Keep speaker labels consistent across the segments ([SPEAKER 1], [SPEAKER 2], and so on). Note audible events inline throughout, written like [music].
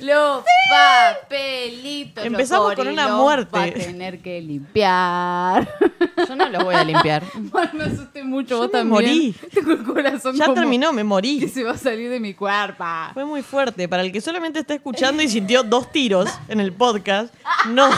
[SPEAKER 1] Los papelitos.
[SPEAKER 2] Empezamos
[SPEAKER 1] los
[SPEAKER 2] con una
[SPEAKER 1] Gorillaz
[SPEAKER 2] muerte.
[SPEAKER 1] Va a tener que limpiar.
[SPEAKER 3] Yo no los voy a limpiar.
[SPEAKER 1] Ay, me asusté mucho,
[SPEAKER 2] Yo
[SPEAKER 1] vos
[SPEAKER 2] me
[SPEAKER 1] también.
[SPEAKER 2] morí.
[SPEAKER 1] Tengo el corazón
[SPEAKER 2] Ya
[SPEAKER 1] como
[SPEAKER 2] terminó, me
[SPEAKER 1] que
[SPEAKER 2] morí.
[SPEAKER 1] se va a salir de mi cuerpo.
[SPEAKER 2] Fue muy fuerte. Para el que solamente está escuchando y sintió dos tiros en el podcast, no.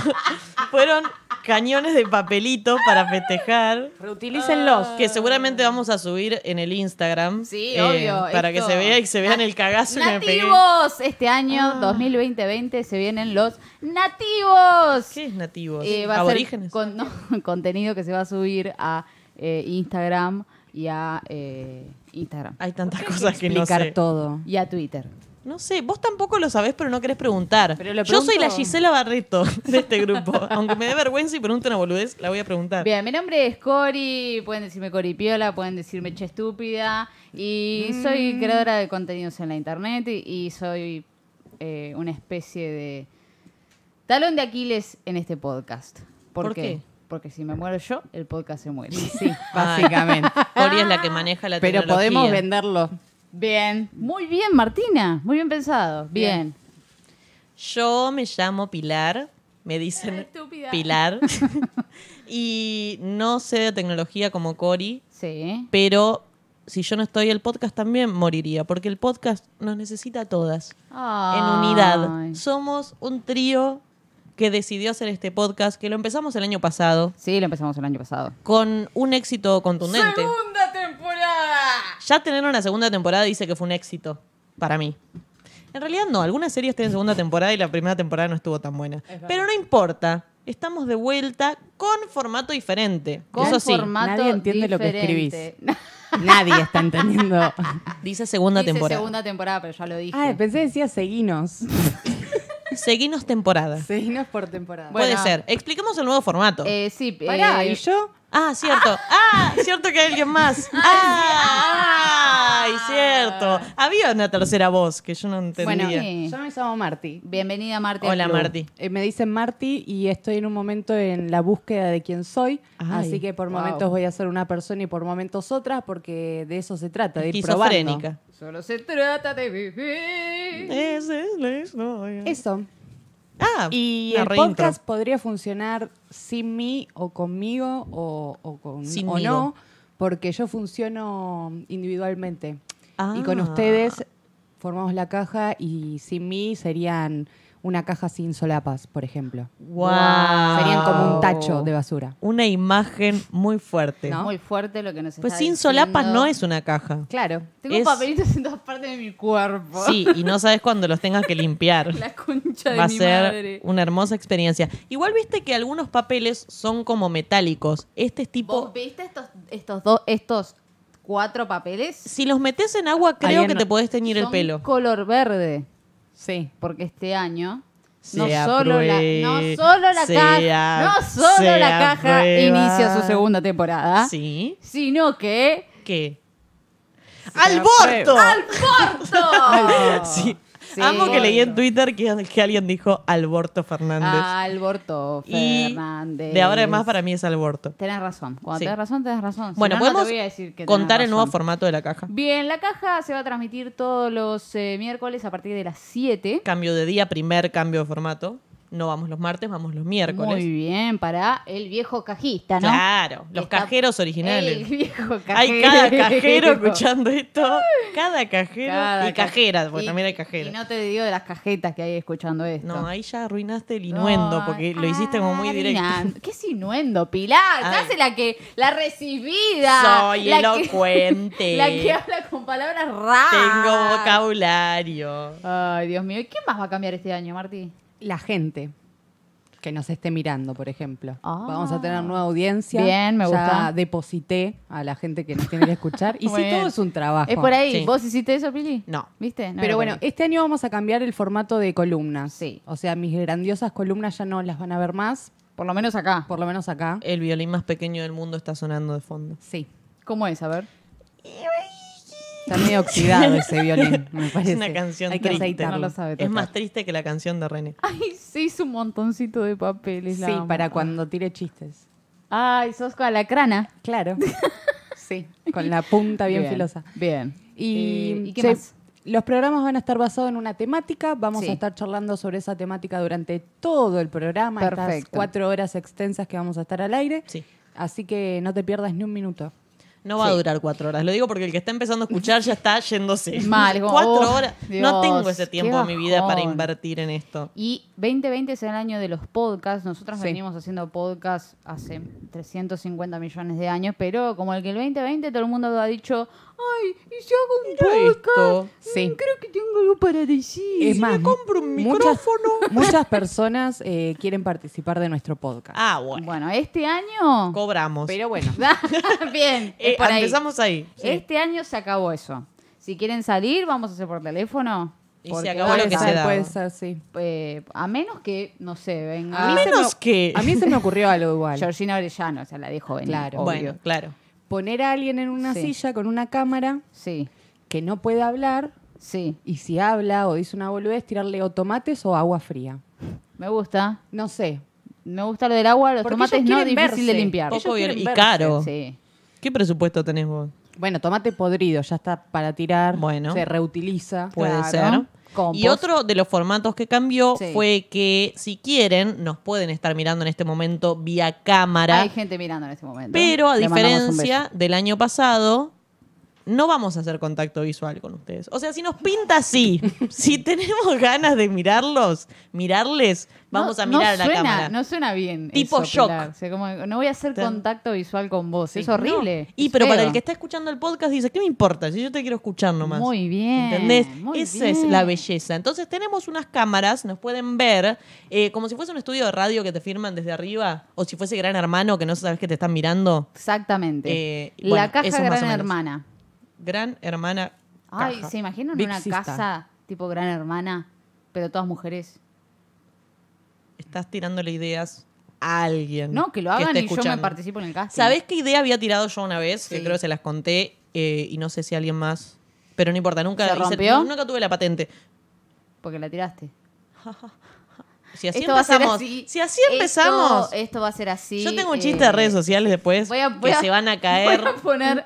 [SPEAKER 2] Fueron cañones de papelitos para festejar.
[SPEAKER 3] Reutilícenlos.
[SPEAKER 2] Que seguramente vamos a subir en el Instagram.
[SPEAKER 1] Ah,
[SPEAKER 2] eh,
[SPEAKER 1] Sí, obvio,
[SPEAKER 2] Para
[SPEAKER 1] esto.
[SPEAKER 2] que se vea y se vean
[SPEAKER 1] Na-
[SPEAKER 2] el cagazo que me pegué. Ah.
[SPEAKER 1] Nativos, este año 2020-20 se vienen los nativos.
[SPEAKER 2] ¿Qué es nativos?
[SPEAKER 1] Eh, va a ser
[SPEAKER 2] Aborígenes.
[SPEAKER 1] con- no, [laughs] contenido que se va a subir a eh, Instagram y a eh, Instagram
[SPEAKER 2] Hay tantas cosas Ah, que no
[SPEAKER 3] Explicar
[SPEAKER 2] sé.
[SPEAKER 3] todo.
[SPEAKER 1] y a Twitter.
[SPEAKER 2] No sé, vos tampoco lo sabés, pero no querés preguntar.
[SPEAKER 3] Pero lo
[SPEAKER 2] Yo soy la
[SPEAKER 3] pregunto.
[SPEAKER 2] Gisela Barreto de este
[SPEAKER 3] [laughs]
[SPEAKER 2] grupo. Aunque me dé vergüenza y pregunte una boludez, la voy a preguntar.
[SPEAKER 1] Bien, mi nombre es Cori, pueden decirme Cori Piola, pueden decirme Che Estúpida y
[SPEAKER 3] Mm.
[SPEAKER 1] soy creadora de contenidos en la internet y, y soy eh, una especie de talón de Aquiles en este podcast. ¿Por,
[SPEAKER 2] ¿Por qué?
[SPEAKER 1] Porque si me muero yo, el podcast se muere.
[SPEAKER 3] Sí, básicamente.
[SPEAKER 2] Cori es [laughs] la que maneja la
[SPEAKER 3] Pero
[SPEAKER 2] tecnología.
[SPEAKER 3] podemos venderlo.
[SPEAKER 1] Bien. [laughs] Muy bien, Martina. Muy bien pensado. Bien.
[SPEAKER 2] Yo me llamo Pilar. Me dicen
[SPEAKER 1] Estúpida.
[SPEAKER 3] [laughs]
[SPEAKER 2] Pilar. y no sé de tecnología como Cori,
[SPEAKER 1] Sí. ¿eh?
[SPEAKER 2] pero si yo no estoy, el podcast también moriría, porque el podcast nos necesita a todas. en unidad.
[SPEAKER 1] Ay.
[SPEAKER 2] Somos un trío que decidió hacer este podcast, que lo empezamos el año pasado,
[SPEAKER 1] Sí, lo empezamos el año pasado.
[SPEAKER 2] con un éxito contundente.
[SPEAKER 1] ¡Segunda temporada!
[SPEAKER 2] Ya tener una segunda temporada dice que fue un éxito, para mí. En realidad no, algunas series tienen segunda temporada y la primera temporada no estuvo tan buena. Pero no importa, estamos de vuelta con formato diferente.
[SPEAKER 1] Con
[SPEAKER 2] Eso sí,
[SPEAKER 1] formato
[SPEAKER 3] nadie entiende lo que
[SPEAKER 1] diferente.
[SPEAKER 3] escribís. Nadie está entendiendo.
[SPEAKER 2] dice segunda
[SPEAKER 1] Dice
[SPEAKER 2] temporada.
[SPEAKER 1] segunda temporada, pero ya lo dije.
[SPEAKER 3] Ah, pensé que decía seguinos.
[SPEAKER 2] Seguinos temporada.
[SPEAKER 3] Seguinos por temporada.
[SPEAKER 1] Bueno.
[SPEAKER 2] Puede ser. Expliquemos el nuevo formato.
[SPEAKER 1] Eh, sí,
[SPEAKER 3] Pará,
[SPEAKER 1] eh,
[SPEAKER 3] ¿y yo?
[SPEAKER 2] Ah, cierto. Ah, cierto que hay alguien más. Ah, ay, cierto.
[SPEAKER 1] Ah.
[SPEAKER 2] Había una tercera voz que yo no entendía.
[SPEAKER 3] Bueno,
[SPEAKER 1] Sí.
[SPEAKER 3] yo me llamo Marti.
[SPEAKER 1] bienvenida Marti. al
[SPEAKER 2] Hola,
[SPEAKER 1] club.
[SPEAKER 2] Marti.
[SPEAKER 3] Eh, me dicen Marti y estoy en un momento en la búsqueda de quién soy.
[SPEAKER 2] Ay.
[SPEAKER 3] así que por
[SPEAKER 1] Wow.
[SPEAKER 3] momentos voy a ser una persona y por momentos otra, porque de eso se trata, de ir probando.
[SPEAKER 2] Esquizofrénica.
[SPEAKER 1] Solo se trata de vivir.
[SPEAKER 2] Ese es la historia.
[SPEAKER 3] Eso.
[SPEAKER 2] Ah,
[SPEAKER 3] Y
[SPEAKER 2] una
[SPEAKER 3] el
[SPEAKER 2] reintro.
[SPEAKER 3] podcast podría funcionar sin mí o conmigo o, o con,
[SPEAKER 2] Sin
[SPEAKER 3] o
[SPEAKER 2] migo.
[SPEAKER 3] no, porque yo funciono individualmente. Y con
[SPEAKER 2] Ah.
[SPEAKER 3] ustedes formamos la caja y sin mí serían una caja sin solapas, por ejemplo.
[SPEAKER 2] Wow.
[SPEAKER 3] Serían como un tacho de basura.
[SPEAKER 2] Una imagen muy fuerte.
[SPEAKER 3] ¿No?
[SPEAKER 1] Muy fuerte lo que nos
[SPEAKER 2] Pues
[SPEAKER 1] está
[SPEAKER 2] sin
[SPEAKER 1] diciendo.
[SPEAKER 2] solapas no es una
[SPEAKER 3] [laughs]
[SPEAKER 2] caja.
[SPEAKER 3] Claro.
[SPEAKER 1] Tengo
[SPEAKER 2] es-
[SPEAKER 1] papelitos en todas partes de mi cuerpo.
[SPEAKER 2] Sí, y no sabes cuándo los tengas que
[SPEAKER 1] [laughs]
[SPEAKER 2] limpiar.
[SPEAKER 1] La concha de
[SPEAKER 2] Va a
[SPEAKER 1] mi
[SPEAKER 2] ser
[SPEAKER 1] madre.
[SPEAKER 2] una hermosa experiencia. Igual viste que algunos papeles son como metálicos. Este es tipo
[SPEAKER 1] ¿Vos viste estos, estos dos, estos cuatro papeles?
[SPEAKER 2] Si los metes en agua, creo
[SPEAKER 3] Alguien
[SPEAKER 2] que
[SPEAKER 3] no-
[SPEAKER 2] te podés teñir el
[SPEAKER 1] Son
[SPEAKER 2] pelo.
[SPEAKER 1] color verde.
[SPEAKER 3] Sí.
[SPEAKER 1] porque este año
[SPEAKER 2] Se
[SPEAKER 1] no solo, la, no
[SPEAKER 2] aprue-
[SPEAKER 1] solo la
[SPEAKER 2] se
[SPEAKER 1] caja, no
[SPEAKER 2] a-
[SPEAKER 1] solo
[SPEAKER 2] se
[SPEAKER 1] la caja
[SPEAKER 2] aprueba.
[SPEAKER 1] inicia su segunda temporada,
[SPEAKER 2] ¿Sí?
[SPEAKER 1] sino que
[SPEAKER 2] ¿Qué? ¡Alborto!
[SPEAKER 1] ¡Alborto!
[SPEAKER 2] [laughs] Sí.
[SPEAKER 1] Sí.
[SPEAKER 2] Amo que leí en Twitter que, que alguien dijo Alborto Fernández.
[SPEAKER 1] Ah, Alborto
[SPEAKER 2] y
[SPEAKER 1] Fernández.
[SPEAKER 2] de ahora en más para mí es Alborto.
[SPEAKER 1] Tenés razón. Cuando
[SPEAKER 2] Sí.
[SPEAKER 1] tenés razón, tenés razón. Si
[SPEAKER 2] Bueno,
[SPEAKER 1] no, no te
[SPEAKER 2] podemos
[SPEAKER 1] voy a decir que tenés
[SPEAKER 2] contar el nuevo
[SPEAKER 1] razón.
[SPEAKER 2] formato de la caja.
[SPEAKER 1] Bien, la caja se va a transmitir todos los eh, miércoles a partir de las 7.
[SPEAKER 2] Cambio de día, primer cambio de formato. No vamos los martes, vamos los miércoles.
[SPEAKER 1] Muy bien, para el viejo cajista, ¿no?
[SPEAKER 2] Claro, los
[SPEAKER 1] Está-
[SPEAKER 2] cajeros originales.
[SPEAKER 1] El viejo cajero.
[SPEAKER 2] [laughs] Hay
[SPEAKER 1] [laughs]
[SPEAKER 2] cada cajero escuchando esto. Cada cajero
[SPEAKER 1] Cada
[SPEAKER 2] y
[SPEAKER 1] ca-
[SPEAKER 2] cajeras, porque
[SPEAKER 1] y-
[SPEAKER 2] también hay
[SPEAKER 1] Y
[SPEAKER 2] cajeras.
[SPEAKER 1] no te digo de las cajetas que hay escuchando esto.
[SPEAKER 2] No, ahí ya arruinaste el inuendo,
[SPEAKER 1] Ay,
[SPEAKER 2] porque lo hiciste como muy directo.
[SPEAKER 1] arruinando. ¿Qué es inuendo,
[SPEAKER 2] [laughs]
[SPEAKER 1] Pilar?
[SPEAKER 2] Ay.
[SPEAKER 1] Hace la que la recibida.
[SPEAKER 2] Soy
[SPEAKER 1] la que- [laughs]
[SPEAKER 2] elocuente.
[SPEAKER 1] la que habla con palabras raras.
[SPEAKER 2] [laughs] Tengo vocabulario.
[SPEAKER 1] Ay, Dios mío. ¿Y qué más va a cambiar este año, Martí?
[SPEAKER 3] La gente que nos esté mirando, por ejemplo.
[SPEAKER 1] Ah.
[SPEAKER 3] Vamos a tener nueva audiencia.
[SPEAKER 1] Bien, me
[SPEAKER 3] Ya
[SPEAKER 1] gusta.
[SPEAKER 3] deposité a la gente que nos tiene que escuchar.
[SPEAKER 1] [laughs]
[SPEAKER 3] Y
[SPEAKER 1] Bueno.
[SPEAKER 3] si todo es un trabajo.
[SPEAKER 1] Es por ahí.
[SPEAKER 2] Sí.
[SPEAKER 1] ¿Vos hiciste eso, Pili?
[SPEAKER 2] No.
[SPEAKER 1] ¿Viste? No era
[SPEAKER 3] Pero bueno,
[SPEAKER 1] por ahí.
[SPEAKER 3] este año vamos a cambiar el formato de columnas.
[SPEAKER 1] Sí.
[SPEAKER 3] O sea, mis grandiosas columnas ya no las van a ver más,
[SPEAKER 1] por lo menos acá.
[SPEAKER 3] por lo menos acá.
[SPEAKER 1] Eh.
[SPEAKER 2] El violín más pequeño del mundo está sonando de fondo.
[SPEAKER 3] Sí.
[SPEAKER 1] ¿Cómo es? A ver.
[SPEAKER 3] Está
[SPEAKER 2] [laughs]
[SPEAKER 3] medio
[SPEAKER 1] [laughs]
[SPEAKER 3] oxidado ese violín, me parece.
[SPEAKER 2] Es una canción
[SPEAKER 3] Hay que
[SPEAKER 2] triste.
[SPEAKER 3] aceitarlo.
[SPEAKER 1] No lo sabe
[SPEAKER 2] es
[SPEAKER 1] tocar.
[SPEAKER 2] más triste que la canción de René.
[SPEAKER 1] Ay, se hizo un montoncito de papeles. la
[SPEAKER 3] Sí,
[SPEAKER 1] amo.
[SPEAKER 3] para cuando tire chistes.
[SPEAKER 1] Ay, sos con la crana.
[SPEAKER 3] [laughs] Claro. Sí, con la punta bien, filosa.
[SPEAKER 1] Bien.
[SPEAKER 3] Y,
[SPEAKER 1] Eh, ¿y qué
[SPEAKER 3] se-
[SPEAKER 1] más?
[SPEAKER 3] Los programas van a estar basados en una temática. Vamos
[SPEAKER 1] Sí.
[SPEAKER 3] a estar charlando sobre esa temática durante todo el programa. Estas
[SPEAKER 1] Perfecto.
[SPEAKER 3] cuatro horas extensas que vamos a estar al aire.
[SPEAKER 2] Sí.
[SPEAKER 3] Así que no te pierdas ni un minuto.
[SPEAKER 2] No va a durar cuatro horas. Lo digo porque el que está empezando a escuchar ya está
[SPEAKER 1] [laughs]
[SPEAKER 2] yéndose.
[SPEAKER 1] Mal, como,
[SPEAKER 2] cuatro
[SPEAKER 1] oh,
[SPEAKER 2] horas. no
[SPEAKER 1] Dios,
[SPEAKER 2] tengo ese
[SPEAKER 1] qué
[SPEAKER 2] tiempo en mi vida para
[SPEAKER 1] bajón.
[SPEAKER 2] invertir en esto.
[SPEAKER 1] Y 2020 es el año de los podcasts. Nosotros
[SPEAKER 3] Sí.
[SPEAKER 1] venimos haciendo podcasts hace 350 millones de años, pero como el que el 2020 todo el mundo ha dicho, ay, ¿y si hago un
[SPEAKER 2] Mira
[SPEAKER 1] podcast?
[SPEAKER 2] esto.
[SPEAKER 1] Mm,
[SPEAKER 3] Sí.
[SPEAKER 1] Creo que tengo algo para decir.
[SPEAKER 3] Es
[SPEAKER 2] si
[SPEAKER 3] más,
[SPEAKER 2] me compro un
[SPEAKER 3] muchas-
[SPEAKER 2] micrófono?
[SPEAKER 3] [laughs] Muchas personas eh, quieren participar de nuestro podcast.
[SPEAKER 2] Ah, bueno.
[SPEAKER 1] Bueno, este año...
[SPEAKER 2] Cobramos.
[SPEAKER 3] Pero bueno,
[SPEAKER 1] [laughs] Bien, es
[SPEAKER 2] Eh,
[SPEAKER 1] por ahí.
[SPEAKER 2] empezamos ahí.
[SPEAKER 1] Este año se acabó eso. Si quieren salir, vamos a hacer por teléfono.
[SPEAKER 2] Y
[SPEAKER 1] porque
[SPEAKER 2] se acabó
[SPEAKER 1] ahora
[SPEAKER 2] lo que
[SPEAKER 1] está-
[SPEAKER 2] se
[SPEAKER 3] ser,
[SPEAKER 2] daba.
[SPEAKER 3] puede ser, sí.
[SPEAKER 1] eh, a menos que, no sé, venga
[SPEAKER 2] A
[SPEAKER 3] mí se me-
[SPEAKER 2] menos que.
[SPEAKER 3] A mí se me ocurrió
[SPEAKER 2] [laughs]
[SPEAKER 3] algo igual.
[SPEAKER 1] Georgina Orellano, o sea, la dejo venir.
[SPEAKER 3] Claro.
[SPEAKER 1] obvio.
[SPEAKER 2] bueno, claro.
[SPEAKER 3] Poner a alguien en una
[SPEAKER 1] Sí.
[SPEAKER 3] silla con una cámara
[SPEAKER 1] Sí,
[SPEAKER 3] que no puede hablar
[SPEAKER 1] sí.
[SPEAKER 3] y si habla o dice una boludez, tirarle o tomates o agua fría.
[SPEAKER 1] Me gusta.
[SPEAKER 3] No sé.
[SPEAKER 1] Me gusta lo del agua, los
[SPEAKER 3] Porque
[SPEAKER 1] tomates
[SPEAKER 3] ellos
[SPEAKER 1] no,
[SPEAKER 3] quieren
[SPEAKER 1] difícil de
[SPEAKER 3] verse.
[SPEAKER 1] limpiar.
[SPEAKER 3] Ellos
[SPEAKER 2] Poco
[SPEAKER 3] quieren
[SPEAKER 2] viol- y
[SPEAKER 3] verse,
[SPEAKER 2] caro.
[SPEAKER 1] Sí.
[SPEAKER 2] ¿Qué presupuesto tenés vos?
[SPEAKER 3] Bueno, tomate podrido, ya está para tirar.
[SPEAKER 2] Bueno.
[SPEAKER 3] Se reutiliza.
[SPEAKER 2] Puede
[SPEAKER 1] Claro.
[SPEAKER 2] ser.
[SPEAKER 1] Compost.
[SPEAKER 2] Y otro de los formatos que cambió
[SPEAKER 1] Sí.
[SPEAKER 2] fue que, si quieren, nos pueden estar mirando en este momento vía cámara.
[SPEAKER 1] Hay gente mirando en este momento.
[SPEAKER 2] Pero a
[SPEAKER 1] Le mandamos un
[SPEAKER 2] diferencia del año pasado, no vamos a hacer contacto visual con ustedes. O sea, si nos
[SPEAKER 1] [laughs]
[SPEAKER 2] pinta, sí. si tenemos ganas de mirarlos, mirarles,
[SPEAKER 1] No-
[SPEAKER 2] vamos a
[SPEAKER 1] no
[SPEAKER 2] mirar a la
[SPEAKER 1] suena-
[SPEAKER 2] cámara.
[SPEAKER 1] No suena bien.
[SPEAKER 2] Tipo
[SPEAKER 1] eso,
[SPEAKER 2] shock.
[SPEAKER 1] Pilar. O sea, como, no voy a hacer
[SPEAKER 2] Tan-
[SPEAKER 1] contacto visual con vos.
[SPEAKER 2] Sí.
[SPEAKER 1] Es horrible.
[SPEAKER 2] No. Y
[SPEAKER 1] es
[SPEAKER 2] pero para
[SPEAKER 1] feo.
[SPEAKER 2] el que está escuchando el podcast dice, ¿qué me importa? Si yo te quiero escuchar nomás.
[SPEAKER 1] Muy bien,
[SPEAKER 2] ¿Entendés?
[SPEAKER 1] muy
[SPEAKER 2] Esa es la
[SPEAKER 1] bien.
[SPEAKER 2] belleza. Entonces tenemos unas cámaras, nos pueden ver, eh, como si fuese un estudio de radio que te firman desde arriba, o si fuese Gran Hermano que no sabes que te están mirando.
[SPEAKER 1] Exactamente.
[SPEAKER 2] Eh,
[SPEAKER 1] la
[SPEAKER 2] bueno, eso
[SPEAKER 1] caja
[SPEAKER 2] es más o
[SPEAKER 1] Gran
[SPEAKER 2] menos.
[SPEAKER 1] Hermana.
[SPEAKER 2] Gran Hermana.
[SPEAKER 1] Ay,
[SPEAKER 2] caja.
[SPEAKER 1] ¿se imaginan
[SPEAKER 3] Big
[SPEAKER 1] una
[SPEAKER 3] Sister.
[SPEAKER 1] casa tipo Gran Hermana, pero todas mujeres?
[SPEAKER 2] Estás tirándole ideas a alguien.
[SPEAKER 1] No, que lo hagan
[SPEAKER 2] Mm. esté
[SPEAKER 1] y yo me
[SPEAKER 2] escuchando.
[SPEAKER 1] participo en el casting.
[SPEAKER 2] ¿Sabés qué idea había tirado yo una vez? Que
[SPEAKER 1] Sí.
[SPEAKER 2] creo que se las conté eh, y no sé si alguien más. Pero no importa, nunca,
[SPEAKER 1] ¿Se
[SPEAKER 2] hice-
[SPEAKER 1] rompió?
[SPEAKER 2] nunca tuve la patente.
[SPEAKER 1] Porque la tiraste.
[SPEAKER 2] Si así
[SPEAKER 1] Esto va a ser
[SPEAKER 2] empezamos.
[SPEAKER 1] así.
[SPEAKER 2] Si así
[SPEAKER 1] Esto-
[SPEAKER 2] empezamos.
[SPEAKER 1] Esto, va a ser así.
[SPEAKER 2] yo tengo un
[SPEAKER 1] eh,
[SPEAKER 2] chiste de redes sociales después
[SPEAKER 1] voy a- [laughs] voy
[SPEAKER 2] que
[SPEAKER 1] a-
[SPEAKER 2] se van a caer.
[SPEAKER 1] Voy a poner,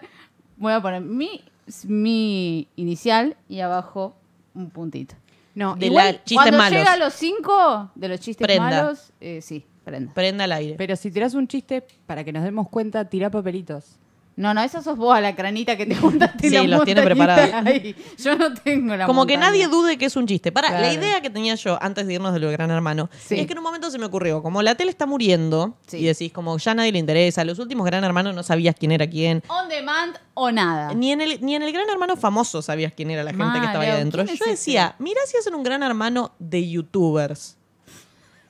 [SPEAKER 1] voy a poner mi, mi inicial y abajo un puntito.
[SPEAKER 3] No,
[SPEAKER 2] De
[SPEAKER 3] igual-
[SPEAKER 2] la- Chistes
[SPEAKER 1] Cuando
[SPEAKER 2] malos.
[SPEAKER 1] llega a los cinco de los chistes
[SPEAKER 2] Prenda.
[SPEAKER 1] malos, eh, sí, prenda.
[SPEAKER 2] Prenda al aire.
[SPEAKER 3] pero si tirás un chiste, para que nos demos cuenta, tirá papelitos.
[SPEAKER 1] No, no, esa sos vos a la cranita que te [laughs] juntaste.
[SPEAKER 2] Sí,
[SPEAKER 1] la
[SPEAKER 2] los tiene
[SPEAKER 1] montañita
[SPEAKER 2] preparados.
[SPEAKER 1] ahí. Yo no tengo la
[SPEAKER 2] Como que
[SPEAKER 1] montaña.
[SPEAKER 2] nadie dude que es un chiste. Pará, la
[SPEAKER 1] Claro.
[SPEAKER 2] idea que tenía yo antes de irnos de lo de Gran Hermano
[SPEAKER 1] Sí.
[SPEAKER 2] es que en un momento se me ocurrió, como la tele está muriendo
[SPEAKER 1] Sí.
[SPEAKER 2] y decís, como ya nadie le interesa, los últimos Gran Hermanos no sabías quién era quién.
[SPEAKER 1] On demand o nada.
[SPEAKER 2] Ni en, el, ni en el Gran Hermano famoso sabías quién era la gente
[SPEAKER 1] Ah. Mal,
[SPEAKER 2] que estaba ahí
[SPEAKER 1] Leo,
[SPEAKER 2] adentro.
[SPEAKER 1] ¿quién es
[SPEAKER 2] Yo decía, mirá si hacen un Gran Hermano de youtubers.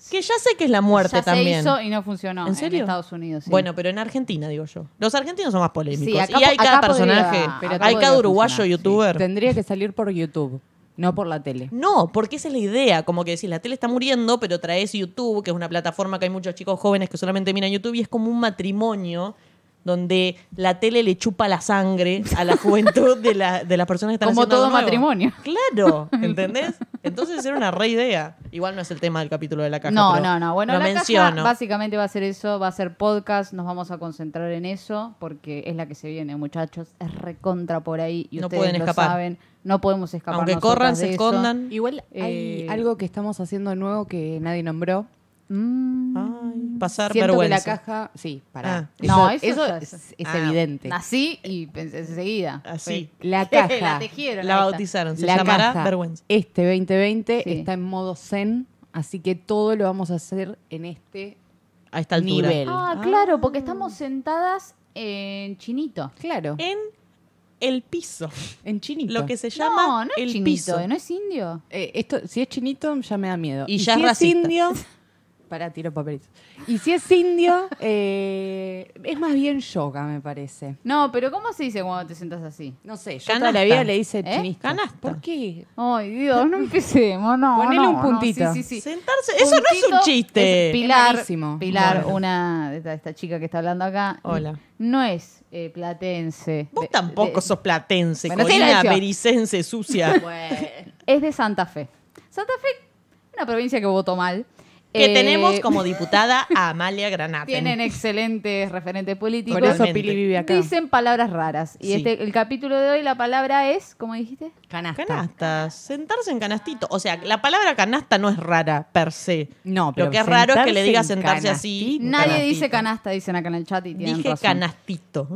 [SPEAKER 2] Que ya sé que es la muerte
[SPEAKER 1] ya
[SPEAKER 2] también.
[SPEAKER 1] se hizo y no funcionó
[SPEAKER 2] ¿En serio?
[SPEAKER 1] Estados Unidos. sí.
[SPEAKER 2] Bueno, pero en Argentina, digo yo. Los argentinos son más polémicos.
[SPEAKER 1] Sí, acá
[SPEAKER 2] y hay
[SPEAKER 1] po-
[SPEAKER 2] cada
[SPEAKER 1] acá podría-
[SPEAKER 2] personaje,
[SPEAKER 1] pero acá
[SPEAKER 2] hay cada
[SPEAKER 1] podría
[SPEAKER 2] uruguayo
[SPEAKER 1] funcionar, sí.
[SPEAKER 2] youtuber.
[SPEAKER 3] Tendría que salir por YouTube, no por la tele.
[SPEAKER 2] No, porque esa es la idea. Como que decís, la tele está muriendo, pero traes YouTube, que es una plataforma que hay muchos chicos jóvenes que solamente miran YouTube, y es como un matrimonio donde la tele le chupa la sangre a la juventud de, la- de las personas que están
[SPEAKER 1] Como
[SPEAKER 2] haciendo algo
[SPEAKER 1] todo
[SPEAKER 2] nuevo.
[SPEAKER 1] matrimonio. [laughs]
[SPEAKER 2] Claro, ¿entendés? Entonces era una re idea. Igual no es el tema del capítulo de la caja.
[SPEAKER 1] no,
[SPEAKER 2] pero
[SPEAKER 1] no, no. Bueno,
[SPEAKER 2] lo
[SPEAKER 1] la caja
[SPEAKER 2] menciono.
[SPEAKER 1] básicamente va a ser eso, va a ser podcast, nos vamos a concentrar en eso porque es la que se viene, muchachos, es recontra por ahí y
[SPEAKER 2] No
[SPEAKER 1] ustedes
[SPEAKER 2] pueden
[SPEAKER 1] lo
[SPEAKER 2] escapar.
[SPEAKER 1] saben, no podemos escapar.
[SPEAKER 2] Aunque
[SPEAKER 1] nosotras
[SPEAKER 2] corran,
[SPEAKER 1] de
[SPEAKER 2] se
[SPEAKER 1] eso.
[SPEAKER 2] escondan.
[SPEAKER 3] Igual hay
[SPEAKER 1] Eh,
[SPEAKER 3] algo que estamos haciendo nuevo que nadie nombró.
[SPEAKER 1] Mm.
[SPEAKER 2] Ay, pasar
[SPEAKER 3] Siento
[SPEAKER 2] vergüenza.
[SPEAKER 3] que la caja. Sí, para.
[SPEAKER 2] Ah.
[SPEAKER 1] No, eso ya
[SPEAKER 3] es,
[SPEAKER 1] es-
[SPEAKER 3] es
[SPEAKER 2] Ah.
[SPEAKER 3] evidente.
[SPEAKER 1] Nací y pensé enseguida.
[SPEAKER 2] Así.
[SPEAKER 3] La
[SPEAKER 1] Fue-
[SPEAKER 3] caja.
[SPEAKER 1] la tejieron.
[SPEAKER 2] [laughs] La
[SPEAKER 1] ahí está.
[SPEAKER 2] bautizaron. Se
[SPEAKER 3] la
[SPEAKER 2] llamará
[SPEAKER 3] caja
[SPEAKER 2] vergüenza.
[SPEAKER 3] este 2020
[SPEAKER 1] Sí.
[SPEAKER 3] está en modo zen, así que todo lo vamos a hacer en este.
[SPEAKER 2] A esta altura.
[SPEAKER 3] Nivel.
[SPEAKER 1] Ah,
[SPEAKER 2] Ah.
[SPEAKER 1] claro, porque estamos sentadas en chinito.
[SPEAKER 3] Claro,
[SPEAKER 2] En el piso.
[SPEAKER 3] en chinito.
[SPEAKER 2] Eh, Lo que se llama
[SPEAKER 1] No, no es
[SPEAKER 2] el
[SPEAKER 1] chinito,
[SPEAKER 2] piso.
[SPEAKER 1] no es indio.
[SPEAKER 3] Eh, esto, si es chinito, ya me da miedo.
[SPEAKER 2] Y ya
[SPEAKER 3] si
[SPEAKER 2] es racista. [laughs]
[SPEAKER 3] indio. Para, tiro papelitos. Y si es indio, eh, es más bien yoga, me parece.
[SPEAKER 1] No, pero ¿cómo se dice cuando te sentas así?
[SPEAKER 3] No sé, yo
[SPEAKER 2] Canasta.
[SPEAKER 3] toda la vida le
[SPEAKER 1] ¿Eh?
[SPEAKER 3] hice chinito.
[SPEAKER 2] Canasta.
[SPEAKER 3] ¿Por qué?
[SPEAKER 1] Ay, Dios, no empecemos, no.
[SPEAKER 3] Ponele
[SPEAKER 1] no,
[SPEAKER 3] un
[SPEAKER 1] no,
[SPEAKER 3] puntito.
[SPEAKER 1] sí, sí, sí.
[SPEAKER 2] Sentarse. Eso no es un
[SPEAKER 1] Puntito,
[SPEAKER 2] chiste.
[SPEAKER 1] es Pilar,
[SPEAKER 3] malísimo.
[SPEAKER 1] Pilar
[SPEAKER 2] Bueno.
[SPEAKER 1] una de esta, esta chica que está hablando acá.
[SPEAKER 2] Hola.
[SPEAKER 1] No es eh, platense.
[SPEAKER 2] Vos
[SPEAKER 1] De-
[SPEAKER 2] tampoco
[SPEAKER 1] de-
[SPEAKER 2] sos platense,
[SPEAKER 1] Bueno, sí,
[SPEAKER 2] Corina
[SPEAKER 1] la decía. [laughs]
[SPEAKER 2] Bericense, sucia.
[SPEAKER 1] Es de Santa Fe. Santa Fe, una provincia que votó mal.
[SPEAKER 2] Que
[SPEAKER 1] Eh, [laughs]
[SPEAKER 2] tenemos como diputada a Amalia Granata.
[SPEAKER 1] Tienen excelentes referentes políticos.
[SPEAKER 3] Por eso
[SPEAKER 2] Totalmente.
[SPEAKER 3] Pili vive acá.
[SPEAKER 1] Dicen palabras raras. Y
[SPEAKER 2] Sí.
[SPEAKER 1] este, el capítulo de hoy, la palabra es, ¿cómo dijiste?
[SPEAKER 3] canasta.
[SPEAKER 2] Canastas. Sentarse en canastito. O sea, la palabra canasta no es rara per se.
[SPEAKER 3] No, pero
[SPEAKER 2] Lo que es raro es que le diga
[SPEAKER 3] sentarse en
[SPEAKER 2] sentarse así.
[SPEAKER 3] Un
[SPEAKER 1] Nadie
[SPEAKER 3] canastito.
[SPEAKER 1] dice canasta, dicen acá en el chat y tienen
[SPEAKER 2] Dije
[SPEAKER 1] razón.
[SPEAKER 2] canastito.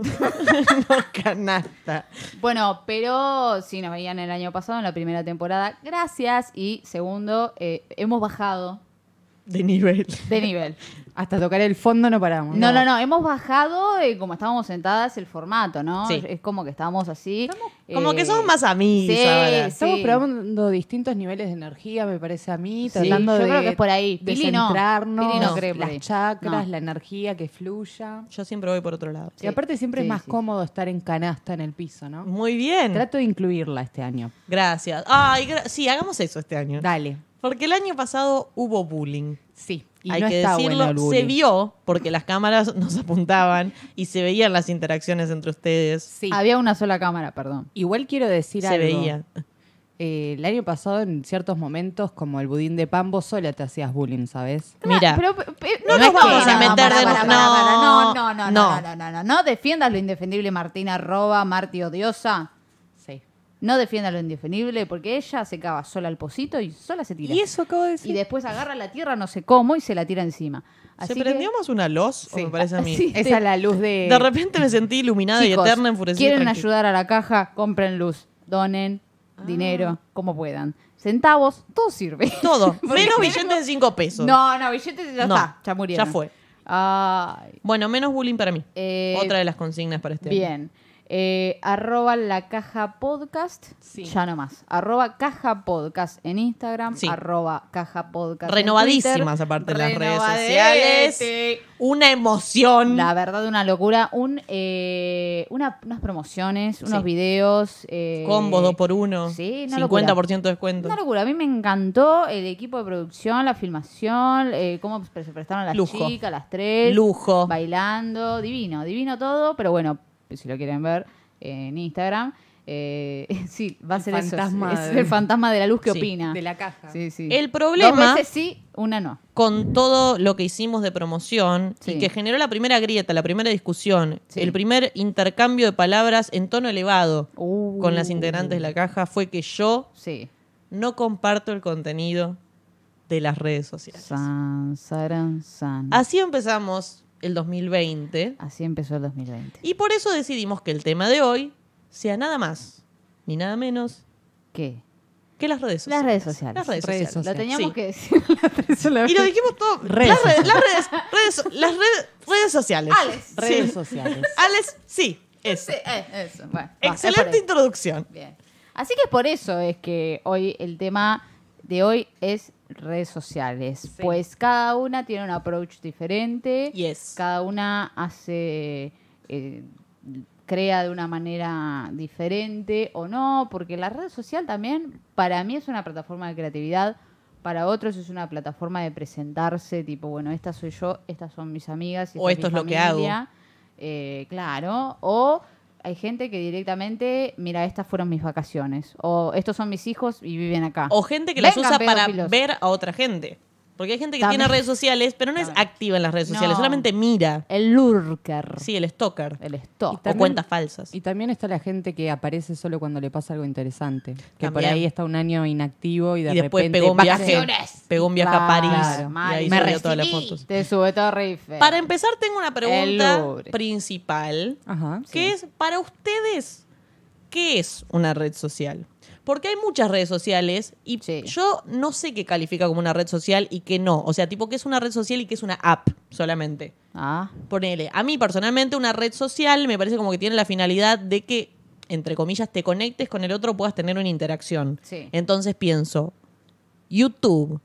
[SPEAKER 2] [laughs] no canasta.
[SPEAKER 1] Bueno, pero si nos veían el año pasado en la primera temporada, gracias. Y segundo, eh, hemos bajado
[SPEAKER 2] De nivel. [laughs]
[SPEAKER 1] de nivel.
[SPEAKER 3] Hasta tocar el fondo no paramos.
[SPEAKER 1] No, no, no, hemos bajado eh, como estábamos sentadas el formato, ¿no?
[SPEAKER 2] Sí.
[SPEAKER 1] Es como que estábamos así.
[SPEAKER 2] Como
[SPEAKER 1] eh,
[SPEAKER 2] que somos más amigas.
[SPEAKER 1] sí,
[SPEAKER 2] ahora.
[SPEAKER 1] sí.
[SPEAKER 3] Estamos probando distintos niveles de energía, me parece a mí,
[SPEAKER 1] Sí,
[SPEAKER 3] tratando
[SPEAKER 1] yo
[SPEAKER 3] de
[SPEAKER 1] creo que es por ahí.
[SPEAKER 3] de
[SPEAKER 1] Pili no.
[SPEAKER 3] centrarnos,
[SPEAKER 1] Pili no cree por ahí.
[SPEAKER 3] las chakras,
[SPEAKER 1] No.
[SPEAKER 3] la energía que fluya.
[SPEAKER 2] Yo siempre voy por otro lado.
[SPEAKER 1] Sí,
[SPEAKER 3] y aparte siempre
[SPEAKER 1] sí,
[SPEAKER 3] es más
[SPEAKER 1] sí.
[SPEAKER 3] cómodo estar en canasta en el piso, ¿no?
[SPEAKER 2] Muy bien.
[SPEAKER 3] Trato de incluirla este año.
[SPEAKER 2] Gracias. Ay, gra- sí, hagamos eso este año.
[SPEAKER 3] Dale.
[SPEAKER 2] Porque el año pasado hubo bullying.
[SPEAKER 3] Sí. Y
[SPEAKER 2] Hay
[SPEAKER 3] no
[SPEAKER 2] que
[SPEAKER 3] está
[SPEAKER 2] decirlo,
[SPEAKER 3] bueno el bullying.
[SPEAKER 2] se vio porque las cámaras [laughs] nos apuntaban y se veían las interacciones entre ustedes.
[SPEAKER 3] Sí.
[SPEAKER 1] Había una sola cámara, perdón.
[SPEAKER 3] Igual quiero decir
[SPEAKER 2] Se
[SPEAKER 3] algo.
[SPEAKER 2] veía.
[SPEAKER 3] Eh, el año pasado, en ciertos momentos, como el budín de pan, vos sola te hacías bullying, ¿sabes?
[SPEAKER 2] Mira,
[SPEAKER 1] Pero, eh, pe- pe-
[SPEAKER 2] No
[SPEAKER 1] nos
[SPEAKER 2] es que
[SPEAKER 1] vamos
[SPEAKER 2] se meter
[SPEAKER 1] pará,
[SPEAKER 2] de-
[SPEAKER 1] pará, pará,
[SPEAKER 2] no,
[SPEAKER 1] pará, no, no, no, no,
[SPEAKER 2] no.
[SPEAKER 1] no, no, no, no defiendas lo indefendible, Martina Roba, Marti Odiosa.
[SPEAKER 3] Sí.
[SPEAKER 1] No defiendas lo indefendible porque ella se cava sola al pocito y sola se tira.
[SPEAKER 3] Y eso acabo de decir.
[SPEAKER 1] Y después agarra la tierra, no sé cómo, y se la tira encima. Así
[SPEAKER 2] ¿se
[SPEAKER 1] que-
[SPEAKER 2] prendió más una luz? o
[SPEAKER 3] Sí.
[SPEAKER 2] me parece a
[SPEAKER 1] [laughs]
[SPEAKER 2] mí.
[SPEAKER 1] Sí.
[SPEAKER 3] Esa es la luz de...
[SPEAKER 2] De repente me sentí iluminada
[SPEAKER 1] Chicos,
[SPEAKER 2] y eterna, enfurecida. y
[SPEAKER 1] quieren
[SPEAKER 2] tranquila. Ah.
[SPEAKER 1] ayudar a la caja, compren luz, donen dinero, como puedan. Centavos, todo sirve. [laughs]
[SPEAKER 2] Todo.
[SPEAKER 1] Porque
[SPEAKER 2] Menos
[SPEAKER 1] tenemos-
[SPEAKER 2] billetes de 5
[SPEAKER 1] [laughs]
[SPEAKER 2] pesos.
[SPEAKER 1] No, no, billetes ya
[SPEAKER 2] No,
[SPEAKER 1] está, ya murieron.
[SPEAKER 2] ya fue.
[SPEAKER 1] Ay,
[SPEAKER 2] Bueno, menos bullying para mí.
[SPEAKER 1] Eh,
[SPEAKER 2] Otra de las consignas para este año.
[SPEAKER 1] bien. Eh, arroba la caja podcast,
[SPEAKER 3] Sí.
[SPEAKER 1] ya nomás. Arroba caja podcast en Instagram,
[SPEAKER 2] Sí.
[SPEAKER 1] arroba caja podcast. en
[SPEAKER 2] Renovadísimas
[SPEAKER 1] Twitter.
[SPEAKER 2] aparte en las redes
[SPEAKER 1] Renovadete.
[SPEAKER 2] sociales. Una emoción.
[SPEAKER 1] La verdad, una locura. Un, eh, una- unas promociones, unos
[SPEAKER 2] Sí.
[SPEAKER 1] videos. eh,
[SPEAKER 2] Combos 2 por 1
[SPEAKER 1] Sí, una locura.
[SPEAKER 2] 50% de descuento.
[SPEAKER 1] Una locura. A mí me encantó el equipo de producción, la filmación, eh, cómo pre- se prestaron las
[SPEAKER 2] Lujo.
[SPEAKER 1] chicas, las tres.
[SPEAKER 2] Lujo.
[SPEAKER 1] Bailando. Divino, divino todo. Pero bueno, si lo quieren ver eh, en Instagram. eh, [laughs] sí, va a
[SPEAKER 3] El
[SPEAKER 1] ser eso.
[SPEAKER 3] fantasma
[SPEAKER 1] Es
[SPEAKER 3] de-
[SPEAKER 1] el fantasma de la luz que
[SPEAKER 2] Sí,
[SPEAKER 1] opina.
[SPEAKER 3] de la caja.
[SPEAKER 1] Sí, sí.
[SPEAKER 2] El problema-
[SPEAKER 1] Dos veces sí, una no.
[SPEAKER 2] con todo lo que hicimos de promoción
[SPEAKER 1] Sí.
[SPEAKER 2] y que generó la primera grieta, la primera discusión,
[SPEAKER 1] Sí.
[SPEAKER 2] el primer intercambio de palabras en tono elevado
[SPEAKER 1] Uh.
[SPEAKER 2] con las integrantes de la caja fue que yo
[SPEAKER 1] Sí.
[SPEAKER 2] no comparto el contenido de las redes sociales.
[SPEAKER 1] San, saran, san.
[SPEAKER 2] Así empezamos el 2020
[SPEAKER 1] Así empezó el 2020.
[SPEAKER 2] y por eso decidimos que el tema de hoy sea nada más ni nada menos
[SPEAKER 1] ¿Qué?
[SPEAKER 2] que las redes sociales.
[SPEAKER 1] Las redes sociales.
[SPEAKER 2] Las redes
[SPEAKER 3] Redes
[SPEAKER 2] sociales.
[SPEAKER 3] sociales.
[SPEAKER 1] Lo teníamos
[SPEAKER 2] Sí.
[SPEAKER 1] que decir. [laughs]
[SPEAKER 2] Y lo dijimos todo.
[SPEAKER 3] Redes
[SPEAKER 2] las redes, las redes, redes- las redes, redes sociales.
[SPEAKER 1] Alex.
[SPEAKER 3] Redes
[SPEAKER 2] Sí.
[SPEAKER 3] sociales.
[SPEAKER 2] Alex, sí, eso.
[SPEAKER 1] Sí, eh, eso. Bueno, va, es por
[SPEAKER 2] Excelente
[SPEAKER 1] ahí.
[SPEAKER 2] introducción.
[SPEAKER 1] Bien. Así que por eso es que hoy el tema de hoy es redes sociales. Pues cada una tiene un approach diferente.
[SPEAKER 2] Yes.
[SPEAKER 1] Cada una hace. eh, crea de una manera diferente o no, porque la red social también para mí es una plataforma de creatividad, para otros es una plataforma de presentarse, tipo, bueno, esta soy yo, estas son mis amigas,
[SPEAKER 2] O
[SPEAKER 1] esta
[SPEAKER 2] esto es lo que
[SPEAKER 1] mi
[SPEAKER 2] hago.
[SPEAKER 1] familia. Eh, claro, o hay gente que directamente, mira, estas fueron mis vacaciones, o estos son mis hijos y viven acá.
[SPEAKER 2] O gente que las
[SPEAKER 1] Vengan,
[SPEAKER 2] usa para
[SPEAKER 1] pedófilos.
[SPEAKER 2] ver a otra gente. Porque hay gente que
[SPEAKER 1] También.
[SPEAKER 2] tiene redes sociales, pero no es
[SPEAKER 1] También.
[SPEAKER 2] activa en las redes sociales,
[SPEAKER 1] No.
[SPEAKER 2] solamente mira.
[SPEAKER 1] El lurker,
[SPEAKER 2] Sí, el stalker.
[SPEAKER 1] el stalk.
[SPEAKER 2] o
[SPEAKER 3] también-
[SPEAKER 2] cuentas falsas.
[SPEAKER 3] Y también está la gente que aparece solo cuando le pasa algo interesante. Que por
[SPEAKER 2] También.
[SPEAKER 3] ahí está un año inactivo y de
[SPEAKER 2] Y después
[SPEAKER 3] repente...
[SPEAKER 2] pegó un viaje.
[SPEAKER 1] vacaciones.
[SPEAKER 2] Pegó un viaje a
[SPEAKER 1] Claro,
[SPEAKER 2] París.
[SPEAKER 1] mal.
[SPEAKER 2] y ahí
[SPEAKER 1] Me
[SPEAKER 2] subió todas las fotos.
[SPEAKER 1] Te sube todo re feo.
[SPEAKER 2] Para empezar, tengo una
[SPEAKER 1] El
[SPEAKER 2] pregunta
[SPEAKER 1] Louvre.
[SPEAKER 2] principal.
[SPEAKER 1] Ah,
[SPEAKER 3] Ajá.
[SPEAKER 2] que es para ustedes, ¿qué es una red social? Porque hay muchas redes sociales y
[SPEAKER 1] Sí.
[SPEAKER 2] yo no sé qué califica como una red social y qué no. O sea, tipo, ¿qué es una red social y qué es una app solamente?
[SPEAKER 1] Ah,
[SPEAKER 2] Ponele, a mí personalmente una red social me parece como que tiene la finalidad de que, entre comillas, te conectes con el otro, puedas tener una interacción.
[SPEAKER 1] Sí.
[SPEAKER 2] Entonces pienso, YouTube,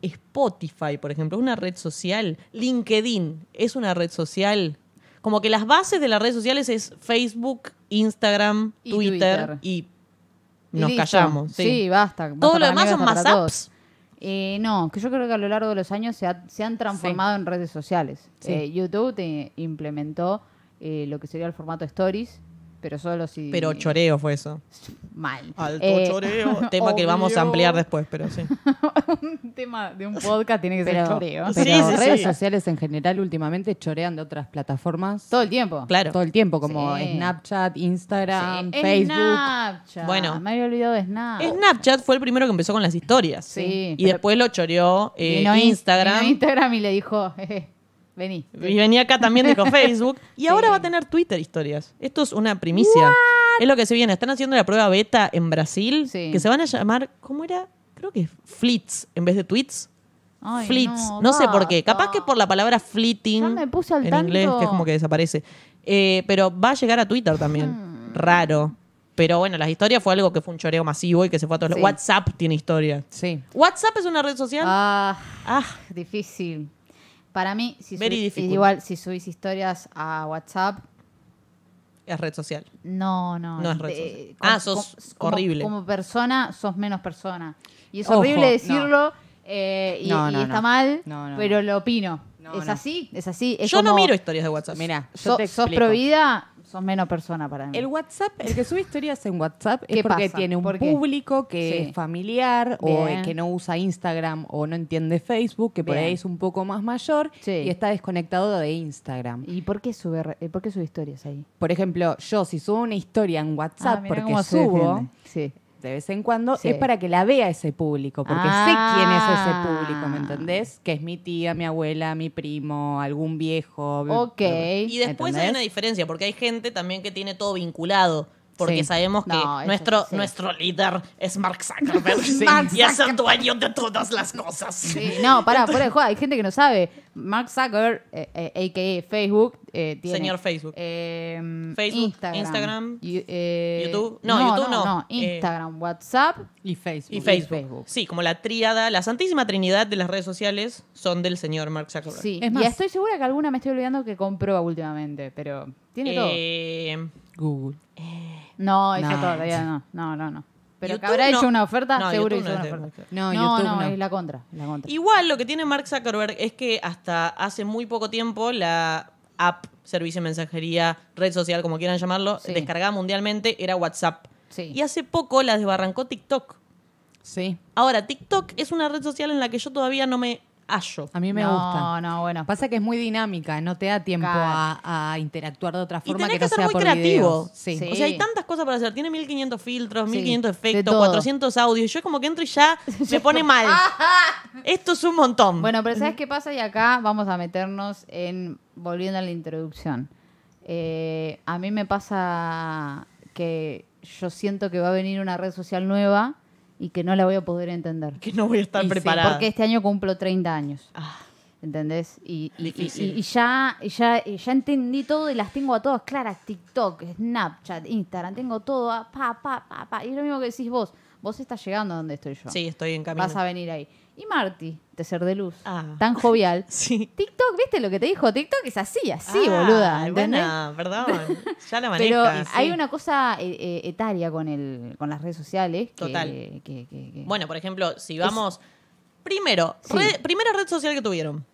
[SPEAKER 2] Spotify, por ejemplo, es una red social, LinkedIn es una red social. Como que las bases de las redes sociales es Facebook, Instagram,
[SPEAKER 1] Y
[SPEAKER 2] Twitter,
[SPEAKER 1] Twitter.
[SPEAKER 2] y
[SPEAKER 1] y
[SPEAKER 2] nos
[SPEAKER 1] listo.
[SPEAKER 2] callamos. Sí.
[SPEAKER 1] basta.
[SPEAKER 2] Todo
[SPEAKER 1] basta para
[SPEAKER 2] lo
[SPEAKER 1] mí,
[SPEAKER 2] demás son
[SPEAKER 1] basta
[SPEAKER 2] más
[SPEAKER 1] para todos.
[SPEAKER 2] apps.
[SPEAKER 1] Eh, no, que yo creo que a lo largo de los años se, ha- se han transformado en redes sociales.
[SPEAKER 3] Sí.
[SPEAKER 1] Eh, YouTube te implementó eh, lo que sería el formato Stories, pero solo si...
[SPEAKER 2] Pero choreo fue eso.
[SPEAKER 1] Mal.
[SPEAKER 2] Alto
[SPEAKER 1] Eh,
[SPEAKER 2] choreo. [laughs] Tema que vamos a ampliar después, pero sí.
[SPEAKER 1] [laughs] un tema de un podcast tiene que ser el
[SPEAKER 3] Pero-
[SPEAKER 1] choreo.
[SPEAKER 2] Sí,
[SPEAKER 3] Pero
[SPEAKER 2] sí,
[SPEAKER 3] redes
[SPEAKER 2] sí.
[SPEAKER 3] sociales en general últimamente chorean de otras plataformas
[SPEAKER 1] Todo el tiempo.
[SPEAKER 2] Claro.
[SPEAKER 3] todo el tiempo, como
[SPEAKER 1] Sí.
[SPEAKER 3] Snapchat, Instagram,
[SPEAKER 1] Sí,
[SPEAKER 3] Facebook.
[SPEAKER 1] Snapchat.
[SPEAKER 2] Bueno.
[SPEAKER 1] Me había olvidado de Snapchat.
[SPEAKER 2] Snapchat fue el primero que empezó con las historias.
[SPEAKER 1] Sí,
[SPEAKER 2] Y
[SPEAKER 1] pero-
[SPEAKER 2] después lo choreó eh,
[SPEAKER 1] Vino in-
[SPEAKER 2] Instagram.
[SPEAKER 1] vino Instagram y le dijo, "Jeje, vení.
[SPEAKER 2] Y venía acá
[SPEAKER 1] [laughs]
[SPEAKER 2] también, dijo Facebook. Y ahora va a tener Twitter historias. Esto es una primicia. Es lo que se viene. Están haciendo la prueba beta en Brasil.
[SPEAKER 1] Sí.
[SPEAKER 2] Que se van a llamar, ¿cómo era? Creo que Flits en vez de tweets.
[SPEAKER 1] Ay,
[SPEAKER 2] Flits. No,
[SPEAKER 1] no,
[SPEAKER 2] sé por qué.
[SPEAKER 1] basta.
[SPEAKER 2] Capaz que por la palabra fleeting.
[SPEAKER 1] Ya me puse al
[SPEAKER 2] en
[SPEAKER 1] tanto.
[SPEAKER 2] inglés, que es como que desaparece. Eh, pero va a llegar a Twitter
[SPEAKER 1] Hmm.
[SPEAKER 2] también. Raro. Pero bueno, las historias fue algo que fue un choreo masivo y que se fue a todos los-
[SPEAKER 1] Sí.
[SPEAKER 2] WhatsApp tiene historias.
[SPEAKER 3] Sí.
[SPEAKER 2] WhatsApp es una red social.
[SPEAKER 1] Ah,
[SPEAKER 2] Ah,
[SPEAKER 1] difícil. Para mí, si
[SPEAKER 2] Very
[SPEAKER 1] subís-
[SPEAKER 2] difficult.
[SPEAKER 1] igual si subís historias a WhatsApp,
[SPEAKER 2] es red social.
[SPEAKER 1] no, no.
[SPEAKER 2] No es red
[SPEAKER 1] de-
[SPEAKER 2] social. Ah, sos
[SPEAKER 1] como-
[SPEAKER 2] horrible.
[SPEAKER 1] Como persona, sos menos persona. Y es
[SPEAKER 3] Ojo,
[SPEAKER 1] horrible
[SPEAKER 3] no.
[SPEAKER 1] decirlo eh, y,
[SPEAKER 3] No,
[SPEAKER 1] y
[SPEAKER 3] no,
[SPEAKER 1] está
[SPEAKER 3] no.
[SPEAKER 1] mal,
[SPEAKER 3] No, no,
[SPEAKER 1] pero lo opino.
[SPEAKER 3] No,
[SPEAKER 1] es
[SPEAKER 3] no.
[SPEAKER 1] así, es así. Es
[SPEAKER 2] Yo no
[SPEAKER 1] como-
[SPEAKER 2] miro historias de WhatsApp.
[SPEAKER 3] Mira, yo
[SPEAKER 1] so-
[SPEAKER 3] te
[SPEAKER 1] sos
[SPEAKER 3] explico.
[SPEAKER 1] provida, sos menos persona para mí.
[SPEAKER 3] El WhatsApp, el que sube historias en WhatsApp
[SPEAKER 1] ¿Qué
[SPEAKER 3] es porque
[SPEAKER 1] pasa?
[SPEAKER 3] tiene un
[SPEAKER 1] ¿Por qué?
[SPEAKER 3] público que
[SPEAKER 1] Sí.
[SPEAKER 3] es familiar
[SPEAKER 1] Bien.
[SPEAKER 3] o que no usa Instagram o no entiende Facebook, que por
[SPEAKER 1] Bien.
[SPEAKER 3] ahí es un poco más mayor
[SPEAKER 1] Sí.
[SPEAKER 3] y está desconectado de Instagram.
[SPEAKER 1] ¿Y por qué sube, re- eh, por qué sube historias ahí?
[SPEAKER 3] Por ejemplo, yo si subo una historia en WhatsApp
[SPEAKER 1] Ah, mirá
[SPEAKER 3] porque
[SPEAKER 1] cómo se
[SPEAKER 3] subo
[SPEAKER 1] defiende. Sí.
[SPEAKER 3] de vez en cuando,
[SPEAKER 1] Sí.
[SPEAKER 3] es para que la vea ese público, porque
[SPEAKER 1] Ah.
[SPEAKER 3] sé quién es ese público, ¿me entendés? Que es mi tía, mi abuela, mi primo, algún viejo.
[SPEAKER 1] Ok.
[SPEAKER 2] Y después hay
[SPEAKER 3] ¿Entendés?
[SPEAKER 2] una diferencia, porque hay gente también que tiene todo vinculado. Porque
[SPEAKER 3] Sí.
[SPEAKER 2] sabemos que
[SPEAKER 1] No, eso
[SPEAKER 2] nuestro,
[SPEAKER 1] sí.
[SPEAKER 2] nuestro líder es Mark
[SPEAKER 1] [laughs]
[SPEAKER 2] Zuckerberg.
[SPEAKER 1] Mark
[SPEAKER 2] Y es el dueño de todas las cosas.
[SPEAKER 1] Sí, No, pará, fuera de joda, hay gente que no sabe. Mark Zucker, eh, eh, a.k.a. Facebook, eh, tiene...
[SPEAKER 2] Señor Facebook.
[SPEAKER 1] eh,
[SPEAKER 2] Facebook,
[SPEAKER 1] Instagram.
[SPEAKER 2] Instagram,
[SPEAKER 1] Yu- eh,
[SPEAKER 2] YouTube. No, YouTube no. Eh,
[SPEAKER 1] Instagram, WhatsApp.
[SPEAKER 3] Y Facebook.
[SPEAKER 2] Y Facebook.
[SPEAKER 1] Facebook.
[SPEAKER 2] Sí, como la tríada, la santísima trinidad de las redes sociales son del señor Mark Zuckerberg.
[SPEAKER 1] Sí.
[SPEAKER 3] Es más-
[SPEAKER 1] y estoy segura que alguna me estoy olvidando que comprueba últimamente, pero tiene todo.
[SPEAKER 2] Eh,
[SPEAKER 3] Google.
[SPEAKER 1] No, eso
[SPEAKER 3] no.
[SPEAKER 1] todavía no. No, no, no. Pero que
[SPEAKER 2] YouTube
[SPEAKER 1] habrá
[SPEAKER 2] no.
[SPEAKER 1] hecho una oferta,
[SPEAKER 2] No,
[SPEAKER 1] seguro hizo
[SPEAKER 2] YouTube no
[SPEAKER 1] una
[SPEAKER 2] es de-
[SPEAKER 1] oferta.
[SPEAKER 3] No, YouTube no.
[SPEAKER 1] es la contra, la contra.
[SPEAKER 2] Igual lo que tiene Mark Zuckerberg es que hasta hace muy poco tiempo la app, servicio de mensajería, red social, como quieran llamarlo,
[SPEAKER 1] Sí.
[SPEAKER 2] descargada mundialmente era WhatsApp.
[SPEAKER 1] Sí.
[SPEAKER 2] Y hace poco la desbarrancó TikTok.
[SPEAKER 3] Sí.
[SPEAKER 2] Ahora, TikTok es una red social en la que yo todavía no me hallo.
[SPEAKER 3] A mí me
[SPEAKER 1] no,
[SPEAKER 3] gusta.
[SPEAKER 1] No, bueno.
[SPEAKER 3] Pasa que es muy dinámica, no te da tiempo
[SPEAKER 1] Claro.
[SPEAKER 3] a, a interactuar de otra
[SPEAKER 2] Y
[SPEAKER 3] forma
[SPEAKER 2] tenés que,
[SPEAKER 3] que no
[SPEAKER 2] ser
[SPEAKER 3] sea
[SPEAKER 2] muy
[SPEAKER 3] por
[SPEAKER 2] creativo.
[SPEAKER 3] videos. Sí.
[SPEAKER 1] Sí.
[SPEAKER 2] O sea, hay tantas cosas para hacer. Tiene 1500 filtros,
[SPEAKER 1] Sí,
[SPEAKER 2] 1500
[SPEAKER 1] de
[SPEAKER 2] efectos,
[SPEAKER 1] todo.
[SPEAKER 2] 400 audios. Yo como que entro y ya me
[SPEAKER 1] [laughs]
[SPEAKER 2] pone mal. Esto es un montón.
[SPEAKER 1] Bueno, pero ¿sabes qué pasa? Y acá vamos a meternos en, volviendo a la introducción. Eh, a mí me pasa que yo siento que va a venir una red social nueva y que no la voy a poder entender.
[SPEAKER 2] que no voy a estar
[SPEAKER 3] Y sí,
[SPEAKER 2] preparada.
[SPEAKER 1] Porque este año cumplo 30 años.
[SPEAKER 2] Ah.
[SPEAKER 1] ¿Entendés? Y, y-
[SPEAKER 2] Difícil.
[SPEAKER 1] y- y ya, y ya, y ya entendí todo y las tengo a todas claras. TikTok, Snapchat, Instagram, tengo todo. ah, Pa, pa, pa, pa. Y es lo mismo que decís vos. Vos estás llegando a donde estoy yo.
[SPEAKER 2] Sí, estoy en camino.
[SPEAKER 1] Vas a venir ahí. Y Marty, de Ser de Luz,
[SPEAKER 2] Ah.
[SPEAKER 1] tan jovial.
[SPEAKER 2] Sí.
[SPEAKER 1] TikTok, ¿viste lo que te dijo? TikTok es así, así,
[SPEAKER 2] Ah,
[SPEAKER 1] boluda. ¿entendés?
[SPEAKER 2] Bueno, perdón.
[SPEAKER 1] [laughs]
[SPEAKER 2] Ya la
[SPEAKER 1] Pero
[SPEAKER 2] manejas.
[SPEAKER 1] hay
[SPEAKER 2] Sí.
[SPEAKER 1] una cosa eh, eh, etaria con el, con las redes sociales. que-
[SPEAKER 2] Total.
[SPEAKER 1] Que, que- que-
[SPEAKER 2] Bueno, por ejemplo, si vamos... Primero,
[SPEAKER 1] Sí.
[SPEAKER 2] red- primera red social que tuvieron.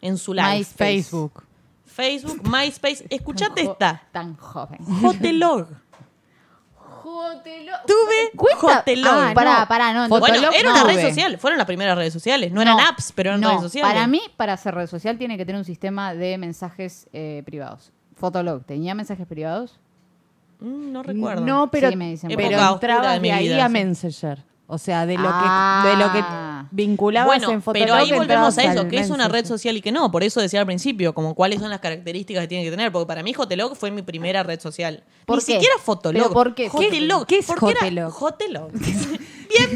[SPEAKER 2] En su live.
[SPEAKER 1] MySpace.
[SPEAKER 3] Facebook.
[SPEAKER 2] Facebook, MySpace.
[SPEAKER 1] [laughs]
[SPEAKER 2] Escuchate
[SPEAKER 1] jo-
[SPEAKER 2] esta.
[SPEAKER 1] Tan joven.
[SPEAKER 2] Jotelog.
[SPEAKER 1] Jotelo.
[SPEAKER 2] Tuve
[SPEAKER 1] Cuenta.
[SPEAKER 2] Jotelog.
[SPEAKER 1] Ah, pará, pará, no.
[SPEAKER 3] Foto-
[SPEAKER 2] Bueno,
[SPEAKER 3] Fotolog
[SPEAKER 2] era una
[SPEAKER 3] no
[SPEAKER 2] red
[SPEAKER 3] ve.
[SPEAKER 2] social. Fueron las primeras redes sociales. No,
[SPEAKER 1] no,
[SPEAKER 2] eran apps, pero eran
[SPEAKER 1] no,
[SPEAKER 2] redes sociales.
[SPEAKER 1] Para mí, para ser red social, tiene que tener un sistema de mensajes eh, privados. Fotolog, ¿tenía mensajes privados?
[SPEAKER 2] Mm, no recuerdo.
[SPEAKER 3] No, pero,
[SPEAKER 1] Sí, me dicen por
[SPEAKER 3] pero
[SPEAKER 1] ahí.
[SPEAKER 2] Época oscura
[SPEAKER 3] entrabas
[SPEAKER 2] de
[SPEAKER 3] de,
[SPEAKER 2] mi
[SPEAKER 3] ahí
[SPEAKER 2] vida,
[SPEAKER 3] a
[SPEAKER 2] sí.
[SPEAKER 3] Messenger. O sea, de lo
[SPEAKER 1] Ah.
[SPEAKER 3] que de lo que vinculabas
[SPEAKER 2] Bueno,
[SPEAKER 3] en Fotolog.
[SPEAKER 2] pero ahí volvemos
[SPEAKER 3] entrabas
[SPEAKER 2] a eso,
[SPEAKER 3] al
[SPEAKER 2] que es una red
[SPEAKER 3] Messenger.
[SPEAKER 2] social y que no. Por eso decía al principio, como cuáles son las características que tiene que tener. Porque para mí Jotelog fue mi primera red social.
[SPEAKER 1] ¿Por
[SPEAKER 2] Ni
[SPEAKER 1] qué?
[SPEAKER 2] siquiera Fotolog.
[SPEAKER 1] ¿Pero por qué?
[SPEAKER 2] Jotelog.
[SPEAKER 3] ¿Qué es
[SPEAKER 2] Porque era
[SPEAKER 3] Jotelog?
[SPEAKER 1] [laughs]
[SPEAKER 2] Jotelog.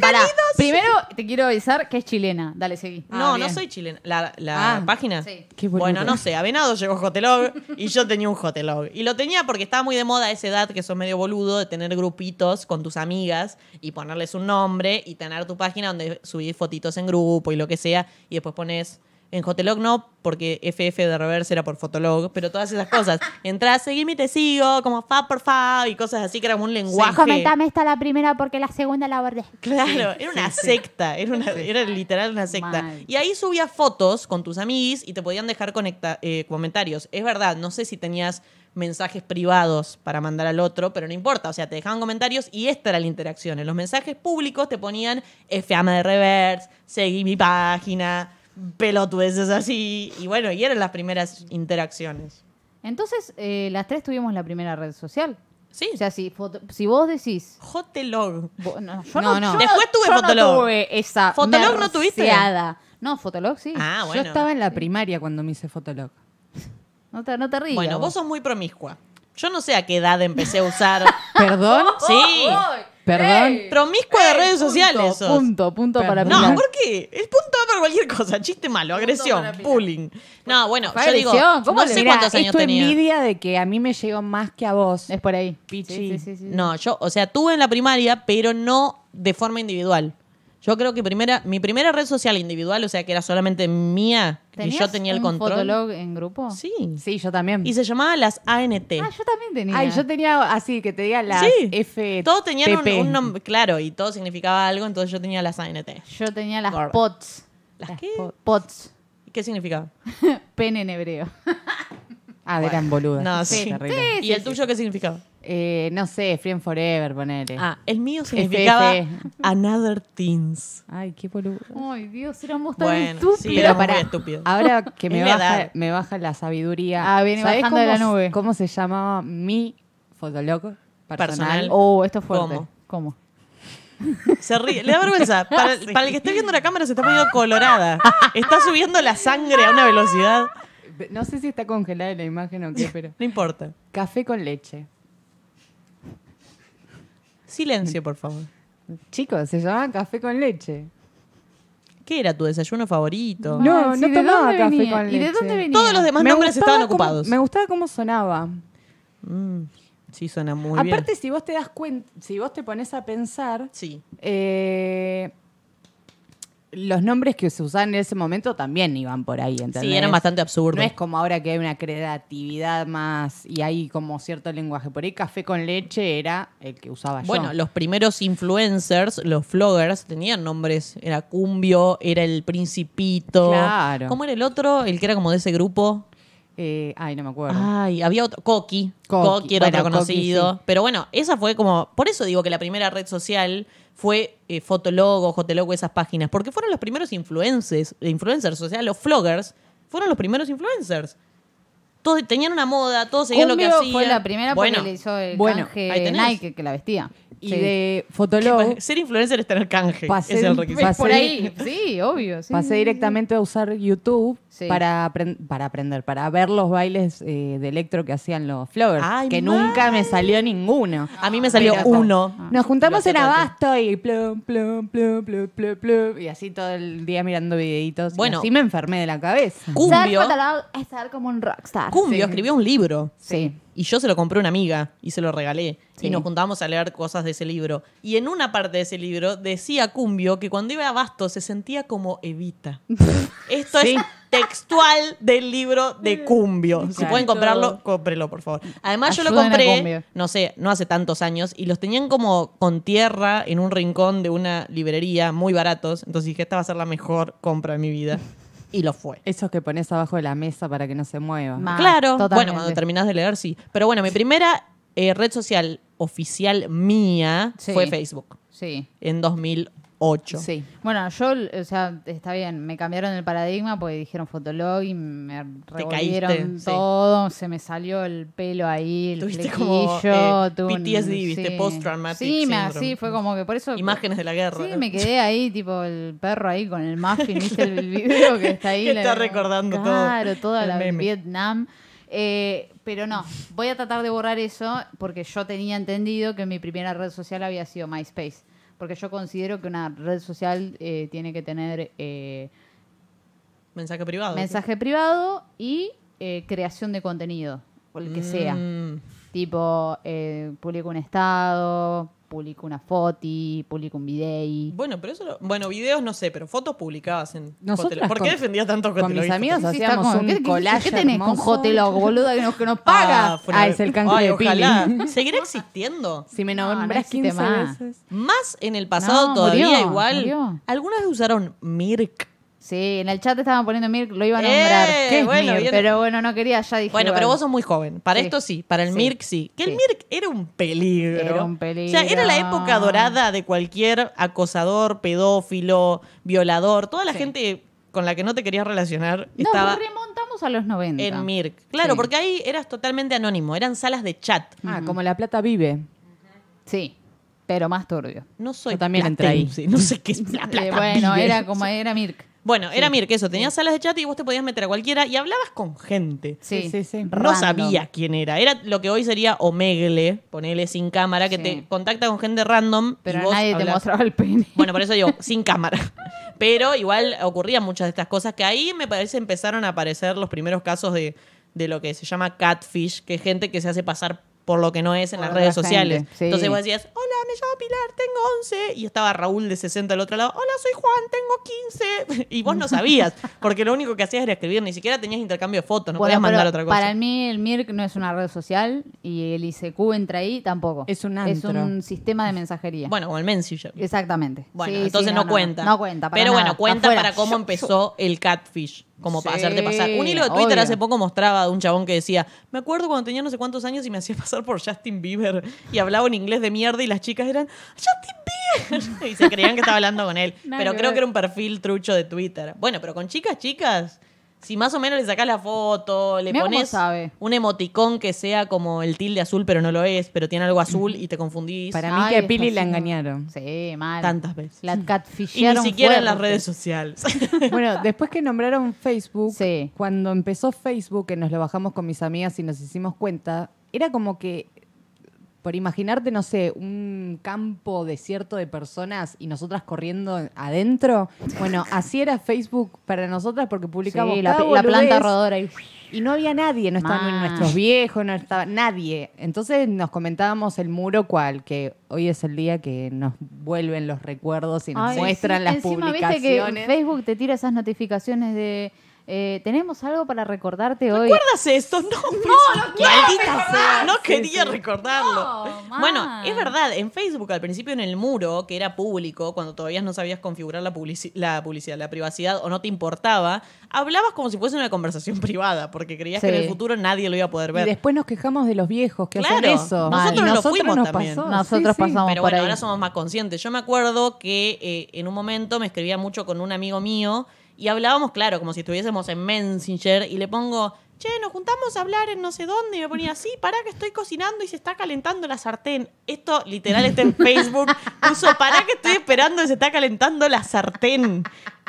[SPEAKER 1] Pará, primero te quiero avisar que es chilena. Dale, seguí.
[SPEAKER 2] No,
[SPEAKER 3] Ah,
[SPEAKER 2] no
[SPEAKER 3] bien.
[SPEAKER 2] soy chilena. ¿La, la
[SPEAKER 3] Ah,
[SPEAKER 2] página?
[SPEAKER 1] sí.
[SPEAKER 3] Qué boludo.
[SPEAKER 2] bueno, no sé. A Venado llegó Jotelog y yo tenía un Jotelog. Y lo tenía porque estaba muy de moda a esa edad que sos medio boludo de tener grupitos con tus amigas y ponerles un nombre y tener tu página donde subís fotitos en grupo y lo que sea. Y después pones En Hotelog no, porque FF de reverse era por Fotolog, pero todas esas cosas. Entrás, seguime y te sigo, como fa por fa y cosas así que era como un lenguaje.
[SPEAKER 4] Comentame esta la primera porque la segunda la abordé.
[SPEAKER 2] Claro, era una secta, era, una- era literal una secta.
[SPEAKER 1] Mal.
[SPEAKER 2] Y ahí subías fotos con tus amiguis y te podían dejar conecta- eh, comentarios. Es verdad, no sé si tenías mensajes privados para mandar al otro, pero no importa, o sea, te dejaban comentarios y esta era la interacción. En los mensajes públicos te ponían FAMA de reverse, seguí mi página, pelotudeces así, y bueno, y eran las primeras interacciones.
[SPEAKER 1] Entonces, eh, las tres tuvimos la primera red social.
[SPEAKER 2] Sí,
[SPEAKER 1] O sea, si, foto- si vos decís.
[SPEAKER 2] Hotelog.
[SPEAKER 1] vos-
[SPEAKER 2] [laughs]
[SPEAKER 1] no, yo
[SPEAKER 2] No,
[SPEAKER 1] no,
[SPEAKER 2] no.
[SPEAKER 1] yo
[SPEAKER 2] Después tuve
[SPEAKER 1] yo
[SPEAKER 2] Fotolog.
[SPEAKER 1] No tuve esa.
[SPEAKER 2] Fotolog no tuviste.
[SPEAKER 1] merceada. No, Fotolog sí.
[SPEAKER 2] Ah, bueno.
[SPEAKER 3] Yo estaba en la primaria cuando me hice fotolog.
[SPEAKER 1] No te, no te rías.
[SPEAKER 2] Bueno, vos sos muy promiscua. Yo no sé a qué edad empecé a usar. [laughs]
[SPEAKER 3] ¿Perdón?
[SPEAKER 2] sí.
[SPEAKER 1] Oh,
[SPEAKER 3] Perdón.
[SPEAKER 2] Promiscua de redes sociales. sos.
[SPEAKER 1] Eh, Punto, punto, punto
[SPEAKER 3] Perdón.
[SPEAKER 1] para
[SPEAKER 2] No,
[SPEAKER 1] pilar.
[SPEAKER 2] ¿por qué? Es punto para cualquier cosa. Chiste malo, agresión,
[SPEAKER 1] para Pilar.
[SPEAKER 2] bullying. No, bueno, yo
[SPEAKER 1] Agresión,
[SPEAKER 2] digo,
[SPEAKER 1] ¿cómo
[SPEAKER 2] no
[SPEAKER 1] le-
[SPEAKER 2] sé
[SPEAKER 1] Mirá,
[SPEAKER 2] cuántos años
[SPEAKER 3] Esto
[SPEAKER 2] tenía.
[SPEAKER 3] envidia de que a mí me llegó más que a vos.
[SPEAKER 1] Es por ahí.
[SPEAKER 3] Pichi.
[SPEAKER 1] Sí, sí, sí, sí.
[SPEAKER 2] No, yo, o sea, tuve en la primaria, pero no de forma individual. Yo creo que primera, mi primera red social individual, o sea, que era solamente mía y
[SPEAKER 1] ¿Tenías
[SPEAKER 2] yo tenía el
[SPEAKER 1] un
[SPEAKER 2] control.
[SPEAKER 1] Fotolog en grupo?
[SPEAKER 2] Sí.
[SPEAKER 3] Sí, yo también.
[SPEAKER 2] Y se llamaba las ANT.
[SPEAKER 1] Ah, yo también tenía.
[SPEAKER 3] Ay, yo tenía así, que te diga la
[SPEAKER 2] sí.
[SPEAKER 3] F.
[SPEAKER 2] Todos tenían un,
[SPEAKER 3] PP.
[SPEAKER 2] un nombre, claro, y todo significaba algo, entonces yo tenía las ANT.
[SPEAKER 1] Yo tenía las
[SPEAKER 2] Gorda.
[SPEAKER 1] POTS.
[SPEAKER 2] ¿Las qué?
[SPEAKER 1] POTS.
[SPEAKER 2] ¿Qué significaba?
[SPEAKER 1] Pene en hebreo. [laughs]
[SPEAKER 3] Ah, eran boludas.
[SPEAKER 2] No, sí.
[SPEAKER 3] Terrible.
[SPEAKER 2] ¿Y el tuyo qué significaba?
[SPEAKER 3] Eh, no sé, Friend Forever, ponele.
[SPEAKER 2] Ah, el mío significaba
[SPEAKER 3] FF.
[SPEAKER 2] Another Teens.
[SPEAKER 3] Ay, qué boludo.
[SPEAKER 1] Ay, Dios, éramos tan
[SPEAKER 2] Bueno,
[SPEAKER 1] estúpidos.
[SPEAKER 2] sí,
[SPEAKER 3] Pero
[SPEAKER 2] era
[SPEAKER 3] pará.
[SPEAKER 2] muy estúpido.
[SPEAKER 3] Ahora
[SPEAKER 2] [laughs]
[SPEAKER 3] que
[SPEAKER 2] Es
[SPEAKER 3] me
[SPEAKER 2] la
[SPEAKER 3] baja,
[SPEAKER 2] edad.
[SPEAKER 3] me baja la sabiduría.
[SPEAKER 1] Ah, viene
[SPEAKER 3] ¿Sabés
[SPEAKER 1] bajando de la
[SPEAKER 3] cómo-
[SPEAKER 1] nube.
[SPEAKER 3] ¿Cómo se llamaba mi fotolog
[SPEAKER 2] Personal.
[SPEAKER 3] personal?
[SPEAKER 1] Oh, esto es fuerte.
[SPEAKER 2] ¿Cómo?
[SPEAKER 1] ¿Cómo?
[SPEAKER 2] Se ríe, le da
[SPEAKER 3] [laughs]
[SPEAKER 2] vergüenza. Para, para el que esté viendo la cámara se está poniendo colorada. Está subiendo la sangre a una velocidad.
[SPEAKER 3] No sé si está congelada la imagen
[SPEAKER 2] [laughs]
[SPEAKER 3] o qué, pero.
[SPEAKER 2] No importa.
[SPEAKER 3] Café con leche.
[SPEAKER 2] Silencio, por favor.
[SPEAKER 3] Chicos, se llamaba café con leche.
[SPEAKER 2] ¿Qué era tu desayuno favorito?
[SPEAKER 3] No,
[SPEAKER 1] Ah,
[SPEAKER 3] no
[SPEAKER 1] ¿de
[SPEAKER 3] tomaba
[SPEAKER 1] dónde
[SPEAKER 3] café
[SPEAKER 1] venía?
[SPEAKER 3] con
[SPEAKER 1] ¿Y de
[SPEAKER 3] leche.
[SPEAKER 1] dónde venía?
[SPEAKER 2] Todos los demás
[SPEAKER 3] Me
[SPEAKER 2] nombres
[SPEAKER 3] gustaba
[SPEAKER 2] estaban
[SPEAKER 3] cómo-
[SPEAKER 2] ocupados.
[SPEAKER 3] me gustaba cómo sonaba.
[SPEAKER 2] Mm, sí, suena muy
[SPEAKER 3] Aparte,
[SPEAKER 2] bien.
[SPEAKER 3] si vos te das cuenta, si vos te pones a pensar,
[SPEAKER 2] Sí.
[SPEAKER 3] eh, los nombres que se usaban en ese momento también iban por ahí, ¿entendés?
[SPEAKER 2] Sí, eran bastante absurdos.
[SPEAKER 3] No es como ahora que hay una creatividad más y hay como cierto lenguaje. Por ahí café con leche era el que usaba
[SPEAKER 2] Bueno,
[SPEAKER 3] yo.
[SPEAKER 2] los primeros influencers, los vloggers, tenían nombres. Era Cumbio, era el Principito.
[SPEAKER 3] Claro.
[SPEAKER 2] ¿Cómo era el otro? El que era como de ese grupo.
[SPEAKER 3] Eh, ay, no me acuerdo.
[SPEAKER 2] Ay, había otro. Coqui. Coqui,
[SPEAKER 3] Coqui.
[SPEAKER 2] era
[SPEAKER 3] Bueno,
[SPEAKER 2] otro
[SPEAKER 3] Coqui,
[SPEAKER 2] conocido.
[SPEAKER 3] sí.
[SPEAKER 2] Pero bueno, esa fue como. Por eso digo que la primera red social fue eh, Fotologo, Jotelogo, esas páginas. Porque fueron los primeros influencers, influencers, o sea, los vloggers fueron los primeros influencers. Todos tenían una moda, todos seguían lo que
[SPEAKER 1] Cumbio
[SPEAKER 2] hacían.
[SPEAKER 1] fue la primera porque
[SPEAKER 2] bueno,
[SPEAKER 1] le hizo el
[SPEAKER 3] bueno,
[SPEAKER 2] ahí
[SPEAKER 1] canje
[SPEAKER 2] tenés.
[SPEAKER 1] Nike que la vestía.
[SPEAKER 3] Y
[SPEAKER 1] Sí.
[SPEAKER 3] de Fotolog
[SPEAKER 2] Ser influencer es tener canje.
[SPEAKER 3] Pasé
[SPEAKER 2] es
[SPEAKER 3] de
[SPEAKER 2] el
[SPEAKER 3] un-
[SPEAKER 2] requisito.
[SPEAKER 1] Es por
[SPEAKER 3] pasé-
[SPEAKER 1] ahí. Sí, obvio. sí, sí,
[SPEAKER 3] pasé
[SPEAKER 1] sí.
[SPEAKER 3] directamente a usar YouTube
[SPEAKER 1] Sí.
[SPEAKER 3] para, apren- para aprender, para ver los bailes eh, de electro que hacían los Flowers,
[SPEAKER 2] Ay,
[SPEAKER 3] que
[SPEAKER 2] mal.
[SPEAKER 3] nunca me salió ninguno.
[SPEAKER 2] A mí me salió
[SPEAKER 3] Pero-
[SPEAKER 2] uno.
[SPEAKER 1] Ah.
[SPEAKER 2] Ah,
[SPEAKER 3] Nos juntamos en
[SPEAKER 2] Lo hace todo el
[SPEAKER 3] Abasto y plum, plum, plum, plum, plum, plum, y así todo el día mirando videitos.
[SPEAKER 2] Bueno.
[SPEAKER 3] y así me enfermé de la cabeza.
[SPEAKER 4] Ser
[SPEAKER 2] Cumbio,
[SPEAKER 4] fotólogo es ser como un rockstar.
[SPEAKER 2] Cumbio escribió un libro.
[SPEAKER 1] Sí.
[SPEAKER 2] Y yo se lo compré a una amiga y se lo regalé.
[SPEAKER 1] Sí.
[SPEAKER 2] Y nos juntamos a leer cosas de ese libro. Y en una parte de ese libro decía Cumbio que cuando iba a Basto se sentía como
[SPEAKER 1] [laughs]
[SPEAKER 2] Evita. Esto
[SPEAKER 3] Sí.
[SPEAKER 2] es textual del libro de Cumbio. Si
[SPEAKER 3] Claro.
[SPEAKER 2] pueden comprarlo, cómprelo, por favor. Además, yo lo
[SPEAKER 1] Ayuden a
[SPEAKER 2] compré,
[SPEAKER 1] Cumbio.
[SPEAKER 2] no sé, no hace tantos años, y los tenían como con tierra en un rincón de una librería, muy baratos. Entonces dije, esta va a ser la mejor compra de mi vida. Y lo fue.
[SPEAKER 3] Esos que pones abajo de la mesa para que no se mueva.
[SPEAKER 1] Ma- Ah,
[SPEAKER 2] Claro, bueno,
[SPEAKER 1] totalmente.
[SPEAKER 2] cuando terminás de leer, sí. Pero bueno, mi primera eh, red social oficial mía
[SPEAKER 1] Sí.
[SPEAKER 2] fue Facebook
[SPEAKER 1] Sí.
[SPEAKER 2] en 2008.
[SPEAKER 1] Sí. Bueno, yo, o sea, está bien, me cambiaron el paradigma porque dijeron Fotolog y me revolvieron
[SPEAKER 2] caíste, sí.
[SPEAKER 1] todo, se me salió el pelo ahí, el
[SPEAKER 2] Tuviste
[SPEAKER 1] flequillo,
[SPEAKER 2] como, eh,
[SPEAKER 1] tuve un-
[SPEAKER 2] PTSD, viste,
[SPEAKER 1] sí.
[SPEAKER 2] post-traumatic
[SPEAKER 1] Sí, me,
[SPEAKER 2] syndrome.
[SPEAKER 1] sí, fue como que por eso...
[SPEAKER 2] Imágenes de la guerra.
[SPEAKER 1] Sí, me quedé ahí, tipo el perro ahí con el muffin, ¿viste el
[SPEAKER 2] [laughs]
[SPEAKER 1] video que está ahí?
[SPEAKER 2] Que
[SPEAKER 1] La-
[SPEAKER 2] está recordando todo
[SPEAKER 1] Claro, toda
[SPEAKER 2] el
[SPEAKER 1] la
[SPEAKER 2] meme.
[SPEAKER 1] Vietnam. Eh, pero no, voy a tratar de borrar eso porque yo tenía entendido que mi primera red social había sido MySpace. Porque yo considero que una red social eh, tiene que tener eh,
[SPEAKER 2] Mensaje privado.
[SPEAKER 1] mensaje privado y eh, creación de contenido, o el que sea.
[SPEAKER 2] Mm,
[SPEAKER 1] Tipo, eh, publico un estado, publico una foti, publico un video.
[SPEAKER 2] Bueno, pero eso. lo- bueno, videos no sé, pero fotos publicadas en.
[SPEAKER 3] Nosotras
[SPEAKER 2] Hotelo. ¿Por qué
[SPEAKER 3] con-
[SPEAKER 2] defendías tanto
[SPEAKER 3] con mis
[SPEAKER 2] Hotelo?
[SPEAKER 3] amigas
[SPEAKER 1] Sí,
[SPEAKER 3] hacíamos
[SPEAKER 1] está como,
[SPEAKER 3] un
[SPEAKER 1] ¿qué- qué-
[SPEAKER 3] collage
[SPEAKER 1] ¿Qué tenés con
[SPEAKER 3] hermoso?
[SPEAKER 1] Hotelo, boluda, que nos, que nos paga?
[SPEAKER 2] fue-
[SPEAKER 3] Ah, es el canje
[SPEAKER 2] Ay,
[SPEAKER 3] de
[SPEAKER 2] ojalá. [laughs]
[SPEAKER 3] Pili.
[SPEAKER 2] ¿Seguirá existiendo?
[SPEAKER 3] Si me
[SPEAKER 1] No, no
[SPEAKER 3] nombras
[SPEAKER 1] existe
[SPEAKER 3] 15
[SPEAKER 1] más.
[SPEAKER 3] veces.
[SPEAKER 2] Más en el pasado
[SPEAKER 1] No,
[SPEAKER 2] todavía
[SPEAKER 1] murió,
[SPEAKER 2] igual.
[SPEAKER 1] murió.
[SPEAKER 2] Algunas usaron Mirk.
[SPEAKER 1] Sí, en el chat estaban poniendo Mirk, lo iban a
[SPEAKER 2] Eh,
[SPEAKER 1] nombrar. ¿Qué es
[SPEAKER 2] bueno,
[SPEAKER 1] Mirk?
[SPEAKER 2] bien.
[SPEAKER 1] Pero bueno, no quería, ya dije.
[SPEAKER 2] Bueno, pero
[SPEAKER 1] bueno.
[SPEAKER 2] vos sos muy joven. Para
[SPEAKER 1] Sí.
[SPEAKER 2] esto sí, para el
[SPEAKER 1] Sí.
[SPEAKER 2] Mirk sí. Que el
[SPEAKER 1] Sí.
[SPEAKER 2] Mirk era un peligro.
[SPEAKER 1] Era un peligro.
[SPEAKER 2] O sea, era la época dorada de cualquier acosador, pedófilo, violador. Toda la gente con la que no te querías relacionar
[SPEAKER 1] Nos
[SPEAKER 2] estaba
[SPEAKER 1] remontamos a los 90.
[SPEAKER 2] en Mirk. Claro,
[SPEAKER 1] Sí.
[SPEAKER 2] porque ahí eras totalmente anónimo. Eran salas de chat.
[SPEAKER 3] Ah, como La Plata vive.
[SPEAKER 1] Sí, pero más turbio.
[SPEAKER 2] No soy
[SPEAKER 3] Yo también entré
[SPEAKER 2] platense, No sé qué es la
[SPEAKER 1] Eh,
[SPEAKER 2] plata.
[SPEAKER 1] bueno,
[SPEAKER 2] vive.
[SPEAKER 1] era como era Mirk.
[SPEAKER 2] Bueno, era Mirk, eso. Tenías salas de chat y vos te podías meter a cualquiera y hablabas con gente.
[SPEAKER 1] Sí,
[SPEAKER 3] Sí, sí, sí.
[SPEAKER 2] No
[SPEAKER 1] Random.
[SPEAKER 2] sabía quién era. Era lo que hoy sería Omegle, ponele sin cámara, que
[SPEAKER 1] Sí.
[SPEAKER 2] te contacta con gente random. y
[SPEAKER 1] Pero
[SPEAKER 2] vos
[SPEAKER 1] nadie te
[SPEAKER 2] hablás.
[SPEAKER 1] mostraba el pene.
[SPEAKER 2] Bueno, por
[SPEAKER 1] [laughs]
[SPEAKER 2] eso digo, sin cámara. Pero igual ocurrían muchas de estas cosas que ahí me parece empezaron a aparecer los primeros casos de, de lo que se llama catfish, que es gente que se hace pasar por lo que no es en
[SPEAKER 1] Por
[SPEAKER 2] las
[SPEAKER 1] otra
[SPEAKER 2] redes sociales.
[SPEAKER 1] gente, sí.
[SPEAKER 2] Entonces vos decías, hola, me llamo Pilar, tengo 11. Y estaba Raúl de 60 al otro lado, hola, soy Juan, tengo 15. [laughs] Y vos no sabías, porque lo único que hacías era escribir, ni siquiera tenías intercambio de fotos, no
[SPEAKER 1] Bueno,
[SPEAKER 2] podías mandar
[SPEAKER 1] pero
[SPEAKER 2] otra cosa.
[SPEAKER 1] Para mí el Mirk no es una red social y el ICQ entra ahí tampoco.
[SPEAKER 3] Es un
[SPEAKER 1] Es
[SPEAKER 3] antro.
[SPEAKER 1] un sistema de mensajería.
[SPEAKER 2] Bueno, o el Messenger.
[SPEAKER 1] Exactamente.
[SPEAKER 2] Bueno,
[SPEAKER 1] Sí, sí,
[SPEAKER 2] entonces no, cuenta.
[SPEAKER 1] No, cuenta. para
[SPEAKER 2] Pero
[SPEAKER 1] nada.
[SPEAKER 2] bueno, cuenta
[SPEAKER 1] Afuera.
[SPEAKER 2] para cómo empezó el catfish. Como para
[SPEAKER 1] Sí,
[SPEAKER 2] hacerte pasar. Un hilo de Twitter
[SPEAKER 1] obvio.
[SPEAKER 2] hace poco mostraba de un chabón que decía: Me acuerdo cuando tenía no sé cuántos años y me hacía pasar por Justin Bieber y hablaba en inglés de mierda y las chicas eran Justin Bieber. [laughs] y se creían que estaba hablando con él.
[SPEAKER 1] Nada
[SPEAKER 2] pero
[SPEAKER 1] que
[SPEAKER 2] creo
[SPEAKER 1] ver.
[SPEAKER 2] que era un perfil trucho de Twitter. Bueno, pero con chicas, chicas. Si más o menos le sacás la foto, le
[SPEAKER 1] Mirá cómo
[SPEAKER 2] pones
[SPEAKER 1] sabe.
[SPEAKER 2] un emoticón que sea como el tilde azul, pero no lo es, pero tiene algo
[SPEAKER 1] [clears throat]
[SPEAKER 2] azul y te confundís
[SPEAKER 3] Para mí
[SPEAKER 1] Ay,
[SPEAKER 3] que a
[SPEAKER 1] está
[SPEAKER 3] Pili la
[SPEAKER 1] haciendo-
[SPEAKER 3] engañaron.
[SPEAKER 1] Sí, mal.
[SPEAKER 2] tantas veces.
[SPEAKER 1] La
[SPEAKER 2] Y ni
[SPEAKER 1] catfishearon
[SPEAKER 2] siquiera en las
[SPEAKER 1] fuerte.
[SPEAKER 2] redes sociales.
[SPEAKER 3] [laughs] Bueno, después que nombraron Facebook,
[SPEAKER 1] Sí.
[SPEAKER 3] cuando empezó Facebook, que nos lo bajamos con mis amigas y nos hicimos cuenta, era como que, por imaginarte, no sé, un campo desierto de personas y nosotras corriendo adentro, bueno, así era Facebook para nosotras porque publicamos
[SPEAKER 1] Sí, la,
[SPEAKER 3] cada
[SPEAKER 1] la planta
[SPEAKER 3] boludez.
[SPEAKER 1] rodora y...
[SPEAKER 3] Y no había nadie, no estaban ni
[SPEAKER 1] Mal.
[SPEAKER 3] nuestros viejos, no estaba nadie. Entonces nos comentábamos el muro cual, que hoy es el día que nos vuelven los recuerdos y nos
[SPEAKER 1] Ay,
[SPEAKER 3] muestran
[SPEAKER 1] sí,
[SPEAKER 3] las
[SPEAKER 1] encima
[SPEAKER 3] publicaciones.
[SPEAKER 1] viste que Facebook te tira esas notificaciones de... eh, Tenemos algo para recordarte hoy.
[SPEAKER 2] ¿Recuerdas esto? No, no, no No quería recordarlo.
[SPEAKER 1] No, man.
[SPEAKER 2] bueno, es verdad, en Facebook al principio en el muro, que era público, cuando todavía no sabías configurar la, publici- la publicidad, la privacidad o no te importaba, hablabas como si fuese una conversación [laughs] privada, porque creías que en
[SPEAKER 1] Sí.
[SPEAKER 2] el futuro nadie lo iba a poder
[SPEAKER 3] Y
[SPEAKER 2] ver.
[SPEAKER 3] después nos quejamos de los viejos que
[SPEAKER 2] Claro,
[SPEAKER 3] hacen eso.
[SPEAKER 2] nosotros
[SPEAKER 3] Y
[SPEAKER 2] lo
[SPEAKER 3] nosotros
[SPEAKER 2] fuimos
[SPEAKER 3] nos
[SPEAKER 2] también.
[SPEAKER 3] pasó,
[SPEAKER 1] Nosotros
[SPEAKER 3] sí, sí.
[SPEAKER 1] pasamos por
[SPEAKER 2] Pero bueno,
[SPEAKER 1] ahí.
[SPEAKER 2] ahora somos más conscientes. Yo me acuerdo que eh, en un momento me escribía mucho con un amigo mío y hablábamos, claro, como si estuviésemos en Messenger y le pongo, che, nos juntamos a hablar en no sé dónde y me ponía, sí, pará que estoy cocinando y se está calentando la sartén. Esto literal
[SPEAKER 1] [laughs]
[SPEAKER 2] está en Facebook. Puso, pará que estoy esperando y se está calentando la sartén.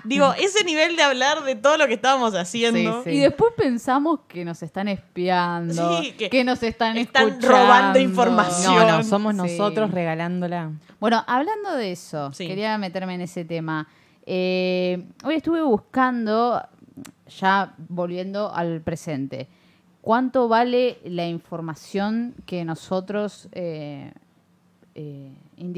[SPEAKER 2] Digo,
[SPEAKER 1] Mm.
[SPEAKER 2] ese nivel de hablar de todo lo que estábamos haciendo.
[SPEAKER 3] Sí,
[SPEAKER 1] Y después pensamos que nos están espiando,
[SPEAKER 2] Sí, que
[SPEAKER 1] que, nos están
[SPEAKER 2] están
[SPEAKER 1] escuchando.
[SPEAKER 2] robando información.
[SPEAKER 3] No, no, somos
[SPEAKER 1] Sí.
[SPEAKER 3] nosotros regalándola.
[SPEAKER 1] Bueno, hablando de eso,
[SPEAKER 2] Sí.
[SPEAKER 1] quería meterme en ese tema. Eh, hoy estuve buscando, ya volviendo al presente, cuánto vale la información que nosotros eh, eh,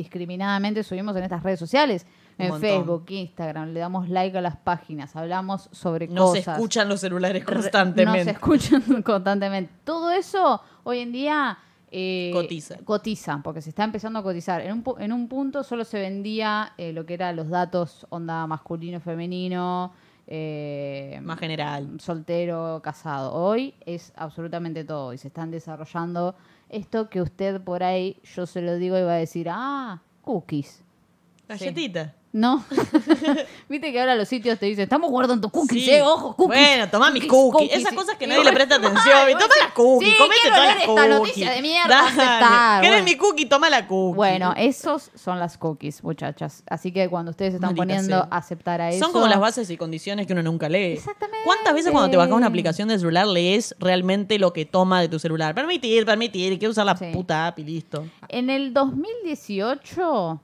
[SPEAKER 1] indiscriminadamente subimos en estas redes sociales.
[SPEAKER 2] Un
[SPEAKER 1] En
[SPEAKER 2] montón.
[SPEAKER 1] Facebook, Instagram, le damos like a las páginas, hablamos sobre
[SPEAKER 2] No se
[SPEAKER 1] cosas.
[SPEAKER 2] escuchan los celulares
[SPEAKER 1] No se
[SPEAKER 2] constantemente.
[SPEAKER 1] escuchan [laughs] constantemente. Todo eso hoy en día... eh,
[SPEAKER 2] Cotiza.
[SPEAKER 1] cotiza, porque se está empezando a cotizar. En un, pu- en un punto solo se vendía eh, lo que eran los datos, onda masculino, femenino, eh,
[SPEAKER 2] Más general.
[SPEAKER 1] soltero, casado. Hoy es absolutamente todo y se están desarrollando esto que usted por ahí, yo se lo digo y va a decir, ah, cookies.
[SPEAKER 2] Galletita.
[SPEAKER 1] No. [laughs] Viste que ahora los sitios te dicen, estamos guardando cookies,
[SPEAKER 2] Sí.
[SPEAKER 1] eh, ojo, cookies.
[SPEAKER 2] Bueno, tomá mis
[SPEAKER 1] cookies,
[SPEAKER 2] cookies.
[SPEAKER 1] cookies,
[SPEAKER 2] Esas
[SPEAKER 1] sí.
[SPEAKER 2] cosas que
[SPEAKER 1] Y
[SPEAKER 2] nadie
[SPEAKER 1] vos [laughs]
[SPEAKER 2] le presta
[SPEAKER 1] decís,
[SPEAKER 2] atención. Y
[SPEAKER 1] "Ay,
[SPEAKER 2] toma
[SPEAKER 1] vos
[SPEAKER 2] las cookies,
[SPEAKER 1] sí,
[SPEAKER 2] comete
[SPEAKER 1] quiero
[SPEAKER 2] todas las
[SPEAKER 1] leer
[SPEAKER 2] cookies.
[SPEAKER 1] esta noticia de mierda, aceptar,
[SPEAKER 2] ¿Querés
[SPEAKER 1] bueno.
[SPEAKER 2] mi cookie? Toma la cookie.
[SPEAKER 1] Bueno, esos son las cookies, muchachas. Así que cuando ustedes están
[SPEAKER 2] Maldita
[SPEAKER 1] poniendo
[SPEAKER 2] sea.
[SPEAKER 1] aceptar a eso.
[SPEAKER 2] Son como las bases y condiciones que uno nunca lee.
[SPEAKER 1] Exactamente.
[SPEAKER 2] ¿Cuántas veces cuando te bajas una aplicación de celular lees realmente lo que toma de tu celular? Permitir, permitir, quiero usar la
[SPEAKER 1] Sí.
[SPEAKER 2] puta app y listo.
[SPEAKER 1] En el 2018,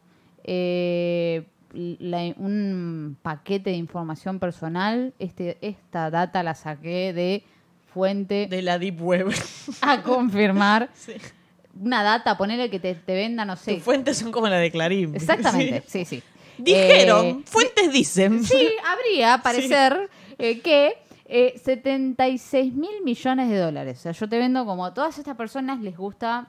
[SPEAKER 1] eh, la- un paquete de información personal, este, esta data la saqué de fuente
[SPEAKER 2] De la Deep Web. [laughs]
[SPEAKER 1] a confirmar.
[SPEAKER 2] Sí.
[SPEAKER 1] una data, ponele que te, te venda, no sé.
[SPEAKER 2] Tus fuentes son como la de Clarín. [laughs]
[SPEAKER 1] Exactamente, sí, sí.
[SPEAKER 2] Sí. Dijeron,
[SPEAKER 1] Eh,
[SPEAKER 2] fuentes dicen.
[SPEAKER 1] Sí, habría, a parecer, eh, que eh, 76 mil millones de dólares. O sea, yo te vendo como a todas estas personas les gusta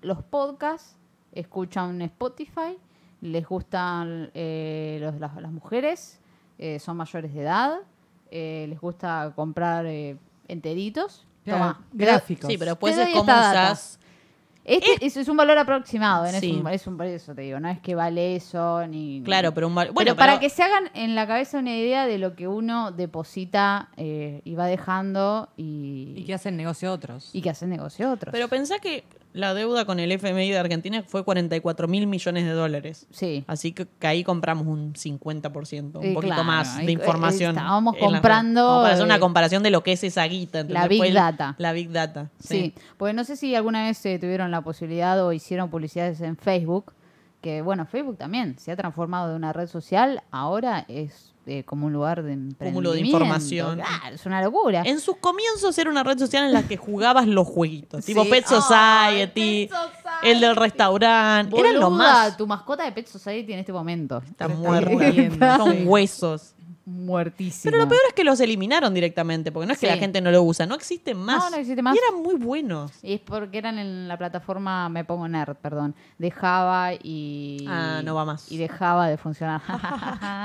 [SPEAKER 1] los podcasts, escuchan Spotify, les gustan eh, los- las, las mujeres, eh, son mayores de edad, eh, les gusta comprar eh, enteritos. Toma,
[SPEAKER 3] gráficos.
[SPEAKER 2] Sí, pero
[SPEAKER 1] Te
[SPEAKER 2] después
[SPEAKER 1] doy
[SPEAKER 2] es como
[SPEAKER 1] esta data.
[SPEAKER 2] usas.
[SPEAKER 1] Este es, es un valor aproximado, ¿eh? No
[SPEAKER 2] Sí.
[SPEAKER 1] es, un, es un por eso te digo, no es que vale eso ni
[SPEAKER 2] Claro, pero un val-
[SPEAKER 1] bueno,
[SPEAKER 2] Bueno,
[SPEAKER 1] para
[SPEAKER 2] pero-
[SPEAKER 1] que se hagan en la cabeza una idea de lo que uno deposita eh, y va dejando y,
[SPEAKER 3] Y que hacen negocio otros.
[SPEAKER 1] y que hacen negocio otros.
[SPEAKER 2] Pero pensá que la deuda con el FMI de Argentina fue 44 mil millones de dólares.
[SPEAKER 1] sí.
[SPEAKER 2] Así que, que ahí compramos un 50%, un
[SPEAKER 1] Y
[SPEAKER 2] poquito
[SPEAKER 1] claro,
[SPEAKER 2] más
[SPEAKER 1] y- eh,
[SPEAKER 2] de información.
[SPEAKER 1] estábamos
[SPEAKER 2] en la red.
[SPEAKER 1] comprando,
[SPEAKER 2] Como para hacer una
[SPEAKER 1] eh,
[SPEAKER 2] comparación de lo que es esa guita. ¿entendés?
[SPEAKER 1] la Big
[SPEAKER 2] Fue el-
[SPEAKER 1] Data.
[SPEAKER 2] La Big Data.
[SPEAKER 1] Sí,
[SPEAKER 2] Sí.
[SPEAKER 1] porque no sé si alguna vez eh, tuvieron la posibilidad o hicieron publicidades en Facebook, que bueno, Facebook también se ha transformado de una red social, ahora es eh, como un lugar de emprendimiento.
[SPEAKER 2] Cúmulo de información.
[SPEAKER 1] Claro, es una locura.
[SPEAKER 2] En sus comienzos era una red social en la que jugabas los jueguitos. Tipo
[SPEAKER 1] Sí.
[SPEAKER 2] Pet
[SPEAKER 1] Ay,
[SPEAKER 2] Society,
[SPEAKER 1] Pet Society.
[SPEAKER 2] el del restaurante. Era lo
[SPEAKER 1] Boluda,
[SPEAKER 2] más.
[SPEAKER 1] Tu mascota de Pet Society en este momento
[SPEAKER 2] Está
[SPEAKER 3] Pero está
[SPEAKER 2] muerta.
[SPEAKER 3] hirviendo.
[SPEAKER 2] Son
[SPEAKER 3] Sí.
[SPEAKER 2] huesos.
[SPEAKER 1] muertísima.
[SPEAKER 2] Pero lo peor es que los eliminaron directamente, porque no es que
[SPEAKER 1] Sí.
[SPEAKER 2] la gente no lo usa, no existen más.
[SPEAKER 1] No, no existe más.
[SPEAKER 2] Y eran muy buenos.
[SPEAKER 1] Y es porque eran en la plataforma Me Pongo Nerd, perdón. Dejaba y.
[SPEAKER 2] Ah, no va más.
[SPEAKER 1] Y dejaba de funcionar.
[SPEAKER 2] [laughs]
[SPEAKER 1] [laughs]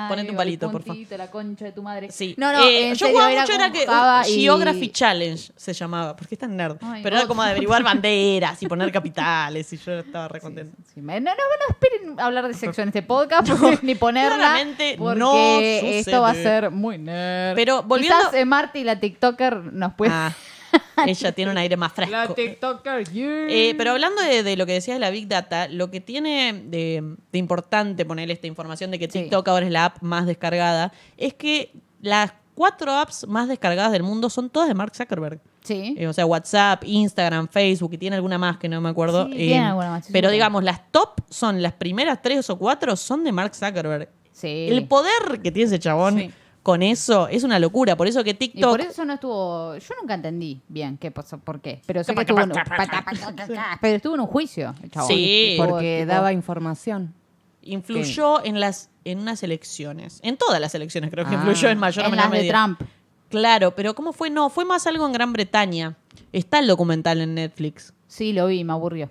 [SPEAKER 2] Ponete un
[SPEAKER 1] Ay,
[SPEAKER 2] palito,
[SPEAKER 1] el
[SPEAKER 2] por favor.
[SPEAKER 1] puntito, La concha de tu madre.
[SPEAKER 2] Sí.
[SPEAKER 1] No, no.
[SPEAKER 2] Eh,
[SPEAKER 1] en
[SPEAKER 2] yo
[SPEAKER 1] serio,
[SPEAKER 2] jugaba mucho,
[SPEAKER 1] como
[SPEAKER 2] era que
[SPEAKER 1] jugaba
[SPEAKER 2] un
[SPEAKER 1] y-
[SPEAKER 2] Geography Challenge se llamaba, porque es tan nerd.
[SPEAKER 1] Ay,
[SPEAKER 2] Pero era
[SPEAKER 1] no.
[SPEAKER 2] como de
[SPEAKER 1] [laughs]
[SPEAKER 2] averiguar banderas y poner capitales, y yo estaba re contenta.
[SPEAKER 1] Sí, me- no, no, no esperen hablar de sexo en este
[SPEAKER 2] [laughs]
[SPEAKER 1] podcast porque- ni ponerla.
[SPEAKER 2] Claramente
[SPEAKER 1] porque
[SPEAKER 2] no sucede.
[SPEAKER 1] esto va a ser muy nerd.
[SPEAKER 2] Pero volviendo-
[SPEAKER 1] Quizás eh, pues, Marty, la TikToker, nos puede. [laughs]
[SPEAKER 2] Ah, ella tiene un aire más fresco.
[SPEAKER 1] TikToker, you.
[SPEAKER 2] Eh, pero hablando de, de lo que decías de la Big Data, lo que tiene de, de importante poner esta información de que
[SPEAKER 1] Sí.
[SPEAKER 2] TikTok ahora es la app más descargada, es que las cuatro apps más descargadas del mundo son todas de Mark Zuckerberg.
[SPEAKER 1] Sí.
[SPEAKER 2] Eh, o sea, WhatsApp, Instagram, Facebook y tiene alguna más que no me acuerdo. eh,
[SPEAKER 1] Sí, tiene alguna más, sí,
[SPEAKER 2] Pero
[SPEAKER 1] sí.
[SPEAKER 2] digamos, las top son las primeras tres o cuatro son de Mark Zuckerberg.
[SPEAKER 1] sí.
[SPEAKER 2] El poder que tiene ese chabón
[SPEAKER 1] Sí.
[SPEAKER 2] con eso es una locura. Por eso que
[SPEAKER 1] Y por
[SPEAKER 2] TikTok.
[SPEAKER 1] eso no estuvo. Yo nunca entendí bien qué pasó, por qué. Pero sé que
[SPEAKER 2] Capa,
[SPEAKER 1] estuvo
[SPEAKER 2] capa,
[SPEAKER 1] en, un-
[SPEAKER 2] capa,
[SPEAKER 1] pata, pata, [laughs] capa. pero estuvo en un juicio, el chabón.
[SPEAKER 2] Sí.
[SPEAKER 1] Tipo,
[SPEAKER 3] Porque
[SPEAKER 1] tipo,
[SPEAKER 3] daba información.
[SPEAKER 2] influyó en las en unas elecciones. En todas las elecciones creo que
[SPEAKER 3] Ah.
[SPEAKER 2] influyó en mayor o
[SPEAKER 1] en
[SPEAKER 2] menor
[SPEAKER 1] las de
[SPEAKER 2] medida.
[SPEAKER 1] Trump.
[SPEAKER 2] Claro, pero ¿cómo fue? No, fue más algo en Gran Bretaña. Está el documental en Netflix.
[SPEAKER 1] Sí, lo vi, me
[SPEAKER 2] [laughs]
[SPEAKER 1] aburrió.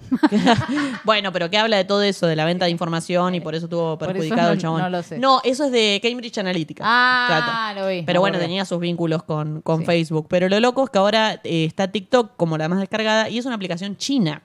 [SPEAKER 2] bueno, pero que habla de todo eso, de la venta de información y por eso estuvo
[SPEAKER 1] Por eso
[SPEAKER 2] perjudicado el
[SPEAKER 1] no-
[SPEAKER 2] chabón.
[SPEAKER 1] no lo sé.
[SPEAKER 2] No, eso es de Cambridge Analytica.
[SPEAKER 1] Ah,
[SPEAKER 2] Trata.
[SPEAKER 1] lo vi,
[SPEAKER 2] Pero
[SPEAKER 1] me
[SPEAKER 2] bueno,
[SPEAKER 1] acuerdo.
[SPEAKER 2] tenía sus vínculos con, con
[SPEAKER 1] Sí.
[SPEAKER 2] Facebook. Pero lo loco es que ahora eh, está TikTok como la más descargada y es una aplicación china.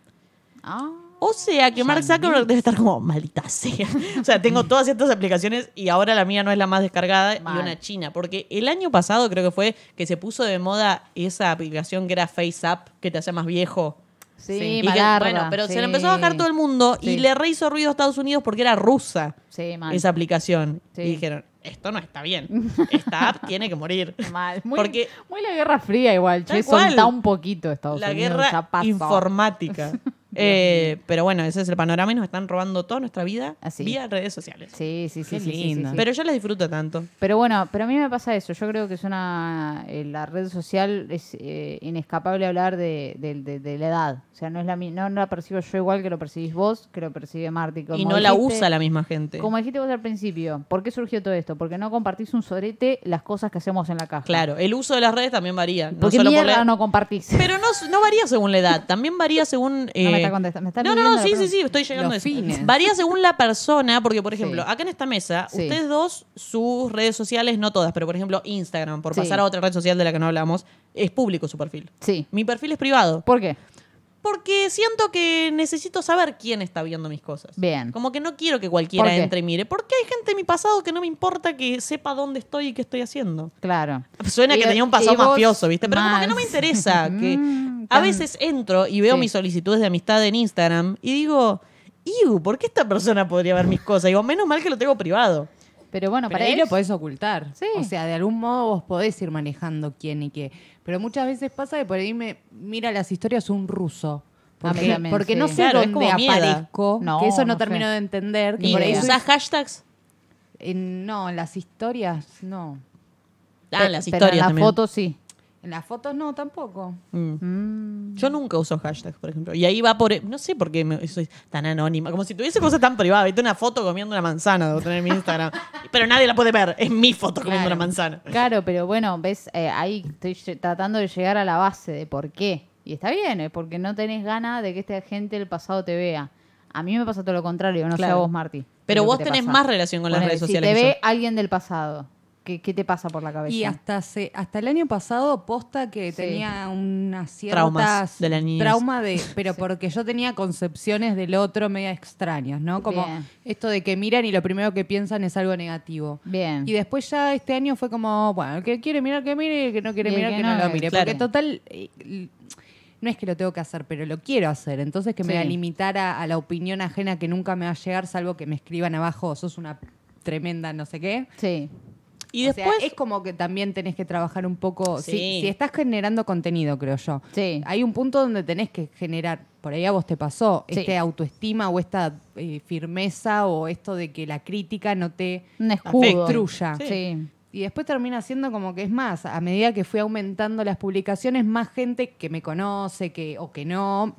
[SPEAKER 1] Ah,
[SPEAKER 2] O sea que Mark Zuckerberg debe estar como, maldita sea. [laughs] O sea, tengo todas estas aplicaciones y ahora la mía no es la más descargada
[SPEAKER 1] Mal.
[SPEAKER 2] y una china. Porque el año pasado creo que fue que se puso de moda esa aplicación que era FaceApp, que te hace más viejo.
[SPEAKER 1] sí,
[SPEAKER 2] Y que-
[SPEAKER 1] malarda,
[SPEAKER 2] bueno, pero
[SPEAKER 1] sí.
[SPEAKER 2] se la empezó a bajar todo el mundo y
[SPEAKER 1] Sí.
[SPEAKER 2] le re hizo ruido a Estados Unidos porque era rusa
[SPEAKER 1] Sí, mal.
[SPEAKER 2] esa aplicación.
[SPEAKER 1] Sí.
[SPEAKER 2] Y dijeron, esto no está
[SPEAKER 1] [laughs]
[SPEAKER 2] bien. Esta app tiene que morir.
[SPEAKER 1] Mal. Muy,
[SPEAKER 2] Porque
[SPEAKER 1] muy la Guerra Fría igual,
[SPEAKER 2] Tal
[SPEAKER 1] che. Son
[SPEAKER 2] cual.
[SPEAKER 1] tan un poquito Estados
[SPEAKER 2] la
[SPEAKER 1] Unidos.
[SPEAKER 2] guerra
[SPEAKER 1] ya pasó. [laughs]
[SPEAKER 2] informática. Eh, pero bueno, ese es el panorama y nos están robando toda nuestra vida
[SPEAKER 1] Así.
[SPEAKER 2] vía redes sociales.
[SPEAKER 1] Sí, sí, sí.
[SPEAKER 3] Qué
[SPEAKER 1] sí, sí, sí,
[SPEAKER 3] lindo.
[SPEAKER 1] sí.
[SPEAKER 2] Pero yo las disfruto tanto.
[SPEAKER 1] Pero bueno, pero a mí me pasa eso. Yo creo que es una. eh, la red social es eh, inescapable hablar de, de- de- de la edad. O sea, no es la mi- no la percibo yo igual que lo percibís vos, que lo percibe Marty. Como
[SPEAKER 2] y no la
[SPEAKER 1] dijiste-
[SPEAKER 2] usa la misma gente.
[SPEAKER 1] Como dijiste vos al principio, ¿por qué surgió todo esto? Porque no compartís un sorete las cosas que hacemos en la caja.
[SPEAKER 2] Claro, el uso de las redes también varía. No
[SPEAKER 1] Porque
[SPEAKER 2] solo por
[SPEAKER 1] mierda
[SPEAKER 2] la edad.
[SPEAKER 1] no compartís. [laughs]
[SPEAKER 2] Pero no, no varía según la edad, también varía según... eh,
[SPEAKER 1] me está contestando, me está
[SPEAKER 2] no, no, no,
[SPEAKER 1] midiendo la
[SPEAKER 2] sí, sí,
[SPEAKER 1] pregunta.
[SPEAKER 2] sí, estoy llegando
[SPEAKER 3] Los
[SPEAKER 2] a eso.
[SPEAKER 3] fines.
[SPEAKER 2] Varía según la persona, porque por ejemplo,
[SPEAKER 1] Sí.
[SPEAKER 2] acá en esta mesa,
[SPEAKER 1] Sí.
[SPEAKER 2] ustedes dos, sus redes sociales, no todas, pero por ejemplo Instagram, por
[SPEAKER 1] Sí.
[SPEAKER 2] pasar a otra red social de la que no hablamos, es público su perfil.
[SPEAKER 1] Sí.
[SPEAKER 2] Mi perfil es privado.
[SPEAKER 1] ¿Por qué?
[SPEAKER 2] Porque siento que necesito saber quién está viendo mis cosas.
[SPEAKER 1] Bien.
[SPEAKER 2] Como que no quiero que cualquiera
[SPEAKER 1] ¿Por qué?
[SPEAKER 2] entre y mire. Porque hay gente de mi pasado que no me importa que sepa dónde estoy y qué estoy haciendo.
[SPEAKER 1] Claro.
[SPEAKER 2] Suena que
[SPEAKER 1] Y-
[SPEAKER 2] tenía un pasado
[SPEAKER 1] y vos-
[SPEAKER 2] mafioso, ¿viste? Pero como que no me
[SPEAKER 1] Mal.
[SPEAKER 2] interesa. que
[SPEAKER 1] [laughs] Mm,
[SPEAKER 2] a
[SPEAKER 1] tan-
[SPEAKER 2] veces entro y veo
[SPEAKER 1] Sí.
[SPEAKER 2] mis solicitudes de amistad en Instagram y digo, Iu, ¿por qué esta persona podría ver mis cosas? Digo, menos mal que lo tengo privado.
[SPEAKER 1] Pero bueno,
[SPEAKER 3] Pero
[SPEAKER 1] para
[SPEAKER 3] ahí
[SPEAKER 1] eso-
[SPEAKER 3] lo podés ocultar.
[SPEAKER 1] Sí.
[SPEAKER 3] O sea, de algún modo vos podés ir manejando quién y qué. Pero muchas veces pasa que por ahí me mira las historias un ruso.
[SPEAKER 1] A mí
[SPEAKER 3] Porque,
[SPEAKER 1] también,
[SPEAKER 3] porque
[SPEAKER 1] sí.
[SPEAKER 3] no sé
[SPEAKER 2] Claro, es
[SPEAKER 3] dónde
[SPEAKER 2] como miedo.
[SPEAKER 3] aparezco.
[SPEAKER 1] No,
[SPEAKER 3] que eso no,
[SPEAKER 1] no
[SPEAKER 3] termino
[SPEAKER 1] sé.
[SPEAKER 3] de entender. Que
[SPEAKER 2] ¿Y
[SPEAKER 3] por ahí
[SPEAKER 1] idea.
[SPEAKER 2] usás hashtags?
[SPEAKER 3] en- no, en las historias no.
[SPEAKER 2] Ah,
[SPEAKER 1] pe-
[SPEAKER 2] en las
[SPEAKER 1] pero
[SPEAKER 2] Ah, historias
[SPEAKER 1] en la
[SPEAKER 2] también. Mm.
[SPEAKER 1] foto Mm. sí.
[SPEAKER 3] En las fotos no, tampoco.
[SPEAKER 2] Yo nunca uso hashtags, por ejemplo. Y ahí va por. e-, No sé por qué me- soy tan anónima. Como si tuviese cosas tan privadas. Viste una foto comiendo una manzana, debo tener en mi Instagram. Pero nadie la puede ver. Es mi foto comiendo
[SPEAKER 1] Claro.
[SPEAKER 2] una manzana.
[SPEAKER 1] Claro, pero bueno, ves, eh, ahí estoy lle- tratando de llegar a la base de por qué. Y está bien, es porque no tenés ganas de que esta gente del pasado te vea. A mí me pasa todo lo contrario, no sé
[SPEAKER 2] Claro.
[SPEAKER 1] a vos, Marti.
[SPEAKER 2] Pero
[SPEAKER 1] lo que
[SPEAKER 2] vos
[SPEAKER 1] te
[SPEAKER 2] tenés más relación con las redes sociales
[SPEAKER 1] Si te
[SPEAKER 2] que
[SPEAKER 1] ve alguien del pasado, ¿qué, qué te pasa por la cabeza?
[SPEAKER 3] Y hasta hace- hasta el año pasado posta que
[SPEAKER 1] Sí.
[SPEAKER 3] tenía una cierta
[SPEAKER 2] Traumas de la niñez.
[SPEAKER 3] trauma
[SPEAKER 1] [laughs]
[SPEAKER 3] de, pero porque yo tenía concepciones del otro media extrañas, ¿no? Como
[SPEAKER 1] Bien.
[SPEAKER 3] esto de que miran y lo primero que piensan es algo negativo.
[SPEAKER 1] Bien.
[SPEAKER 3] Y después ya este año fue como, bueno, el que quiere mirar que mire y el que no quiere
[SPEAKER 1] Y el
[SPEAKER 3] mirar
[SPEAKER 1] que
[SPEAKER 3] que no,
[SPEAKER 1] no,
[SPEAKER 3] lo mire,
[SPEAKER 2] claro.
[SPEAKER 3] porque total eh, l- no es que lo tengo que hacer, pero lo quiero hacer. Entonces que me
[SPEAKER 1] Sí.
[SPEAKER 3] voy a limitar a, a la opinión ajena que nunca me va a llegar, salvo que me escriban abajo, sos una tremenda no sé qué.
[SPEAKER 1] Sí.
[SPEAKER 2] Y
[SPEAKER 3] O sea,
[SPEAKER 2] después.
[SPEAKER 3] es como que también tenés que trabajar un poco. si-
[SPEAKER 2] Sí.
[SPEAKER 3] Si, estás generando contenido, creo yo.
[SPEAKER 1] Sí.
[SPEAKER 3] Hay un punto donde tenés que generar, por ahí a vos te pasó,
[SPEAKER 1] Sí.
[SPEAKER 3] este autoestima o esta eh, firmeza o esto de que la crítica no te
[SPEAKER 1] Un escudo.
[SPEAKER 3] destruya.
[SPEAKER 1] Sí.
[SPEAKER 3] Y después termina siendo como que es más, a medida que fui aumentando las publicaciones, más gente que me conoce que, o que no,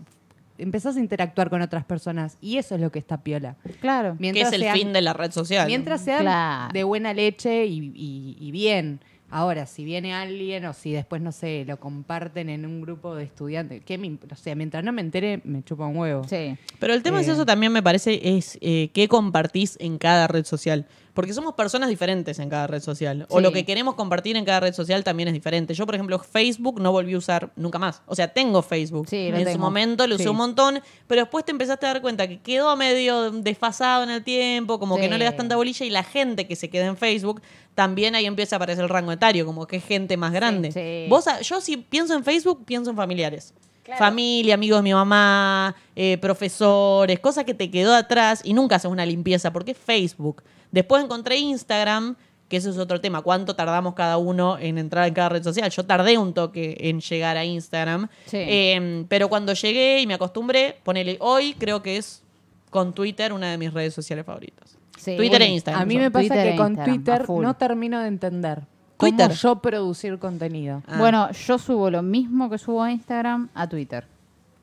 [SPEAKER 3] empezás a interactuar con otras personas. Y eso es lo que está piola.
[SPEAKER 1] Claro.
[SPEAKER 2] que es el
[SPEAKER 3] sean-
[SPEAKER 2] fin de la red social.
[SPEAKER 3] Mientras sea
[SPEAKER 1] Claro.
[SPEAKER 3] de buena leche y, y- y bien. Ahora, si viene alguien o si después, no sé, lo comparten en un grupo de estudiantes, que me, imp- o sea, mientras no me entere, me chupa un huevo.
[SPEAKER 1] Sí.
[SPEAKER 2] Pero el tema es
[SPEAKER 3] Eh.
[SPEAKER 2] eso también me parece es eh, qué compartís en cada red social. Porque somos personas diferentes en cada red social. O
[SPEAKER 1] Sí.
[SPEAKER 2] lo que queremos compartir en cada red social también es diferente. Yo, por ejemplo, Facebook no volví a usar nunca más. O sea, tengo Facebook.
[SPEAKER 1] Sí, lo
[SPEAKER 2] en su
[SPEAKER 1] tengo.
[SPEAKER 2] momento lo usé
[SPEAKER 1] Sí.
[SPEAKER 2] un montón, pero después te empezaste a dar cuenta que quedó medio desfasado en el tiempo, como que
[SPEAKER 1] Sí.
[SPEAKER 2] no le das tanta bolilla y la gente que se queda en Facebook también ahí empieza a aparecer el rango etario, como que es gente más grande.
[SPEAKER 1] sí.
[SPEAKER 2] Vos sea, yo si pienso en Facebook, pienso en familiares. Familia, amigos de mi mamá, eh, profesores, cosas que te quedó atrás y nunca haces una limpieza porque es Facebook. Después encontré Instagram, que eso es otro tema. ¿Cuánto tardamos cada uno en entrar en cada red social? Yo tardé un toque en llegar a Instagram.
[SPEAKER 1] Sí.
[SPEAKER 2] Eh, pero cuando llegué y me acostumbré, ponele hoy, creo que es con Twitter una de mis redes sociales favoritas.
[SPEAKER 1] Sí.
[SPEAKER 2] Twitter e
[SPEAKER 1] Bueno,
[SPEAKER 2] Instagram.
[SPEAKER 3] A mí
[SPEAKER 2] son.
[SPEAKER 3] me pasa
[SPEAKER 1] Twitter
[SPEAKER 3] que
[SPEAKER 1] e
[SPEAKER 3] con
[SPEAKER 1] Instagram, a
[SPEAKER 3] Twitter
[SPEAKER 1] full.
[SPEAKER 3] no termino de entender
[SPEAKER 2] Twitter.
[SPEAKER 3] cómo yo producir contenido.
[SPEAKER 2] Ah.
[SPEAKER 1] Bueno, yo subo lo mismo que subo a Instagram a Twitter.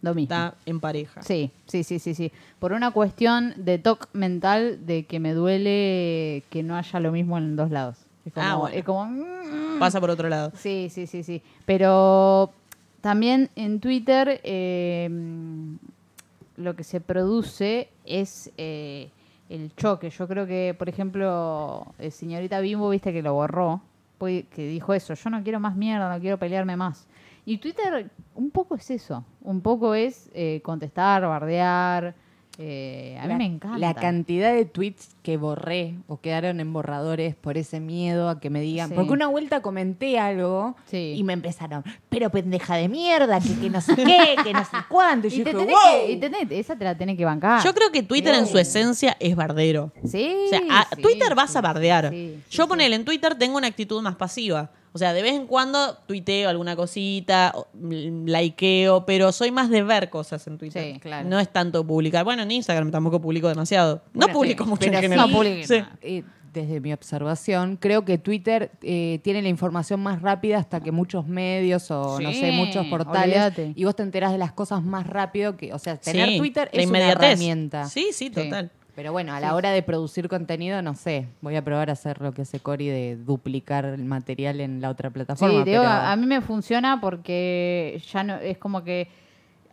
[SPEAKER 1] Lo mismo.
[SPEAKER 2] Está en pareja.
[SPEAKER 1] Sí, sí, sí, sí, sí. Por una cuestión de toc mental de que me duele que no haya lo mismo en dos lados. Es como,
[SPEAKER 2] Ah, bueno.
[SPEAKER 1] es como, mm,
[SPEAKER 2] Pasa por otro lado.
[SPEAKER 1] Sí, sí, sí, sí. Pero también en Twitter eh, lo que se produce es eh, el choque. Yo creo que, por ejemplo, eh, señorita Bimbo, viste que lo borró, pues, que dijo eso, yo no quiero más mierda, no quiero pelearme más. Y Twitter un poco es eso, un poco es eh, contestar, bardear. eh, a mí
[SPEAKER 3] La-
[SPEAKER 1] me encanta.
[SPEAKER 3] La cantidad de tweets que borré o quedaron en borradores por ese miedo a que me digan.
[SPEAKER 1] Sí.
[SPEAKER 3] Porque una vuelta comenté algo
[SPEAKER 1] Sí.
[SPEAKER 3] y me empezaron, pero pendeja de mierda, que, que no sé qué, que no sé cuándo. Y,
[SPEAKER 1] Y
[SPEAKER 3] yo
[SPEAKER 1] te
[SPEAKER 3] dije,
[SPEAKER 1] tenés
[SPEAKER 3] "Wow".
[SPEAKER 1] que- y tenés- esa te la tenés que bancar.
[SPEAKER 2] Yo creo que Twitter en su esencia es bardero.
[SPEAKER 1] Sí,
[SPEAKER 2] O sea, a-
[SPEAKER 1] sí,
[SPEAKER 2] Twitter vas
[SPEAKER 1] sí,
[SPEAKER 2] a bardear.
[SPEAKER 1] sí, sí,
[SPEAKER 2] Yo ponele en Twitter tengo una actitud más pasiva. O sea, de vez en cuando tuiteo alguna cosita, o, mm, likeo, pero soy más de ver cosas en Twitter.
[SPEAKER 1] Sí, claro.
[SPEAKER 2] No es tanto publicar. Bueno, en Instagram tampoco publico demasiado. No
[SPEAKER 3] Bueno,
[SPEAKER 2] publico
[SPEAKER 3] sí,
[SPEAKER 2] mucho
[SPEAKER 3] pero
[SPEAKER 2] en general.
[SPEAKER 1] sí- No publiquen
[SPEAKER 2] Sí.
[SPEAKER 1] nada.
[SPEAKER 3] Eh, desde mi observación, creo que Twitter eh, tiene la información más rápida hasta que muchos medios o no
[SPEAKER 1] Sí,
[SPEAKER 3] sé, muchos portales.
[SPEAKER 1] olvídate.
[SPEAKER 3] Y vos te enterás de las cosas más rápido que. O sea, tener
[SPEAKER 2] Sí,
[SPEAKER 3] Twitter
[SPEAKER 2] la
[SPEAKER 3] es una
[SPEAKER 2] inmediatez.
[SPEAKER 3] herramienta.
[SPEAKER 2] Sí, sí, total.
[SPEAKER 3] Pero bueno, a la hora de producir contenido, no sé. Voy a probar a hacer lo que hace Cori de duplicar el material en la otra plataforma.
[SPEAKER 1] Sí, te digo,
[SPEAKER 3] pero-
[SPEAKER 1] a a mí me funciona porque ya no es como que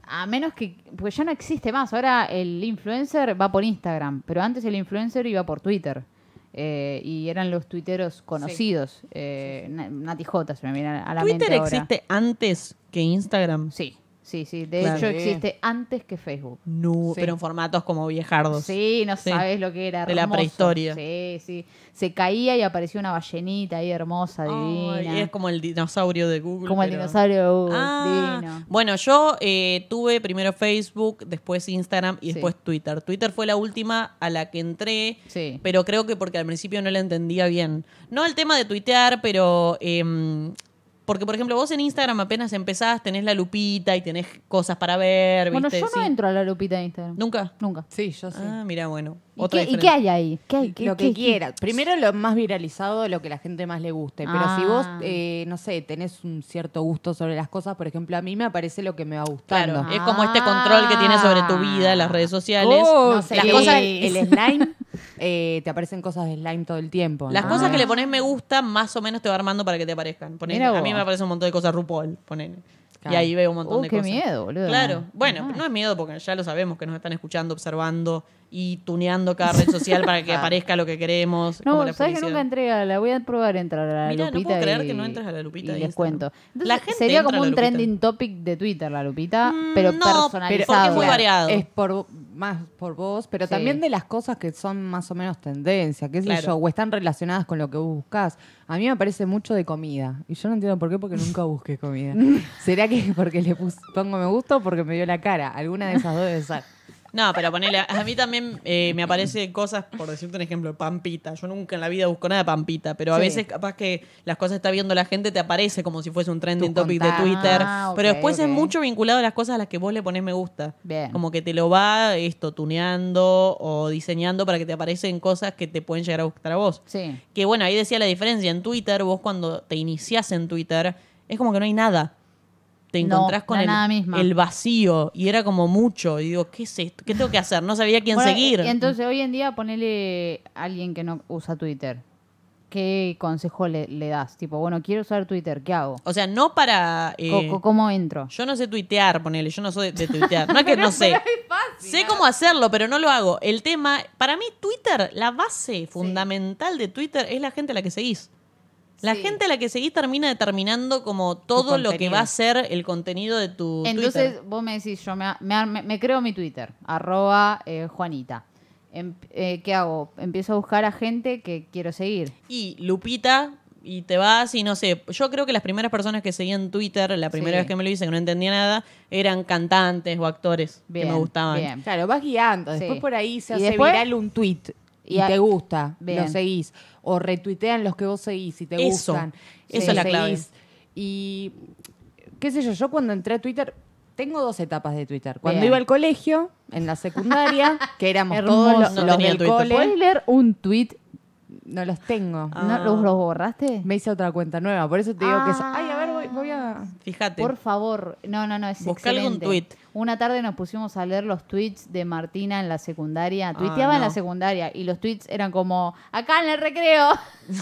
[SPEAKER 1] a menos que pues ya no existe más. Ahora el influencer va por Instagram, pero antes el influencer iba por Twitter. eh, y eran los tuiteros conocidos. Eh, Na- Nati J se me viene a la
[SPEAKER 2] Twitter
[SPEAKER 1] mente ahora.
[SPEAKER 2] existe antes que Instagram.
[SPEAKER 1] Sí, sí, sí. De
[SPEAKER 2] Claro.
[SPEAKER 1] hecho,
[SPEAKER 3] Sí.
[SPEAKER 1] existe antes que Facebook.
[SPEAKER 2] No,
[SPEAKER 3] Sí.
[SPEAKER 2] pero en formatos como viejardos.
[SPEAKER 1] Sí, no
[SPEAKER 2] Sí.
[SPEAKER 1] sabes lo que era.
[SPEAKER 2] De la
[SPEAKER 1] hermoso.
[SPEAKER 2] prehistoria.
[SPEAKER 1] Sí, sí. Se caía y apareció una ballenita ahí hermosa, divina.
[SPEAKER 2] Ay, es como el dinosaurio de Google.
[SPEAKER 1] como el
[SPEAKER 2] pero-
[SPEAKER 1] dinosaurio. uh,
[SPEAKER 2] Ah,
[SPEAKER 1] divino.
[SPEAKER 2] bueno, yo eh, tuve primero Facebook, después Instagram y
[SPEAKER 1] Sí.
[SPEAKER 2] después Twitter. Twitter fue la última a la que entré,
[SPEAKER 1] Sí.
[SPEAKER 2] pero creo que porque al principio no la entendía bien. No el tema de tuitear, pero em, Porque, por ejemplo, vos en Instagram apenas empezás, tenés la lupita y tenés cosas para ver,
[SPEAKER 1] Bueno,
[SPEAKER 2] ¿viste?
[SPEAKER 1] yo no
[SPEAKER 2] Sí.
[SPEAKER 1] entro a la lupita de Instagram.
[SPEAKER 2] ¿Nunca?
[SPEAKER 1] Nunca.
[SPEAKER 3] Sí, yo sí.
[SPEAKER 2] Ah, mira, bueno.
[SPEAKER 1] ¿Y,
[SPEAKER 2] Otra
[SPEAKER 1] qué, y qué
[SPEAKER 2] diferencia.
[SPEAKER 1] hay ahí? ¿Qué hay? ¿Qué-
[SPEAKER 3] lo
[SPEAKER 1] qué-
[SPEAKER 3] que
[SPEAKER 1] qué?
[SPEAKER 3] quieras. Primero lo más viralizado, lo que la gente más le guste. Pero si vos,
[SPEAKER 1] Ah.
[SPEAKER 3] eh, no sé, tenés un cierto gusto sobre las cosas, por ejemplo, a mí me aparece lo que me va gustando.
[SPEAKER 2] Claro, es como este control que tiene sobre tu vida, las redes sociales.
[SPEAKER 1] Oh,
[SPEAKER 3] No sé,
[SPEAKER 2] las
[SPEAKER 3] el,
[SPEAKER 2] cosas,
[SPEAKER 3] el slime, eh, te aparecen cosas de slime todo el tiempo.
[SPEAKER 2] las
[SPEAKER 3] ¿no?
[SPEAKER 2] cosas que le pones me gusta, más o menos te va armando para que te aparezcan. Ponele,
[SPEAKER 1] Mira
[SPEAKER 2] a mí
[SPEAKER 1] vos.
[SPEAKER 2] me aparece un montón de cosas RuPaul, ponele. Y
[SPEAKER 3] Claro.
[SPEAKER 2] ahí veo un montón
[SPEAKER 1] Uh,
[SPEAKER 2] de
[SPEAKER 1] qué
[SPEAKER 2] cosas.
[SPEAKER 1] miedo, boludo.
[SPEAKER 2] Claro, bueno, no es miedo porque ya lo sabemos que nos están escuchando, observando y tuneando cada red social para
[SPEAKER 1] [laughs]
[SPEAKER 2] que aparezca lo que queremos. como
[SPEAKER 1] No,
[SPEAKER 2] la
[SPEAKER 1] sabes que
[SPEAKER 2] publicidad.
[SPEAKER 1] nunca entré a la voy a probar a entrar a la
[SPEAKER 2] Mirá, no
[SPEAKER 1] Lupita.
[SPEAKER 2] puedo creer
[SPEAKER 1] y-
[SPEAKER 2] que no entres a la Lupita
[SPEAKER 1] Y
[SPEAKER 2] de
[SPEAKER 1] les
[SPEAKER 2] Instagram.
[SPEAKER 1] cuento.
[SPEAKER 2] La
[SPEAKER 1] Entonces,
[SPEAKER 2] gente
[SPEAKER 1] sería
[SPEAKER 2] entra
[SPEAKER 1] como
[SPEAKER 2] a la
[SPEAKER 1] un
[SPEAKER 2] Lupita.
[SPEAKER 1] trending topic de Twitter la Lupita,
[SPEAKER 2] Mm,
[SPEAKER 1] pero
[SPEAKER 2] no,
[SPEAKER 1] personalizado.
[SPEAKER 2] pero porque es muy
[SPEAKER 1] Claro.
[SPEAKER 2] variado.
[SPEAKER 3] Es por más por vos, pero
[SPEAKER 1] Sí.
[SPEAKER 3] también de las cosas que son más o menos tendencia, qué sé
[SPEAKER 2] Claro.
[SPEAKER 3] yo, o están relacionadas con lo que vos buscás. A mí me parece mucho de comida. Y yo no entiendo por qué, porque nunca
[SPEAKER 1] [laughs]
[SPEAKER 3] busqué comida. ¿Será que porque le pus- pongo me gusta o porque me dio la cara? Alguna de esas dos debe ser.
[SPEAKER 2] No, pero ponele, a mí también eh, me aparecen cosas, por decirte un ejemplo, Pampita. Yo nunca en la vida busco nada de Pampita, pero a
[SPEAKER 3] Sí.
[SPEAKER 2] veces capaz que las cosas que está viendo la gente te aparece como si fuese un trending
[SPEAKER 3] Tu
[SPEAKER 2] topic
[SPEAKER 3] contacto.
[SPEAKER 2] de Twitter.
[SPEAKER 1] Ah,
[SPEAKER 2] pero
[SPEAKER 1] ok,
[SPEAKER 2] después
[SPEAKER 1] ok.
[SPEAKER 2] es mucho vinculado a las cosas a las que vos le pones me gusta.
[SPEAKER 1] Bien.
[SPEAKER 2] Como que te lo va esto tuneando o diseñando para que te aparecen cosas que te pueden llegar a gustar a vos.
[SPEAKER 1] Sí.
[SPEAKER 2] Que bueno, ahí decía la diferencia. En Twitter, vos cuando te iniciás en Twitter, es como que no hay nada. Te
[SPEAKER 1] No,
[SPEAKER 2] encontrás con
[SPEAKER 1] la
[SPEAKER 2] el,
[SPEAKER 1] nada misma.
[SPEAKER 2] el vacío y era como mucho. Y digo, ¿qué es esto? ¿Qué tengo que hacer? No sabía quién
[SPEAKER 1] Bueno,
[SPEAKER 2] seguir.
[SPEAKER 1] y Entonces, hoy en día, ponele a alguien que no usa Twitter. ¿Qué consejo le, le das? Tipo, bueno, quiero usar Twitter, ¿qué hago?
[SPEAKER 2] o sea, no para. eh,
[SPEAKER 1] Co- co- ¿Cómo entro?
[SPEAKER 2] yo no sé tuitear, ponele, yo no soy de, de tuitear. No es que no sé. sé cómo hacerlo, pero no lo hago. El tema, para mí, Twitter, la base fundamental de Twitter es la gente a la que seguís. La
[SPEAKER 1] Sí.
[SPEAKER 2] gente a la que seguís termina determinando como todo lo que
[SPEAKER 3] contenido.
[SPEAKER 2] va a ser el contenido de tu
[SPEAKER 1] Entonces,
[SPEAKER 2] Twitter.
[SPEAKER 1] vos me decís, yo me, me arme- me creo mi Twitter, arroba eh, Juanita. Em- eh, ¿Qué hago? Empiezo a buscar a gente que quiero seguir.
[SPEAKER 2] y Lupita y te vas y no sé, yo creo que las primeras personas que seguían Twitter, la primera
[SPEAKER 1] Sí.
[SPEAKER 2] vez que me lo hice, que no entendía nada, eran cantantes o actores
[SPEAKER 1] Bien,
[SPEAKER 2] que me gustaban.
[SPEAKER 1] bien.
[SPEAKER 3] Claro, vas guiando. Después
[SPEAKER 1] Sí.
[SPEAKER 3] por ahí se
[SPEAKER 1] ¿Y
[SPEAKER 3] hace
[SPEAKER 1] después?
[SPEAKER 3] viral un tweet y,
[SPEAKER 1] Y a-
[SPEAKER 3] te gusta,
[SPEAKER 1] Bien.
[SPEAKER 3] lo seguís. O retuitean los que vos seguís y te
[SPEAKER 2] Eso.
[SPEAKER 3] gustan.
[SPEAKER 2] Eso
[SPEAKER 3] Sí.
[SPEAKER 2] es la clave.
[SPEAKER 3] Y qué sé yo, yo cuando entré a Twitter, tengo dos etapas de Twitter. Cuando
[SPEAKER 1] Bien.
[SPEAKER 3] iba al colegio, en la
[SPEAKER 1] [laughs]
[SPEAKER 3] secundaria, que éramos
[SPEAKER 1] Hermoso.
[SPEAKER 3] todos los,
[SPEAKER 2] No
[SPEAKER 3] los
[SPEAKER 2] tenía
[SPEAKER 3] del
[SPEAKER 2] Twitter.
[SPEAKER 1] ¿Puedes
[SPEAKER 3] cole,
[SPEAKER 1] leer un tweet?
[SPEAKER 3] no los tengo.
[SPEAKER 2] Ah.
[SPEAKER 1] ¿No, los, los borraste?
[SPEAKER 3] Me hice otra cuenta nueva, por eso te digo que es...
[SPEAKER 1] Ah.
[SPEAKER 3] Ay, a ver, voy, voy a...
[SPEAKER 2] Fíjate.
[SPEAKER 1] Por [laughs] favor. No, no, no, es
[SPEAKER 2] Busca algún
[SPEAKER 1] excelente.
[SPEAKER 2] tuit.
[SPEAKER 1] Una tarde nos pusimos a leer los tweets de Martina en la secundaria.
[SPEAKER 2] Ah,
[SPEAKER 1] Tuiteaba en la
[SPEAKER 2] no.
[SPEAKER 1] secundaria y los tweets eran como, acá en el recreo. [laughs]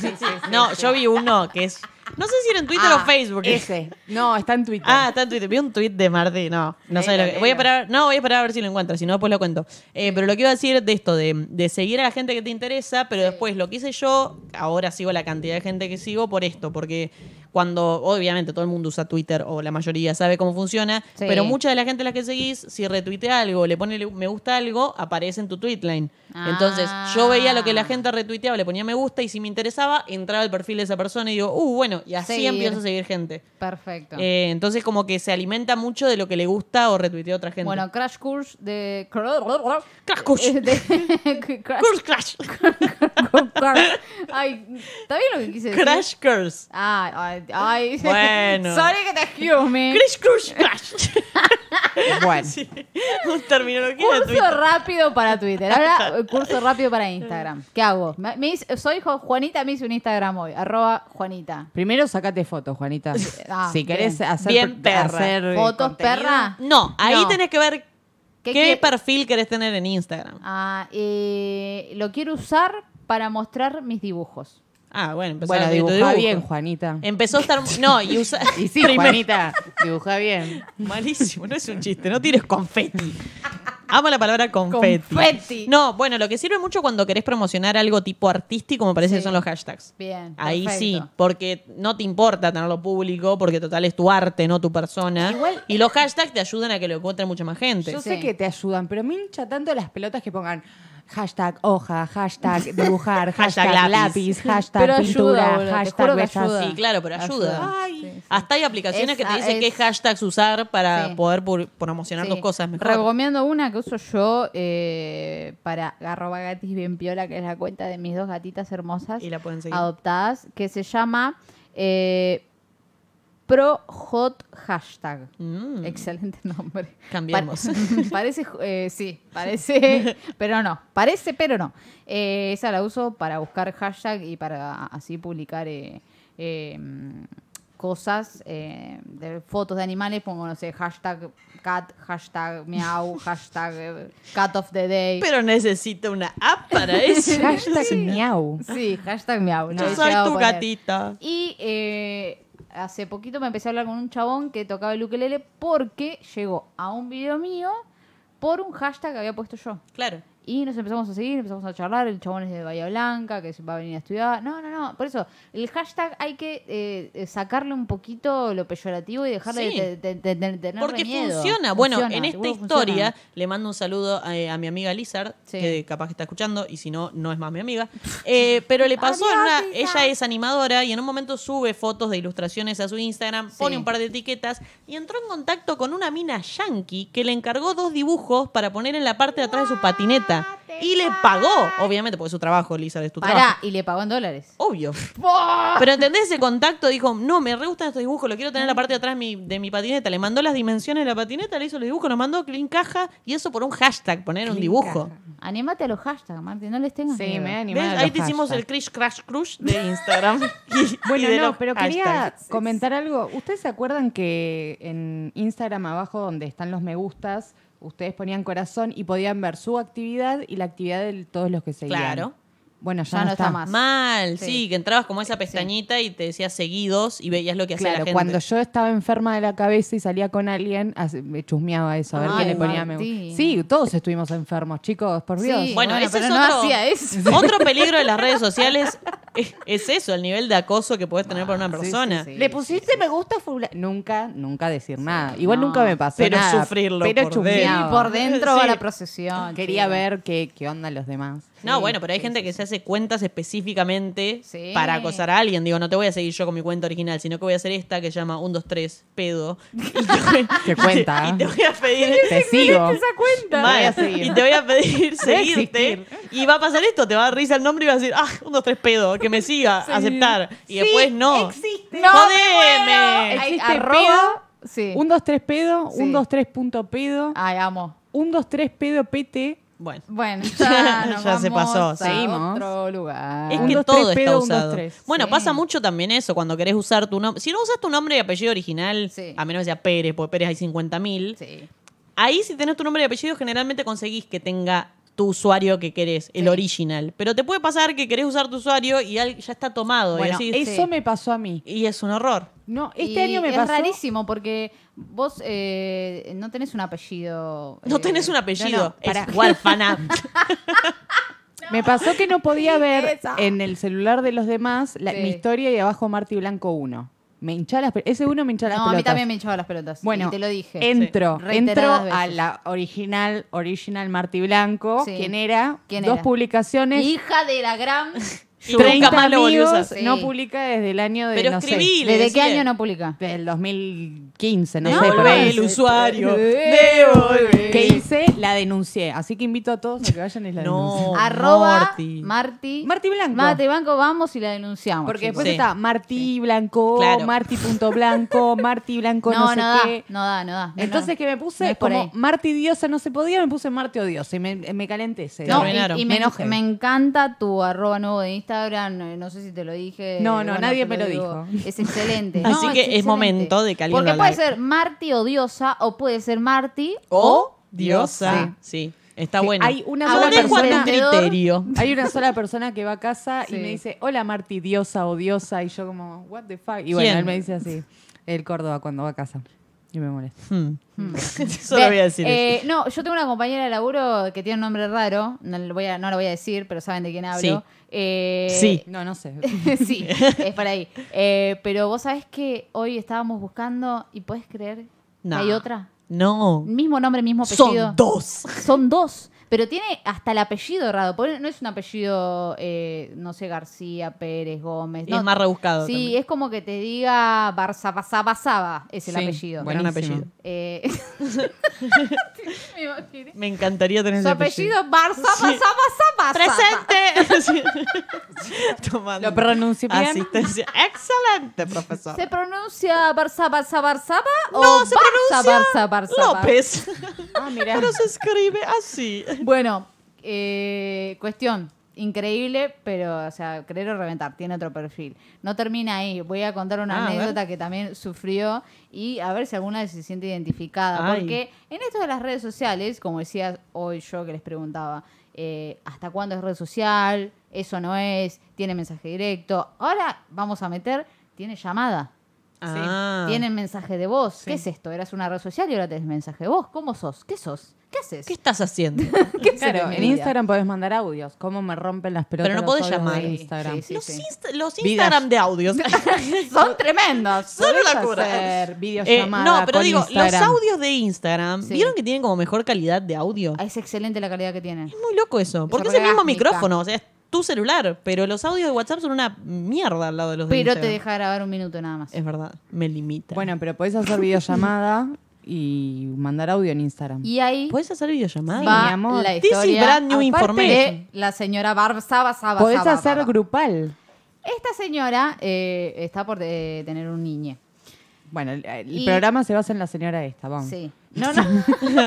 [SPEAKER 2] no, yo vi uno que es no sé si era en Twitter
[SPEAKER 3] Ah,
[SPEAKER 2] o Facebook.
[SPEAKER 3] Ese. No, está en Twitter.
[SPEAKER 2] Ah, está en Twitter. Vi un tweet de Martí. No, no sé lo
[SPEAKER 3] Léelo,
[SPEAKER 2] que. Voy a
[SPEAKER 3] léelo.
[SPEAKER 2] esperar. No, voy a esperar a ver si lo encuentro. Si no, después lo cuento. Eh, pero lo que iba a decir de esto, de, de seguir a la gente que te interesa, pero después lo que hice yo, ahora sigo la cantidad de gente que sigo por esto, porque cuando, obviamente, todo el mundo usa Twitter o la mayoría sabe cómo funciona,
[SPEAKER 1] Sí.
[SPEAKER 2] pero mucha de la gente a la que seguís, si retuitea algo, le pone le- me gusta algo, aparece en tu tweet line. Entonces, yo veía lo que la
[SPEAKER 1] Ah.
[SPEAKER 2] gente retuiteaba, le ponía me gusta y si me interesaba, entraba al perfil de esa persona y digo, uh, bueno, y así
[SPEAKER 1] Seguir.
[SPEAKER 2] empiezo a seguir gente.
[SPEAKER 1] Perfecto.
[SPEAKER 2] Eh, entonces como que se alimenta mucho de lo que le gusta o retuitea a otra gente.
[SPEAKER 1] bueno, Crash Course de... [laughs]
[SPEAKER 2] Crash Course.
[SPEAKER 1] de- Crash
[SPEAKER 2] Curse Crash.
[SPEAKER 1] Ay, ¿está bien lo que quise decir?
[SPEAKER 2] Crash Curse.
[SPEAKER 1] Ah, ay, ay. [laughs]
[SPEAKER 2] Bueno.
[SPEAKER 1] Sorry que te excuse me.
[SPEAKER 2] Crash Curse Crash. [laughs]
[SPEAKER 3] bueno.
[SPEAKER 2] Sí. Un terminología de
[SPEAKER 1] Curso
[SPEAKER 2] Twitter.
[SPEAKER 1] rápido para Twitter.
[SPEAKER 2] [laughs]
[SPEAKER 1] Ahora, eh, curso rápido para Instagram. ¿Qué hago? Me- me hice- soy Jo- Juanita, me hice un Instagram hoy. Arroba Juanita.
[SPEAKER 3] Primero sacate fotos,
[SPEAKER 2] [laughs]
[SPEAKER 3] Juanita.
[SPEAKER 1] Ah,
[SPEAKER 3] si querés
[SPEAKER 1] bien.
[SPEAKER 3] hacer,
[SPEAKER 2] Bien perra.
[SPEAKER 3] hacer, eh,
[SPEAKER 1] Fotos,
[SPEAKER 3] contenido,
[SPEAKER 1] perra.
[SPEAKER 2] No, ahí
[SPEAKER 1] No.
[SPEAKER 2] tenés que ver
[SPEAKER 1] ¿Qué
[SPEAKER 2] qué,
[SPEAKER 1] quiere-
[SPEAKER 2] perfil querés tener en Instagram.
[SPEAKER 1] Ah, eh, lo quiero usar para mostrar mis dibujos.
[SPEAKER 2] Ah, bueno, empezó
[SPEAKER 3] Bueno,
[SPEAKER 2] a dibujar
[SPEAKER 3] dibujá bien, Juanita.
[SPEAKER 2] Empezó a estar... No, y usa...
[SPEAKER 3] [laughs]
[SPEAKER 2] [laughs]
[SPEAKER 3] Y sí,
[SPEAKER 2] Primero-
[SPEAKER 3] Juanita, dibujá bien.
[SPEAKER 2] Malísimo, no es un chiste, no tires confeti. Amo la palabra confeti.
[SPEAKER 1] Confeti.
[SPEAKER 2] No, bueno, lo que sirve mucho cuando querés promocionar algo tipo artístico, me parece que son los hashtags.
[SPEAKER 1] Bien,
[SPEAKER 2] Ahí
[SPEAKER 1] perfecto.
[SPEAKER 2] sí, porque no te importa tenerlo público, porque total es tu arte, no tu persona. y los hashtags te ayudan a que lo encuentre mucha más gente.
[SPEAKER 3] Yo
[SPEAKER 1] Sí.
[SPEAKER 3] sé que te ayudan, pero me hincha tanto las pelotas que pongan hashtag hoja, hashtag dibujar, [laughs] hashtag,
[SPEAKER 2] Hashtag lápiz.
[SPEAKER 3] lápiz, hashtag
[SPEAKER 1] Pero ayuda,
[SPEAKER 3] pintura,
[SPEAKER 1] boludo, te juro
[SPEAKER 3] hashtag
[SPEAKER 1] que
[SPEAKER 3] besas.
[SPEAKER 1] ayuda.
[SPEAKER 2] Sí, claro, pero ayuda.
[SPEAKER 3] Ay,
[SPEAKER 2] Hasta hay aplicaciones que te
[SPEAKER 1] Esa
[SPEAKER 2] dicen qué
[SPEAKER 1] es-
[SPEAKER 2] hashtags usar para
[SPEAKER 1] Sí.
[SPEAKER 2] poder pu- promocionar
[SPEAKER 1] Sí.
[SPEAKER 2] dos cosas mejor.
[SPEAKER 1] Recomiendo una que uso yo eh, para arroba gatis bien piola, que es la cuenta de mis dos gatitas hermosas
[SPEAKER 2] Y la pueden seguir.
[SPEAKER 1] adoptadas, que se llama eh, Pro Hot Hashtag.
[SPEAKER 2] Mm.
[SPEAKER 1] Excelente [laughs] nombre.
[SPEAKER 2] Cambiemos.
[SPEAKER 1] Pa- [laughs] parece, ju- eh, sí, parece, [laughs] pero no. Parece, pero no. Eh, esa la uso para buscar hashtag y para así publicar eh, eh, mm, cosas, eh, de fotos de animales. Pongo, no sé, hashtag cat, hashtag
[SPEAKER 2] [laughs]
[SPEAKER 1] meow, hashtag eh, cat of the day.
[SPEAKER 2] Pero necesito una
[SPEAKER 1] [laughs]
[SPEAKER 2] app para eso.
[SPEAKER 3] Hashtag miau.
[SPEAKER 1] sí, hashtag meow. no,
[SPEAKER 2] Yo
[SPEAKER 1] he
[SPEAKER 2] soy
[SPEAKER 1] llegado a
[SPEAKER 2] tu
[SPEAKER 1] poner.
[SPEAKER 2] gatita.
[SPEAKER 1] Y eh, hace poquito me empecé a hablar con un chabón que tocaba el ukelele porque llegó a un video mío por un hashtag que había puesto yo.
[SPEAKER 2] Claro.
[SPEAKER 1] Y nos empezamos a seguir, empezamos a charlar. El chabón es de Bahía Blanca, que va a venir a estudiar. No, no, no. Por eso, el hashtag hay que eh, eh, sacarle un poquito lo peyorativo y dejarle
[SPEAKER 2] Sí.
[SPEAKER 1] de, te- te- te- te- tener
[SPEAKER 2] Porque
[SPEAKER 1] miedo.
[SPEAKER 2] funciona. Bueno,
[SPEAKER 1] Funciona,
[SPEAKER 2] en esta
[SPEAKER 1] seguro
[SPEAKER 2] historia
[SPEAKER 1] funciona.
[SPEAKER 2] le mando un saludo a, a mi amiga Lizard,
[SPEAKER 1] Sí.
[SPEAKER 2] que capaz que está escuchando, y si no, no es más mi amiga. [laughs] Eh,
[SPEAKER 1] [laughs]
[SPEAKER 2] pero le pasó, en una- ella es animadora y en un momento sube fotos de ilustraciones a su Instagram, pone un par de etiquetas y entró en contacto con una mina yankee que le encargó dos dibujos para poner en la parte de atrás de su patineta. Y le pagó, obviamente, porque es su trabajo, Lizard, es
[SPEAKER 1] Ah,
[SPEAKER 2] tu
[SPEAKER 1] Pará,
[SPEAKER 2] trabajo.
[SPEAKER 1] y le pagó en dólares.
[SPEAKER 2] Obvio. Pero entendés ese contacto, dijo, no, me re gustan estos dibujos, lo quiero tener en la parte de atrás de mi, de mi patineta. Le mandó las dimensiones de la patineta, le hizo los dibujos, lo mandó clean caja y eso por un hashtag, poner un dibujo.
[SPEAKER 1] Animate a los hashtags, Martín, no les tengas
[SPEAKER 3] Sí,
[SPEAKER 1] miedo.
[SPEAKER 3] me
[SPEAKER 2] ¿Ves?
[SPEAKER 3] animé.
[SPEAKER 2] Ahí te hicimos el Crash Crash Crush de Instagram. Y- y
[SPEAKER 3] Bueno,
[SPEAKER 2] de los
[SPEAKER 3] no, pero quería
[SPEAKER 2] hashtags.
[SPEAKER 3] comentar algo. ¿Ustedes se acuerdan que en Instagram abajo donde están los me gustas, ustedes ponían corazón y podían ver su actividad y la actividad de todos los que seguían?
[SPEAKER 2] Claro.
[SPEAKER 3] Bueno, ya,
[SPEAKER 1] Ya no está más.
[SPEAKER 2] Mal, sí.
[SPEAKER 1] Sí.
[SPEAKER 2] que entrabas como esa pestañita y te decías seguidos y veías lo que hacía la
[SPEAKER 3] Claro,
[SPEAKER 2] gente.
[SPEAKER 3] cuando yo estaba enferma de la cabeza y salía con alguien, hace- me chusmeaba eso, a ver
[SPEAKER 1] Ay,
[SPEAKER 3] qué le ponía me
[SPEAKER 1] Martín.
[SPEAKER 3] gusta. Sí, todos estuvimos enfermos, chicos, por Dios.
[SPEAKER 1] Sí,
[SPEAKER 2] Bueno,
[SPEAKER 1] bueno,
[SPEAKER 2] ese
[SPEAKER 1] pero
[SPEAKER 2] es
[SPEAKER 1] no
[SPEAKER 2] otro,
[SPEAKER 1] hacía eso.
[SPEAKER 2] otro peligro de las redes sociales es, es eso, el nivel de acoso que puedes tener por una
[SPEAKER 3] sí,
[SPEAKER 2] persona.
[SPEAKER 1] sí, sí.
[SPEAKER 3] Le pusiste me gusta a fula- Nunca, nunca decir nada. Igual nunca me pasó
[SPEAKER 2] Pero
[SPEAKER 3] nada.
[SPEAKER 2] sufrirlo
[SPEAKER 3] Pero
[SPEAKER 2] por
[SPEAKER 3] chusmeaba.
[SPEAKER 2] dentro.
[SPEAKER 1] Por dentro va
[SPEAKER 2] Sí.
[SPEAKER 1] la procesión.
[SPEAKER 3] Quería
[SPEAKER 1] chica. [laughs]
[SPEAKER 3] ver qué, qué onda los demás.
[SPEAKER 2] No, bueno, pero hay gente que se hace cuentas específicamente
[SPEAKER 1] Sí.
[SPEAKER 2] para acosar a alguien. Digo, no te voy a seguir yo con mi cuenta original, sino que voy a hacer esta que se llama 1, 2, 3,
[SPEAKER 3] [laughs]
[SPEAKER 2] pedo. Y te voy-
[SPEAKER 3] Qué cuenta,
[SPEAKER 2] Y te,
[SPEAKER 3] ¿eh?
[SPEAKER 2] voy a pedir.
[SPEAKER 3] Te sigo.
[SPEAKER 2] Mal.
[SPEAKER 3] Voy a seguir.
[SPEAKER 2] y te voy a pedir
[SPEAKER 3] Voy a
[SPEAKER 2] seguirte. Y va a pasar esto, te va a dar risa el nombre y vas a decir, ah, 1, 2, 3, pedo, que me siga, aceptar. Y después no.
[SPEAKER 1] No,
[SPEAKER 2] Jodeme.
[SPEAKER 1] me muero. Ay,
[SPEAKER 3] Existe
[SPEAKER 1] arroba. Sí.
[SPEAKER 3] Un, dos, tres pedo,
[SPEAKER 1] Sí. Ah.
[SPEAKER 3] un, dos, tres punto pedo,
[SPEAKER 1] Ay, amo.
[SPEAKER 3] un, dos, tres pedo PT,
[SPEAKER 2] Bueno.
[SPEAKER 1] Bueno,
[SPEAKER 3] [laughs]
[SPEAKER 1] ya, nos
[SPEAKER 2] Ya se
[SPEAKER 1] vamos
[SPEAKER 2] pasó,
[SPEAKER 1] a
[SPEAKER 3] seguimos.
[SPEAKER 1] otro lugar.
[SPEAKER 2] Es
[SPEAKER 3] Un,
[SPEAKER 2] que
[SPEAKER 3] dos,
[SPEAKER 2] todo
[SPEAKER 3] tres,
[SPEAKER 2] está
[SPEAKER 3] pedo, un, dos,
[SPEAKER 2] usado.
[SPEAKER 3] tres.
[SPEAKER 2] Bueno,
[SPEAKER 1] Sí.
[SPEAKER 2] pasa mucho también eso cuando querés usar tu nombre. Si no usas tu nombre y apellido original,
[SPEAKER 1] Sí.
[SPEAKER 2] a menos que sea Pérez, porque Pérez hay 50.000.
[SPEAKER 1] Sí.
[SPEAKER 2] Ahí si tenés tu nombre y apellido, generalmente conseguís que tenga tu usuario que querés, el
[SPEAKER 1] Sí.
[SPEAKER 2] original. Pero te puede pasar que querés usar tu usuario y al- ya está tomado.
[SPEAKER 1] Bueno,
[SPEAKER 2] y, decís-
[SPEAKER 3] Eso
[SPEAKER 1] Sí.
[SPEAKER 3] me pasó a mí.
[SPEAKER 2] y es un horror.
[SPEAKER 3] No, este
[SPEAKER 1] Y
[SPEAKER 3] año me
[SPEAKER 1] es
[SPEAKER 3] pasó.
[SPEAKER 1] rarísimo porque vos eh, no tenés un apellido.
[SPEAKER 2] No
[SPEAKER 1] eh,
[SPEAKER 2] tenés un apellido.
[SPEAKER 1] no, no,
[SPEAKER 2] es
[SPEAKER 1] pará.
[SPEAKER 2] Walfana.
[SPEAKER 3] Me pasó que
[SPEAKER 1] [laughs]
[SPEAKER 3] no podía ver
[SPEAKER 1] esa.
[SPEAKER 3] en el celular de los demás la-
[SPEAKER 1] Sí.
[SPEAKER 3] mi historia y abajo Marty Blanco 1. Me hinchaba las pe- Ese uno me hinchaba las
[SPEAKER 1] No, a
[SPEAKER 3] pelotas.
[SPEAKER 1] mí también me hinchaba las pelotas.
[SPEAKER 3] Bueno,
[SPEAKER 1] y te lo dije.
[SPEAKER 3] entro,
[SPEAKER 1] Sí.
[SPEAKER 3] entro
[SPEAKER 1] Reiteradas
[SPEAKER 3] a
[SPEAKER 1] veces.
[SPEAKER 3] la original, original Marty Blanco,
[SPEAKER 1] Sí.
[SPEAKER 3] quien era,
[SPEAKER 1] ¿Quién
[SPEAKER 3] dos
[SPEAKER 1] era?
[SPEAKER 3] publicaciones,
[SPEAKER 1] Hija de la
[SPEAKER 3] [laughs]
[SPEAKER 1] gran.
[SPEAKER 2] Y nunca
[SPEAKER 3] 30
[SPEAKER 2] más lo volví a usar.
[SPEAKER 3] amigos,
[SPEAKER 1] usar.
[SPEAKER 3] no
[SPEAKER 1] Sí.
[SPEAKER 3] publica desde el año de,
[SPEAKER 2] Pero
[SPEAKER 3] no sé,
[SPEAKER 2] escribí, le
[SPEAKER 1] ¿Desde qué
[SPEAKER 2] decía,
[SPEAKER 1] año no publica?
[SPEAKER 3] del 2015, no, sé, por
[SPEAKER 2] Devolvé
[SPEAKER 3] ahí.
[SPEAKER 2] el usuario.
[SPEAKER 1] Devolvé.
[SPEAKER 2] Devolvé.
[SPEAKER 3] ¿Qué hice? La denuncié, así que invito a todos a que vayan y la denuncien.
[SPEAKER 2] No.
[SPEAKER 1] Arroba
[SPEAKER 2] Marti.
[SPEAKER 1] Marti.
[SPEAKER 3] Marti Blanco.
[SPEAKER 1] Marti Blanco, vamos y la denunciamos.
[SPEAKER 3] Porque
[SPEAKER 1] chicos.
[SPEAKER 3] después
[SPEAKER 2] Sí.
[SPEAKER 3] está Marty Blanco,
[SPEAKER 2] Claro.
[SPEAKER 3] Marty punto [laughs] Blanco, Marty Blanco no, sé
[SPEAKER 1] no,
[SPEAKER 3] qué.
[SPEAKER 1] da, no da, no da. No,
[SPEAKER 3] Entonces
[SPEAKER 1] no.
[SPEAKER 3] que me puse
[SPEAKER 1] No es por
[SPEAKER 3] como
[SPEAKER 1] ahí.
[SPEAKER 3] Marty Diosa no se podía, me puse Marty Odiosa y me, me calenté ese.
[SPEAKER 1] No,
[SPEAKER 2] Te
[SPEAKER 3] día.
[SPEAKER 2] arruinaron.
[SPEAKER 1] y, y
[SPEAKER 3] Me
[SPEAKER 1] me,
[SPEAKER 3] enojé.
[SPEAKER 1] me encanta tu arroba nuevo de Instagram. eh, No sé si te lo dije.
[SPEAKER 3] No, no, nadie
[SPEAKER 1] te
[SPEAKER 3] me lo
[SPEAKER 1] digo.
[SPEAKER 3] dijo.
[SPEAKER 1] Es
[SPEAKER 2] [laughs]
[SPEAKER 1] excelente.
[SPEAKER 2] Así
[SPEAKER 1] No,
[SPEAKER 2] que es
[SPEAKER 1] excelente.
[SPEAKER 2] momento de que alguien
[SPEAKER 1] Porque
[SPEAKER 2] lo
[SPEAKER 1] puede
[SPEAKER 2] like.
[SPEAKER 1] ser Marti odiosa o puede ser Marti
[SPEAKER 2] O diosa.
[SPEAKER 1] Sí.
[SPEAKER 2] Sí. Está
[SPEAKER 3] Que
[SPEAKER 2] bueno.
[SPEAKER 3] hay una
[SPEAKER 2] Vos
[SPEAKER 1] sola
[SPEAKER 2] dejo a tu
[SPEAKER 1] persona-
[SPEAKER 2] criterio.
[SPEAKER 3] Hay una sola persona que va a casa
[SPEAKER 1] Sí.
[SPEAKER 3] y me dice, hola Marty Diosa o Diosa, y yo como, what the fuck. Y
[SPEAKER 2] ¿Quién?
[SPEAKER 3] bueno, él me dice así, el Córdoba cuando va a casa. Y me molesta.
[SPEAKER 2] Hmm. Solo
[SPEAKER 1] Ve,
[SPEAKER 2] voy a decir [laughs] eso.
[SPEAKER 1] eh, no, yo tengo una compañera de laburo que tiene un nombre raro. No lo voy a, no lo voy a decir, pero saben de quién hablo.
[SPEAKER 2] Sí.
[SPEAKER 1] Eh,
[SPEAKER 2] Sí.
[SPEAKER 3] No, no [laughs] sé.
[SPEAKER 1] [laughs]
[SPEAKER 2] [laughs]
[SPEAKER 1] sí, es para ahí. Eh, pero vos sabés que hoy estábamos buscando, y puedes creer, que
[SPEAKER 2] No.
[SPEAKER 1] hay otra.
[SPEAKER 2] No.
[SPEAKER 1] Mismo nombre, mismo apellido.
[SPEAKER 2] Son dos.
[SPEAKER 1] Son dos. Pero tiene hasta el apellido errado. porque No es un apellido, eh, no sé, García, Pérez, Gómez.
[SPEAKER 2] Es
[SPEAKER 1] no.
[SPEAKER 2] más rebuscado
[SPEAKER 1] Sí,
[SPEAKER 2] también.
[SPEAKER 1] es como que te diga Barzabasaba, es el
[SPEAKER 2] Sí,
[SPEAKER 1] apellido.
[SPEAKER 2] Gran
[SPEAKER 3] Buenísimo.
[SPEAKER 2] apellido.
[SPEAKER 1] Eh, [laughs] me imaginé.
[SPEAKER 2] Me encantaría tener
[SPEAKER 1] Su
[SPEAKER 2] ese
[SPEAKER 1] apellido Barzabasaba.
[SPEAKER 2] ¡Presente! [laughs] Tomando
[SPEAKER 3] Lo pronuncio bien.
[SPEAKER 2] Asistencia. ¡Excelente, profesor!
[SPEAKER 1] ¿Se Oh, pronuncia Barzabasaba o
[SPEAKER 2] no, se
[SPEAKER 1] Barza,
[SPEAKER 2] pronuncia
[SPEAKER 1] Barza, Barzaba?
[SPEAKER 2] López.
[SPEAKER 1] Ah, mirá.
[SPEAKER 2] Pero se escribe así.
[SPEAKER 1] Bueno, eh, cuestión. Increíble, pero, o sea, creer o reventar, tiene otro perfil. No termina ahí. Voy a contar
[SPEAKER 2] Ah,
[SPEAKER 1] una
[SPEAKER 2] a ver.
[SPEAKER 1] anécdota que también sufrió y a ver si alguna se siente identificada.
[SPEAKER 2] Ay.
[SPEAKER 1] Porque en esto de las redes sociales, como decía hoy yo que les preguntaba, eh, ¿hasta cuándo es red social? ¿Eso no es? ¿Tiene mensaje directo? Ahora vamos a meter, tiene llamada.
[SPEAKER 2] Ah.
[SPEAKER 1] Tienen mensaje de voz. ¿Qué es esto? Eras una red social y ahora tenés mensaje de voz. ¿Cómo sos? ¿Qué sos? ¿Qué haces?
[SPEAKER 2] ¿Qué [laughs] estás haciendo?
[SPEAKER 1] ¿Qué haces de
[SPEAKER 3] Claro,
[SPEAKER 1] mi
[SPEAKER 3] en
[SPEAKER 1] vida?
[SPEAKER 3] Instagram podés mandar audios. ¿Cómo me rompen las pelotas?
[SPEAKER 2] Pero no
[SPEAKER 3] los
[SPEAKER 2] podés
[SPEAKER 3] audios de
[SPEAKER 2] llamar. Sí,
[SPEAKER 3] Instagram.
[SPEAKER 1] sí,
[SPEAKER 2] los,
[SPEAKER 1] sí.
[SPEAKER 2] insta- los
[SPEAKER 3] Vidas.
[SPEAKER 2] Instagram
[SPEAKER 1] [laughs]
[SPEAKER 2] de audios. Eh,
[SPEAKER 1] Son tremendos.
[SPEAKER 2] Son
[SPEAKER 1] Podés
[SPEAKER 2] una locura.
[SPEAKER 1] hacer-
[SPEAKER 3] Hacer
[SPEAKER 2] Eh,
[SPEAKER 3] videollamada
[SPEAKER 2] no, pero
[SPEAKER 3] con
[SPEAKER 2] digo, los
[SPEAKER 3] Instagram.
[SPEAKER 2] audios de Instagram,
[SPEAKER 1] Sí.
[SPEAKER 2] ¿vieron que tienen como mejor calidad de audio?
[SPEAKER 1] Es excelente la calidad que tienen.
[SPEAKER 2] Es muy loco eso. Porque es
[SPEAKER 1] re
[SPEAKER 2] el mismo
[SPEAKER 1] gásmica.
[SPEAKER 2] micrófono, o sea, es tu celular. Pero los audios de WhatsApp son una mierda al lado de los de
[SPEAKER 1] Pero te
[SPEAKER 2] Instagram.
[SPEAKER 1] deja grabar un minuto nada más.
[SPEAKER 2] Es verdad, me limita.
[SPEAKER 3] Bueno, pero podés hacer videollamada y mandar audio en Instagram.
[SPEAKER 1] Y ahí
[SPEAKER 2] ¿Puedes hacer videollamada?
[SPEAKER 1] va
[SPEAKER 3] mi amor.
[SPEAKER 1] la
[SPEAKER 2] This is
[SPEAKER 1] historia
[SPEAKER 2] brand new
[SPEAKER 1] aparte
[SPEAKER 2] information.
[SPEAKER 1] de la señora Barb Saba Saba
[SPEAKER 3] podés
[SPEAKER 1] Saba,
[SPEAKER 3] hacer
[SPEAKER 1] Saba.
[SPEAKER 3] grupal.
[SPEAKER 1] Esta señora eh, está por eh, tener un niño.
[SPEAKER 3] Bueno, el, el
[SPEAKER 1] Y-
[SPEAKER 3] programa se basa en la señora esta,
[SPEAKER 2] Oh.
[SPEAKER 3] vamos.
[SPEAKER 1] Sí. No,
[SPEAKER 2] [laughs]
[SPEAKER 1] no.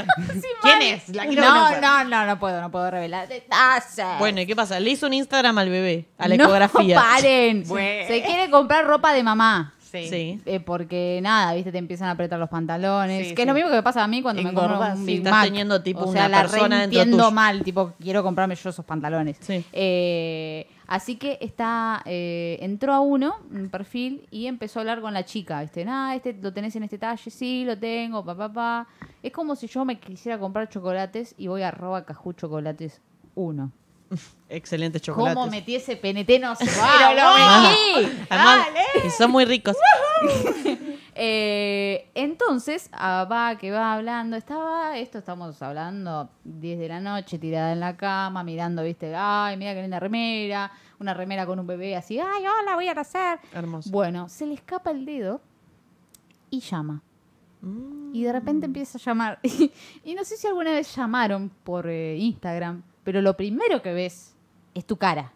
[SPEAKER 1] ¿Quién es? no, no, no, no puedo, no puedo revelar detalles.
[SPEAKER 2] Bueno, ¿y qué pasa? Le hizo un Instagram al bebé, a la
[SPEAKER 1] no,
[SPEAKER 2] ecografía.
[SPEAKER 1] paren.
[SPEAKER 3] Bueno.
[SPEAKER 1] Se quiere comprar ropa de mamá.
[SPEAKER 2] Sí.
[SPEAKER 1] Eh, porque nada, viste, te empiezan a apretar los pantalones.
[SPEAKER 3] Sí,
[SPEAKER 1] que es
[SPEAKER 3] sí.
[SPEAKER 1] lo mismo que me pasa a mí cuando me
[SPEAKER 3] Engordás,
[SPEAKER 1] compro
[SPEAKER 3] sí.
[SPEAKER 1] un Big
[SPEAKER 2] Estás
[SPEAKER 1] Mac.
[SPEAKER 2] teniendo, tipo,
[SPEAKER 1] o sea,
[SPEAKER 2] una
[SPEAKER 1] la
[SPEAKER 2] persona dentro
[SPEAKER 1] entiendo
[SPEAKER 2] tuyo.
[SPEAKER 1] mal, tipo, quiero comprarme yo esos pantalones.
[SPEAKER 2] Sí.
[SPEAKER 1] Eh, así que está, eh, entró a uno, un perfil, y empezó a hablar con la chica, viste, ah, este lo tenés en este talle, sí, lo tengo, pa, pa, pa. Es como si yo me quisiera comprar chocolates y voy a arroba cajú chocolates 1.
[SPEAKER 2] Excelente chocolate.
[SPEAKER 1] ¿Cómo metí ese PNT? No sé, pero lo
[SPEAKER 2] Ah,
[SPEAKER 1] metí.
[SPEAKER 2] Además, y son muy ricos.
[SPEAKER 1] Eh, entonces, ah, va que va hablando, estaba, esto estamos hablando 10 de la noche, tirada en la cama, mirando, viste, ay, mira qué linda remera, una remera con un bebé así, ay, hola, voy a nacer.
[SPEAKER 2] Hermoso.
[SPEAKER 1] Bueno, se le escapa el dedo y llama. Y de repente
[SPEAKER 2] Mm.
[SPEAKER 1] empieza a llamar. [laughs] Y, no sé si alguna vez llamaron por eh, Instagram, pero lo primero que ves es tu cara.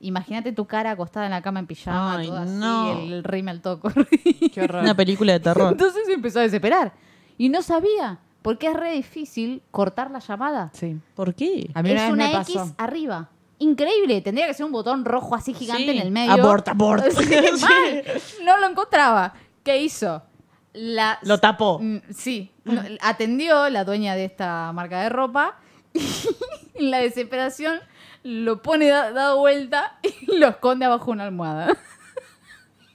[SPEAKER 1] Imagínate tu cara acostada en la cama en pijama,
[SPEAKER 2] Ay,
[SPEAKER 1] toda
[SPEAKER 2] no.
[SPEAKER 1] así, el, el rímel
[SPEAKER 2] [laughs]
[SPEAKER 1] todo corrido.
[SPEAKER 3] Qué horror.
[SPEAKER 2] Una película de
[SPEAKER 1] [laughs]
[SPEAKER 2] terror.
[SPEAKER 1] Entonces se empezó a desesperar. Y no sabía, porque es re difícil cortar la llamada.
[SPEAKER 3] Sí.
[SPEAKER 2] ¿Por qué?
[SPEAKER 3] A mí una
[SPEAKER 1] es
[SPEAKER 3] vez
[SPEAKER 1] una
[SPEAKER 3] me pasó.
[SPEAKER 1] X arriba. Increíble, tendría que ser un botón rojo así gigante
[SPEAKER 2] Sí.
[SPEAKER 1] en el medio.
[SPEAKER 2] Abort, abort.
[SPEAKER 1] [laughs]
[SPEAKER 2] [laughs]
[SPEAKER 3] [laughs]
[SPEAKER 1] Sí, mal. No lo encontraba. ¿Qué hizo? La,
[SPEAKER 2] Lo tapó.
[SPEAKER 1] Mm, Sí, No, atendió la dueña de esta marca de ropa [laughs] y la desesperación lo pone da- dado vuelta y lo esconde abajo de una almohada.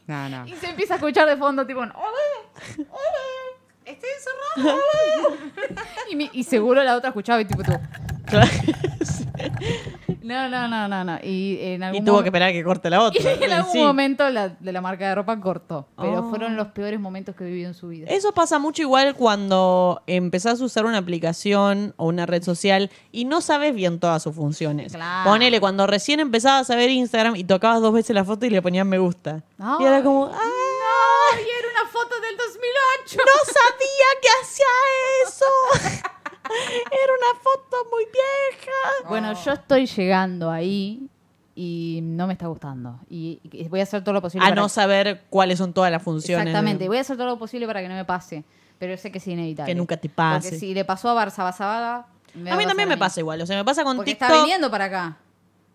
[SPEAKER 3] No, no.
[SPEAKER 1] Y se empieza a escuchar de fondo, tipo, ¡Ole! ¡Ole! este ¡Estoy encerrado! y, mi- y seguro la otra escuchaba y tipo, tú,
[SPEAKER 2] Claro.
[SPEAKER 1] no, no, no, no, no. Y en algún
[SPEAKER 2] Y tuvo
[SPEAKER 1] mo-
[SPEAKER 2] que
[SPEAKER 1] [laughs]
[SPEAKER 2] esperar a que corte la otra.
[SPEAKER 1] y en algún
[SPEAKER 2] Sí.
[SPEAKER 1] momento la de la marca de ropa cortó. Pero
[SPEAKER 2] Oh.
[SPEAKER 1] fueron los peores momentos que vivió en su vida.
[SPEAKER 2] Eso pasa mucho igual cuando empezás a usar una aplicación o una red social y no sabes bien todas sus funciones.
[SPEAKER 1] Claro.
[SPEAKER 2] Ponele, cuando recién empezabas a ver Instagram y tocabas dos veces la foto y le ponías me gusta. Y era
[SPEAKER 1] Ay,
[SPEAKER 2] como, ¡ah!
[SPEAKER 1] ¡No! Y era una foto del 2008.
[SPEAKER 2] ¡No sabía que hacía eso! [laughs] Era una foto muy vieja.
[SPEAKER 1] Bueno, yo estoy llegando ahí y no me está gustando. Y y voy a hacer todo lo posible.
[SPEAKER 2] A
[SPEAKER 1] para
[SPEAKER 2] Ah, no saber cuáles son todas las funciones.
[SPEAKER 1] Exactamente. Voy a hacer todo lo posible para que no me pase. Pero yo sé que es inevitable.
[SPEAKER 2] Que nunca te pase.
[SPEAKER 1] Porque si le pasó a Barça Basabada.
[SPEAKER 2] A mí también me pasa igual. O sea, me pasa con
[SPEAKER 1] Porque
[SPEAKER 2] TikTok.
[SPEAKER 1] está viniendo para acá.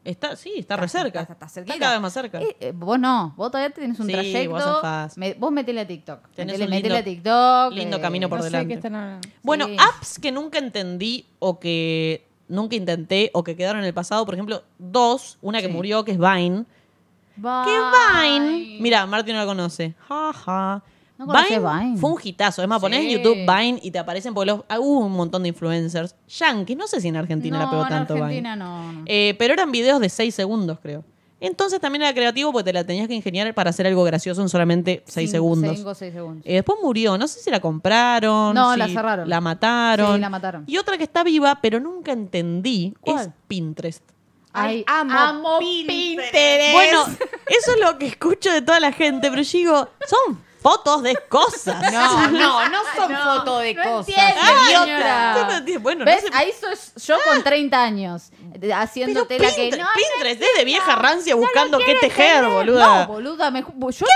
[SPEAKER 2] Está- sí, está re
[SPEAKER 1] Está-
[SPEAKER 2] cerca.
[SPEAKER 1] está- está cerquita.
[SPEAKER 2] cada vez más cerca.
[SPEAKER 1] Eh, eh, vos no. Vos todavía tenés un
[SPEAKER 2] Sí,
[SPEAKER 1] trayecto.
[SPEAKER 2] vos zafás.
[SPEAKER 1] Me- vos metele a TikTok.
[SPEAKER 2] Tenés
[SPEAKER 1] Metele,
[SPEAKER 2] un lindo-
[SPEAKER 1] metele a TikTok.
[SPEAKER 2] lindo
[SPEAKER 1] eh,
[SPEAKER 2] camino por
[SPEAKER 3] no sé
[SPEAKER 2] delante.
[SPEAKER 3] qué están hablando.
[SPEAKER 2] Bueno,
[SPEAKER 1] Sí.
[SPEAKER 2] apps que nunca entendí o que nunca intenté o que quedaron en el pasado, por ejemplo, dos, una que murió, que es Vine.
[SPEAKER 1] Bye.
[SPEAKER 2] ¡Que Vine! Mira, Martín no la conoce. Ja, ja.
[SPEAKER 1] No conocés Vine.
[SPEAKER 2] fue un hitazo. Es más, ponés en
[SPEAKER 1] Sí.
[SPEAKER 2] YouTube Vine y te aparecen porque los, ah, hubo un montón de influencers. Yankees, no sé si en Argentina
[SPEAKER 1] no,
[SPEAKER 2] la pegó tanto
[SPEAKER 1] en
[SPEAKER 2] Vine.
[SPEAKER 1] Argentina no. no.
[SPEAKER 2] Eh, pero eran videos de 6 segundos, creo. Entonces también era creativo porque te la tenías que ingeniar para hacer algo gracioso en solamente 6 segundos.
[SPEAKER 1] Cinco o seis segundos. [laughs]
[SPEAKER 2] Eh, después murió, no sé si la compraron.
[SPEAKER 1] No,
[SPEAKER 2] si
[SPEAKER 1] la cerraron.
[SPEAKER 2] La mataron.
[SPEAKER 1] Sí, la mataron.
[SPEAKER 2] Y otra que está viva, pero nunca entendí, es
[SPEAKER 1] ¿Cuál?
[SPEAKER 2] Pinterest.
[SPEAKER 1] Ay,
[SPEAKER 3] amo
[SPEAKER 1] Pinterest.
[SPEAKER 2] Bueno, eso es lo que escucho de toda la gente, pero yo digo, son fotos de cosas.
[SPEAKER 1] Ah,
[SPEAKER 3] No, no, no son fotos de
[SPEAKER 1] no
[SPEAKER 3] cosas.
[SPEAKER 1] entiendo,
[SPEAKER 3] idiota.
[SPEAKER 1] señora.
[SPEAKER 2] Yo no entiendo, bueno, no
[SPEAKER 1] ¿Ves?
[SPEAKER 2] sé- Ah.
[SPEAKER 1] Ahí sos yo con 30 años, de-
[SPEAKER 2] Pero
[SPEAKER 1] haciéndote la
[SPEAKER 2] Pinterest,
[SPEAKER 1] que... No, no,
[SPEAKER 2] Pinterest, es de vieja rancia buscando qué
[SPEAKER 1] quiero
[SPEAKER 2] tejer,
[SPEAKER 1] entender.
[SPEAKER 2] boluda.
[SPEAKER 1] No, boluda, me... ju- Yo...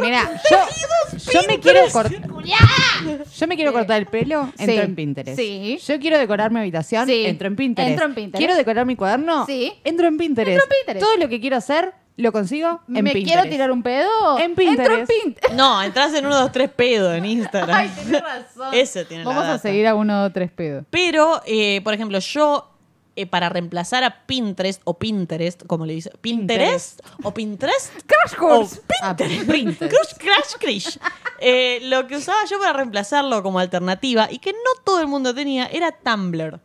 [SPEAKER 3] Mira, yo, yo me quiero cortar. Yo me quiero cortar el pelo, entro
[SPEAKER 1] Sí.
[SPEAKER 3] en Pinterest.
[SPEAKER 1] Sí.
[SPEAKER 3] Yo quiero decorar mi habitación,
[SPEAKER 1] Sí.
[SPEAKER 3] entro en Pinterest.
[SPEAKER 1] Entro en Pinterest.
[SPEAKER 3] Quiero decorar mi cuaderno,
[SPEAKER 1] Sí.
[SPEAKER 3] entro en Pinterest.
[SPEAKER 1] Entro en Pinterest.
[SPEAKER 3] Todo lo que quiero hacer lo consigo en
[SPEAKER 1] ¿Me
[SPEAKER 3] Pinterest.
[SPEAKER 1] quiero tirar un pedo?
[SPEAKER 3] En
[SPEAKER 1] Entro en
[SPEAKER 3] Pinterest.
[SPEAKER 2] [laughs]
[SPEAKER 1] Pinterest.
[SPEAKER 2] No, entras en 1, 2, 3 pedo en Instagram.
[SPEAKER 1] Ay, tenés razón.
[SPEAKER 2] Ese tiene la
[SPEAKER 1] Vamos a
[SPEAKER 2] data.
[SPEAKER 1] seguir a uno o tres pedos.
[SPEAKER 2] Pero, eh, por ejemplo, yo eh, para reemplazar a Pinterest o Pinterest, como le dice, Pinterest, o Pinterest,
[SPEAKER 3] Crash
[SPEAKER 2] Course.
[SPEAKER 1] [laughs]
[SPEAKER 3] Ah,
[SPEAKER 2] [laughs]
[SPEAKER 3] Pinterest.
[SPEAKER 2] Crush, Crash, Crash. Eh, lo que usaba yo para reemplazarlo como alternativa y que no todo el mundo tenía era Tumblr.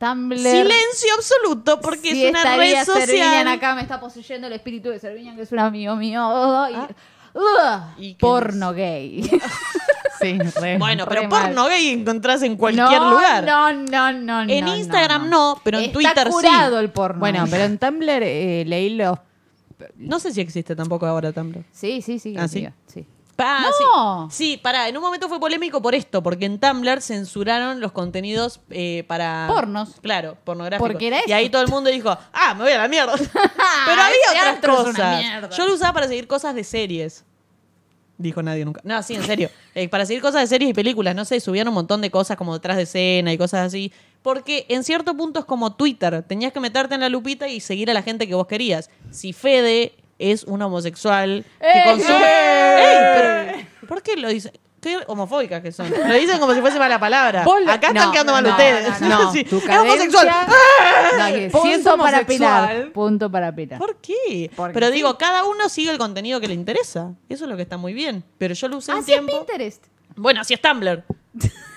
[SPEAKER 1] Tumblr.
[SPEAKER 2] Silencio absoluto porque
[SPEAKER 1] Si
[SPEAKER 2] es una
[SPEAKER 1] estaría
[SPEAKER 2] red social.
[SPEAKER 1] Servinian acá me está poseyendo el espíritu de Servinian, que es un amigo mío. oh, y- Ugh,
[SPEAKER 2] Ah. ¿Y qué
[SPEAKER 1] porno gay. [laughs]
[SPEAKER 3] Sí, re.
[SPEAKER 2] Bueno, pero
[SPEAKER 1] Re mal.
[SPEAKER 2] porno gay encontrás en cualquier
[SPEAKER 1] no,
[SPEAKER 2] lugar.
[SPEAKER 1] No, no, no.
[SPEAKER 2] En
[SPEAKER 1] no,
[SPEAKER 2] Instagram no, pero en
[SPEAKER 1] Está
[SPEAKER 2] Twitter sí.
[SPEAKER 1] curado el porno.
[SPEAKER 3] Bueno, pero en Tumblr eh, leí los...
[SPEAKER 2] No sé si existe tampoco ahora Tumblr.
[SPEAKER 1] Sí, sí, sí.
[SPEAKER 2] Ah, ¿sí?
[SPEAKER 1] amiga, sí.
[SPEAKER 2] Pa,
[SPEAKER 1] No.
[SPEAKER 2] Sí, sí, pará, en un momento fue polémico por esto, porque en Tumblr censuraron los contenidos eh, para...
[SPEAKER 1] Pornos.
[SPEAKER 2] Claro, pornográficos.
[SPEAKER 1] Porque era
[SPEAKER 2] y
[SPEAKER 1] eso.
[SPEAKER 2] ahí todo el mundo dijo, ah, me voy a
[SPEAKER 1] [laughs]
[SPEAKER 2] la mierda. Pero había
[SPEAKER 1] Ese
[SPEAKER 2] otras
[SPEAKER 1] antro Este es una
[SPEAKER 2] cosas.
[SPEAKER 1] mierda.
[SPEAKER 2] Yo lo usaba para seguir cosas de series. Dijo nadie nunca. No, sí, en serio. [laughs] Eh, para seguir cosas de series y películas, no sé, subían un montón de cosas como detrás de escena y cosas así. Porque en cierto punto es como Twitter. Tenías que meterte en la lupita y seguir a la gente que vos querías. Si Fede es un homosexual que
[SPEAKER 1] ¡Eh!
[SPEAKER 2] consume.
[SPEAKER 1] ¡Eh!
[SPEAKER 2] ¡Ey! Pero, ¿Por qué lo dicen? Qué homofóbicas que son. Lo dicen como si fuese mala palabra.
[SPEAKER 3] Vos lo-
[SPEAKER 2] Acá
[SPEAKER 3] no,
[SPEAKER 2] están quedando mal
[SPEAKER 3] no,
[SPEAKER 2] ustedes. [laughs]
[SPEAKER 3] no, no.
[SPEAKER 2] Sí,
[SPEAKER 3] Tu
[SPEAKER 2] Es homosexual.
[SPEAKER 3] cadencia-
[SPEAKER 1] [laughs] No, que
[SPEAKER 3] Punto
[SPEAKER 1] siento para Pilar.
[SPEAKER 3] homosexual.
[SPEAKER 1] Punto para Pilar.
[SPEAKER 2] Ah, ¿Por qué?
[SPEAKER 1] Porque
[SPEAKER 2] pero
[SPEAKER 1] sí.
[SPEAKER 2] digo, cada uno sigue el contenido que le interesa. Eso es lo que está muy bien. Pero yo lo usé
[SPEAKER 3] Ah,
[SPEAKER 2] un
[SPEAKER 1] Así es
[SPEAKER 2] tiempo.
[SPEAKER 1] Pinterest.
[SPEAKER 2] bueno, así es Tumblr.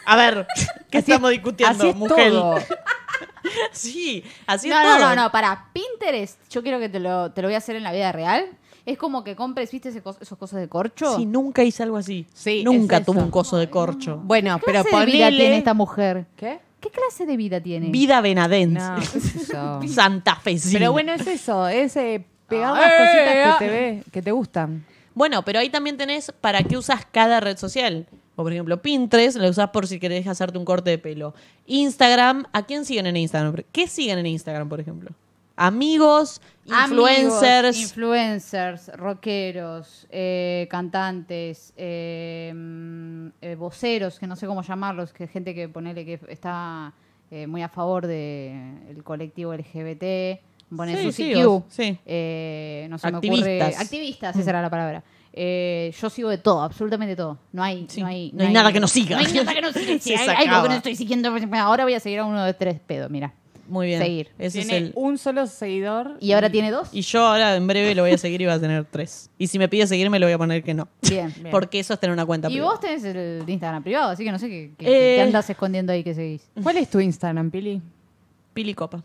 [SPEAKER 2] A [laughs] ver, ¿qué
[SPEAKER 3] Así-
[SPEAKER 2] estamos discutiendo,
[SPEAKER 3] así es
[SPEAKER 2] mujer?
[SPEAKER 3] todo.
[SPEAKER 2] [laughs] Sí, así
[SPEAKER 1] no,
[SPEAKER 2] es
[SPEAKER 1] no,
[SPEAKER 2] todo.
[SPEAKER 1] no, no, para Pinterest, yo quiero que te lo, te lo voy a hacer en la vida real. Es como que compres, ¿viste ese cos- esos cosas de corcho?
[SPEAKER 2] Sí, nunca hice algo así.
[SPEAKER 3] Sí,
[SPEAKER 2] nunca
[SPEAKER 3] es eso.
[SPEAKER 2] tuve un coso de corcho.
[SPEAKER 3] Bueno,
[SPEAKER 1] ¿Qué
[SPEAKER 3] pero
[SPEAKER 1] clase de vida tiene
[SPEAKER 3] ponele...
[SPEAKER 1] esta mujer?
[SPEAKER 3] ¿Qué?
[SPEAKER 1] ¿Qué clase de vida tiene?
[SPEAKER 2] Vida Benadense.
[SPEAKER 3] No, qué sé [laughs] yo.
[SPEAKER 2] [laughs] Santa Fe.
[SPEAKER 3] Pero bueno, es eso, es eh, pegar
[SPEAKER 1] Ah,
[SPEAKER 3] las
[SPEAKER 1] eh,
[SPEAKER 3] cositas
[SPEAKER 1] ah.
[SPEAKER 3] que te, ve, que te gustan.
[SPEAKER 2] Bueno, pero ahí también tenés para qué usas cada red social. O por ejemplo, Pinterest lo usás por si querés hacerte un corte de pelo. Instagram, ¿a quién siguen en Instagram? ¿Qué siguen en Instagram, por ejemplo? Amigos, influencers.
[SPEAKER 1] Amigos, influencers, rockeros, eh, cantantes, eh, mm, eh, voceros, que no sé cómo llamarlos, que gente que ponele que está eh, muy a favor del colectivo LGBT, pone
[SPEAKER 2] Sí,
[SPEAKER 1] su
[SPEAKER 2] sí,
[SPEAKER 1] CQ,
[SPEAKER 2] o- sí.
[SPEAKER 1] eh, no se me ocurre.
[SPEAKER 2] Activistas. Mm.
[SPEAKER 1] Activistas, esa era la palabra. Eh, yo sigo de todo, absolutamente todo. No hay,
[SPEAKER 2] Sí,
[SPEAKER 1] no hay,
[SPEAKER 2] no hay nada que nos siga.
[SPEAKER 1] No hay nada que nos
[SPEAKER 2] [laughs]
[SPEAKER 1] siga.
[SPEAKER 2] Se
[SPEAKER 1] Sí, hay
[SPEAKER 2] sacaba.
[SPEAKER 1] algo que no estoy siguiendo. Ahora voy a seguir a uno de tres pedos, mira.
[SPEAKER 2] Muy bien.
[SPEAKER 1] Seguir.
[SPEAKER 2] Ese es
[SPEAKER 3] Tiene
[SPEAKER 2] el.
[SPEAKER 3] un solo seguidor.
[SPEAKER 1] Y ahora tiene dos.
[SPEAKER 2] Y yo ahora en breve lo voy a seguir y va a tener tres. Y si me pide seguirme, le voy a poner que no. [laughs]
[SPEAKER 1] Bien.
[SPEAKER 2] Porque eso es tener una cuenta.
[SPEAKER 1] Y
[SPEAKER 2] privada.
[SPEAKER 1] vos tenés el de Instagram privado, así que no sé qué, qué- qué
[SPEAKER 2] Eh.
[SPEAKER 1] andas escondiendo ahí que seguís.
[SPEAKER 3] ¿Cuál es tu Instagram, Pili?
[SPEAKER 2] Pili Copa.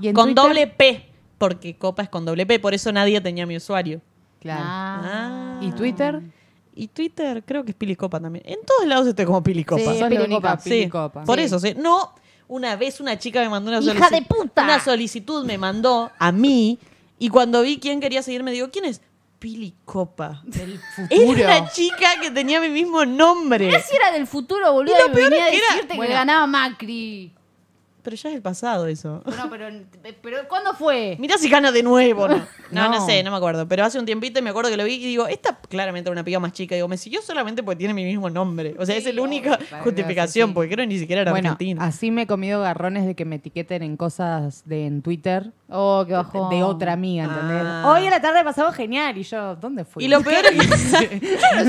[SPEAKER 3] Y en
[SPEAKER 2] Con
[SPEAKER 3] Twitter-
[SPEAKER 2] doble P. Porque Copa es con doble P. Por eso nadie tenía mi usuario.
[SPEAKER 3] Claro.
[SPEAKER 1] Ah.
[SPEAKER 3] ¿Y Twitter?
[SPEAKER 2] Y Twitter creo que es Pilicopa también. En todos lados estoy como Pilicopa.
[SPEAKER 1] Sí,
[SPEAKER 2] Sí,
[SPEAKER 1] Sos la
[SPEAKER 3] Pili
[SPEAKER 1] única.
[SPEAKER 3] Copa, Pili Copa.
[SPEAKER 2] Por
[SPEAKER 1] Sí.
[SPEAKER 2] eso, sí. no. Una vez una chica me mandó una
[SPEAKER 1] ¡Hija
[SPEAKER 2] solicitud.
[SPEAKER 1] de puta!
[SPEAKER 2] Una solicitud me mandó a mí. Y cuando vi quién quería seguir, me digo, ¿quién es? Pilicopa.
[SPEAKER 3] Del
[SPEAKER 2] Era
[SPEAKER 3] futuro.
[SPEAKER 2] una chica que tenía mi mismo nombre.
[SPEAKER 1] Casi era del futuro, boludo.
[SPEAKER 2] Y lo
[SPEAKER 1] y
[SPEAKER 2] peor
[SPEAKER 1] venía
[SPEAKER 2] es que
[SPEAKER 1] a
[SPEAKER 2] era-
[SPEAKER 1] decirte
[SPEAKER 3] Bueno.
[SPEAKER 1] que ganaba Macri.
[SPEAKER 2] Pero ya es el pasado eso.
[SPEAKER 1] Bueno, pero, pero ¿cuándo fue?
[SPEAKER 2] [laughs] Mirá si gana de nuevo. No. [laughs] No, no
[SPEAKER 3] No.
[SPEAKER 2] sé, no me acuerdo. Pero hace un tiempito y me acuerdo que lo vi y digo, esta claramente era una piba más chica. Digo, me siguió solamente porque tiene mi mismo nombre. O sea, es la única justificación, porque creo que ni siquiera era
[SPEAKER 3] Bueno,
[SPEAKER 2] argentina.
[SPEAKER 3] así me he comido garrones de que me etiqueten en cosas de en Twitter
[SPEAKER 1] Oh, qué bajón.
[SPEAKER 3] de otra amiga, ¿entendés?
[SPEAKER 2] Ah.
[SPEAKER 3] Hoy a la tarde pasamos genial y yo, ¿dónde fui?
[SPEAKER 2] Y
[SPEAKER 3] [laughs]
[SPEAKER 2] lo peor [laughs] es que.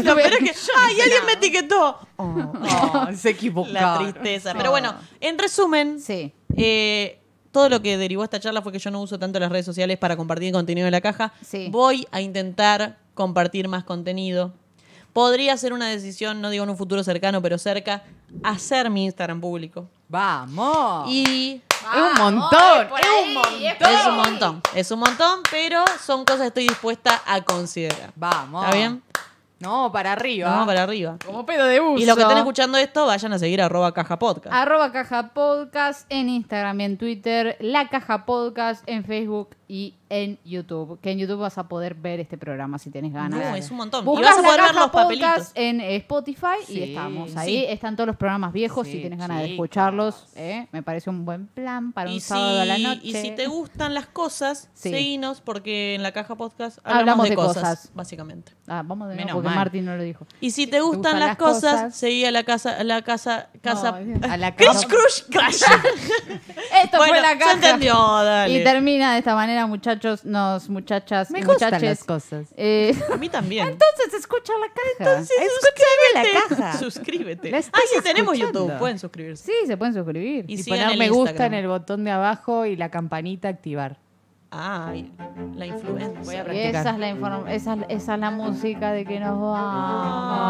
[SPEAKER 2] lo peor es que. ¡Ay, alguien me etiquetó!
[SPEAKER 3] Oh,
[SPEAKER 2] [laughs]
[SPEAKER 3] se equivocó.
[SPEAKER 2] La tristeza. Pero bueno, en resumen,
[SPEAKER 1] Sí.
[SPEAKER 2] eh, todo lo que derivó esta charla fue que yo no uso tanto las redes sociales para compartir contenido en la caja.
[SPEAKER 1] Sí.
[SPEAKER 2] Voy a intentar compartir más contenido. Podría ser una decisión, no
[SPEAKER 3] Oh.
[SPEAKER 2] digo en un futuro cercano, pero cerca, hacer mi Instagram público.
[SPEAKER 3] Vamos.
[SPEAKER 2] Y
[SPEAKER 3] es un montón.
[SPEAKER 1] por
[SPEAKER 3] es
[SPEAKER 1] ahí,
[SPEAKER 3] un
[SPEAKER 1] es
[SPEAKER 3] montón.
[SPEAKER 1] por
[SPEAKER 2] Es un montón, es un montón, pero son cosas que estoy dispuesta a considerar.
[SPEAKER 3] Vamos.
[SPEAKER 2] ¿Está bien?
[SPEAKER 3] No, para arriba.
[SPEAKER 2] Vamos para arriba.
[SPEAKER 1] Como pedo de uso.
[SPEAKER 2] Y los que están escuchando esto, vayan a seguir arroba caja podcast.
[SPEAKER 1] Arroba Caja Podcast en Instagram y en Twitter, La Caja Podcast en Facebook y en YouTube. Que en YouTube vas a poder ver este programa si tienes ganas.
[SPEAKER 2] No, Uh, es un montón.
[SPEAKER 1] Buscas
[SPEAKER 2] y vas a
[SPEAKER 1] La
[SPEAKER 2] poder ver
[SPEAKER 1] Caja
[SPEAKER 2] los papelitos.
[SPEAKER 1] Podcast en eh, Spotify
[SPEAKER 3] Sí,
[SPEAKER 1] y estamos ahí.
[SPEAKER 2] sí.
[SPEAKER 1] Están todos los programas viejos
[SPEAKER 3] Sí,
[SPEAKER 1] si tienes ganas de
[SPEAKER 3] chicos.
[SPEAKER 1] escucharlos. ¿eh? Me parece un buen plan para un
[SPEAKER 2] Y si,
[SPEAKER 1] sábado a la noche.
[SPEAKER 2] y si te gustan las cosas,
[SPEAKER 1] Sí.
[SPEAKER 2] seguinos porque en la caja podcast hablamos,
[SPEAKER 1] Hablamos
[SPEAKER 2] de,
[SPEAKER 1] de
[SPEAKER 2] cosas,
[SPEAKER 1] cosas.
[SPEAKER 2] básicamente.
[SPEAKER 1] Ah, vamos de nuevo
[SPEAKER 3] Menos
[SPEAKER 1] porque
[SPEAKER 3] mal.
[SPEAKER 1] Martín no lo dijo.
[SPEAKER 2] Y si te gustan, las cosas, seguí a la casa, a la casa, casa.
[SPEAKER 1] Ay, Dios.
[SPEAKER 2] [laughs]
[SPEAKER 3] A la
[SPEAKER 2] Crush,
[SPEAKER 3] casa.
[SPEAKER 2] crush, crush.
[SPEAKER 1] Esto
[SPEAKER 2] bueno,
[SPEAKER 1] fue La
[SPEAKER 2] se
[SPEAKER 1] Caja.
[SPEAKER 2] entendió, dale.
[SPEAKER 1] Y termina de esta manera, muchachos, nos muchachas
[SPEAKER 3] Me
[SPEAKER 1] y
[SPEAKER 3] gustan
[SPEAKER 1] muchaches.
[SPEAKER 3] las cosas.
[SPEAKER 1] Eh, [laughs]
[SPEAKER 2] A mí también.
[SPEAKER 1] entonces escucha la caja.
[SPEAKER 3] Entonces,
[SPEAKER 2] suscríbete.
[SPEAKER 3] la caja.
[SPEAKER 2] [laughs] Suscríbete.
[SPEAKER 3] La
[SPEAKER 2] Ah,
[SPEAKER 3] estoy
[SPEAKER 2] sí, tenemos
[SPEAKER 3] escuchando.
[SPEAKER 2] YouTube. Pueden suscribirse.
[SPEAKER 1] Sí, se pueden suscribir.
[SPEAKER 2] Y
[SPEAKER 3] Y,
[SPEAKER 2] sigan
[SPEAKER 3] poner
[SPEAKER 2] el
[SPEAKER 3] me gusta
[SPEAKER 2] Instagram.
[SPEAKER 3] en el botón de abajo y la campanita activar.
[SPEAKER 2] Ah, bien. la influencia.
[SPEAKER 3] Voy a
[SPEAKER 1] Y
[SPEAKER 3] practicar.
[SPEAKER 1] esa es, la inform- esa, es- esa es la música de que nos va.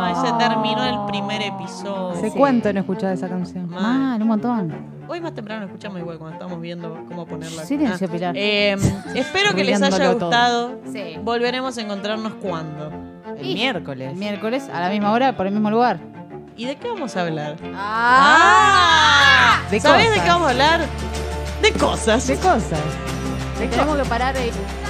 [SPEAKER 2] Ah, se terminó el primer episodio.
[SPEAKER 3] ¿Hace cuánto no escuchaba esa canción?
[SPEAKER 2] Mal.
[SPEAKER 1] Mal, un montón.
[SPEAKER 2] Hoy más temprano escuchamos igual cuando estamos viendo cómo ponerla.
[SPEAKER 1] Silencio,
[SPEAKER 2] Ah.
[SPEAKER 1] Pilar.
[SPEAKER 2] Eh, espero que les haya
[SPEAKER 3] Arruinándolo todo.
[SPEAKER 2] gustado.
[SPEAKER 1] Sí.
[SPEAKER 2] Volveremos a encontrarnos cuando.
[SPEAKER 3] El
[SPEAKER 1] Y-
[SPEAKER 3] miércoles.
[SPEAKER 1] Miércoles a la misma hora, por el mismo lugar.
[SPEAKER 2] ¿Y de qué vamos a hablar?
[SPEAKER 1] Ah.
[SPEAKER 2] ¡Ah!
[SPEAKER 3] De
[SPEAKER 2] ¿Sabés de
[SPEAKER 3] cosas.
[SPEAKER 2] qué vamos a hablar? De cosas.
[SPEAKER 3] ¿Qué cosas?
[SPEAKER 1] Tenemos que parar. eh.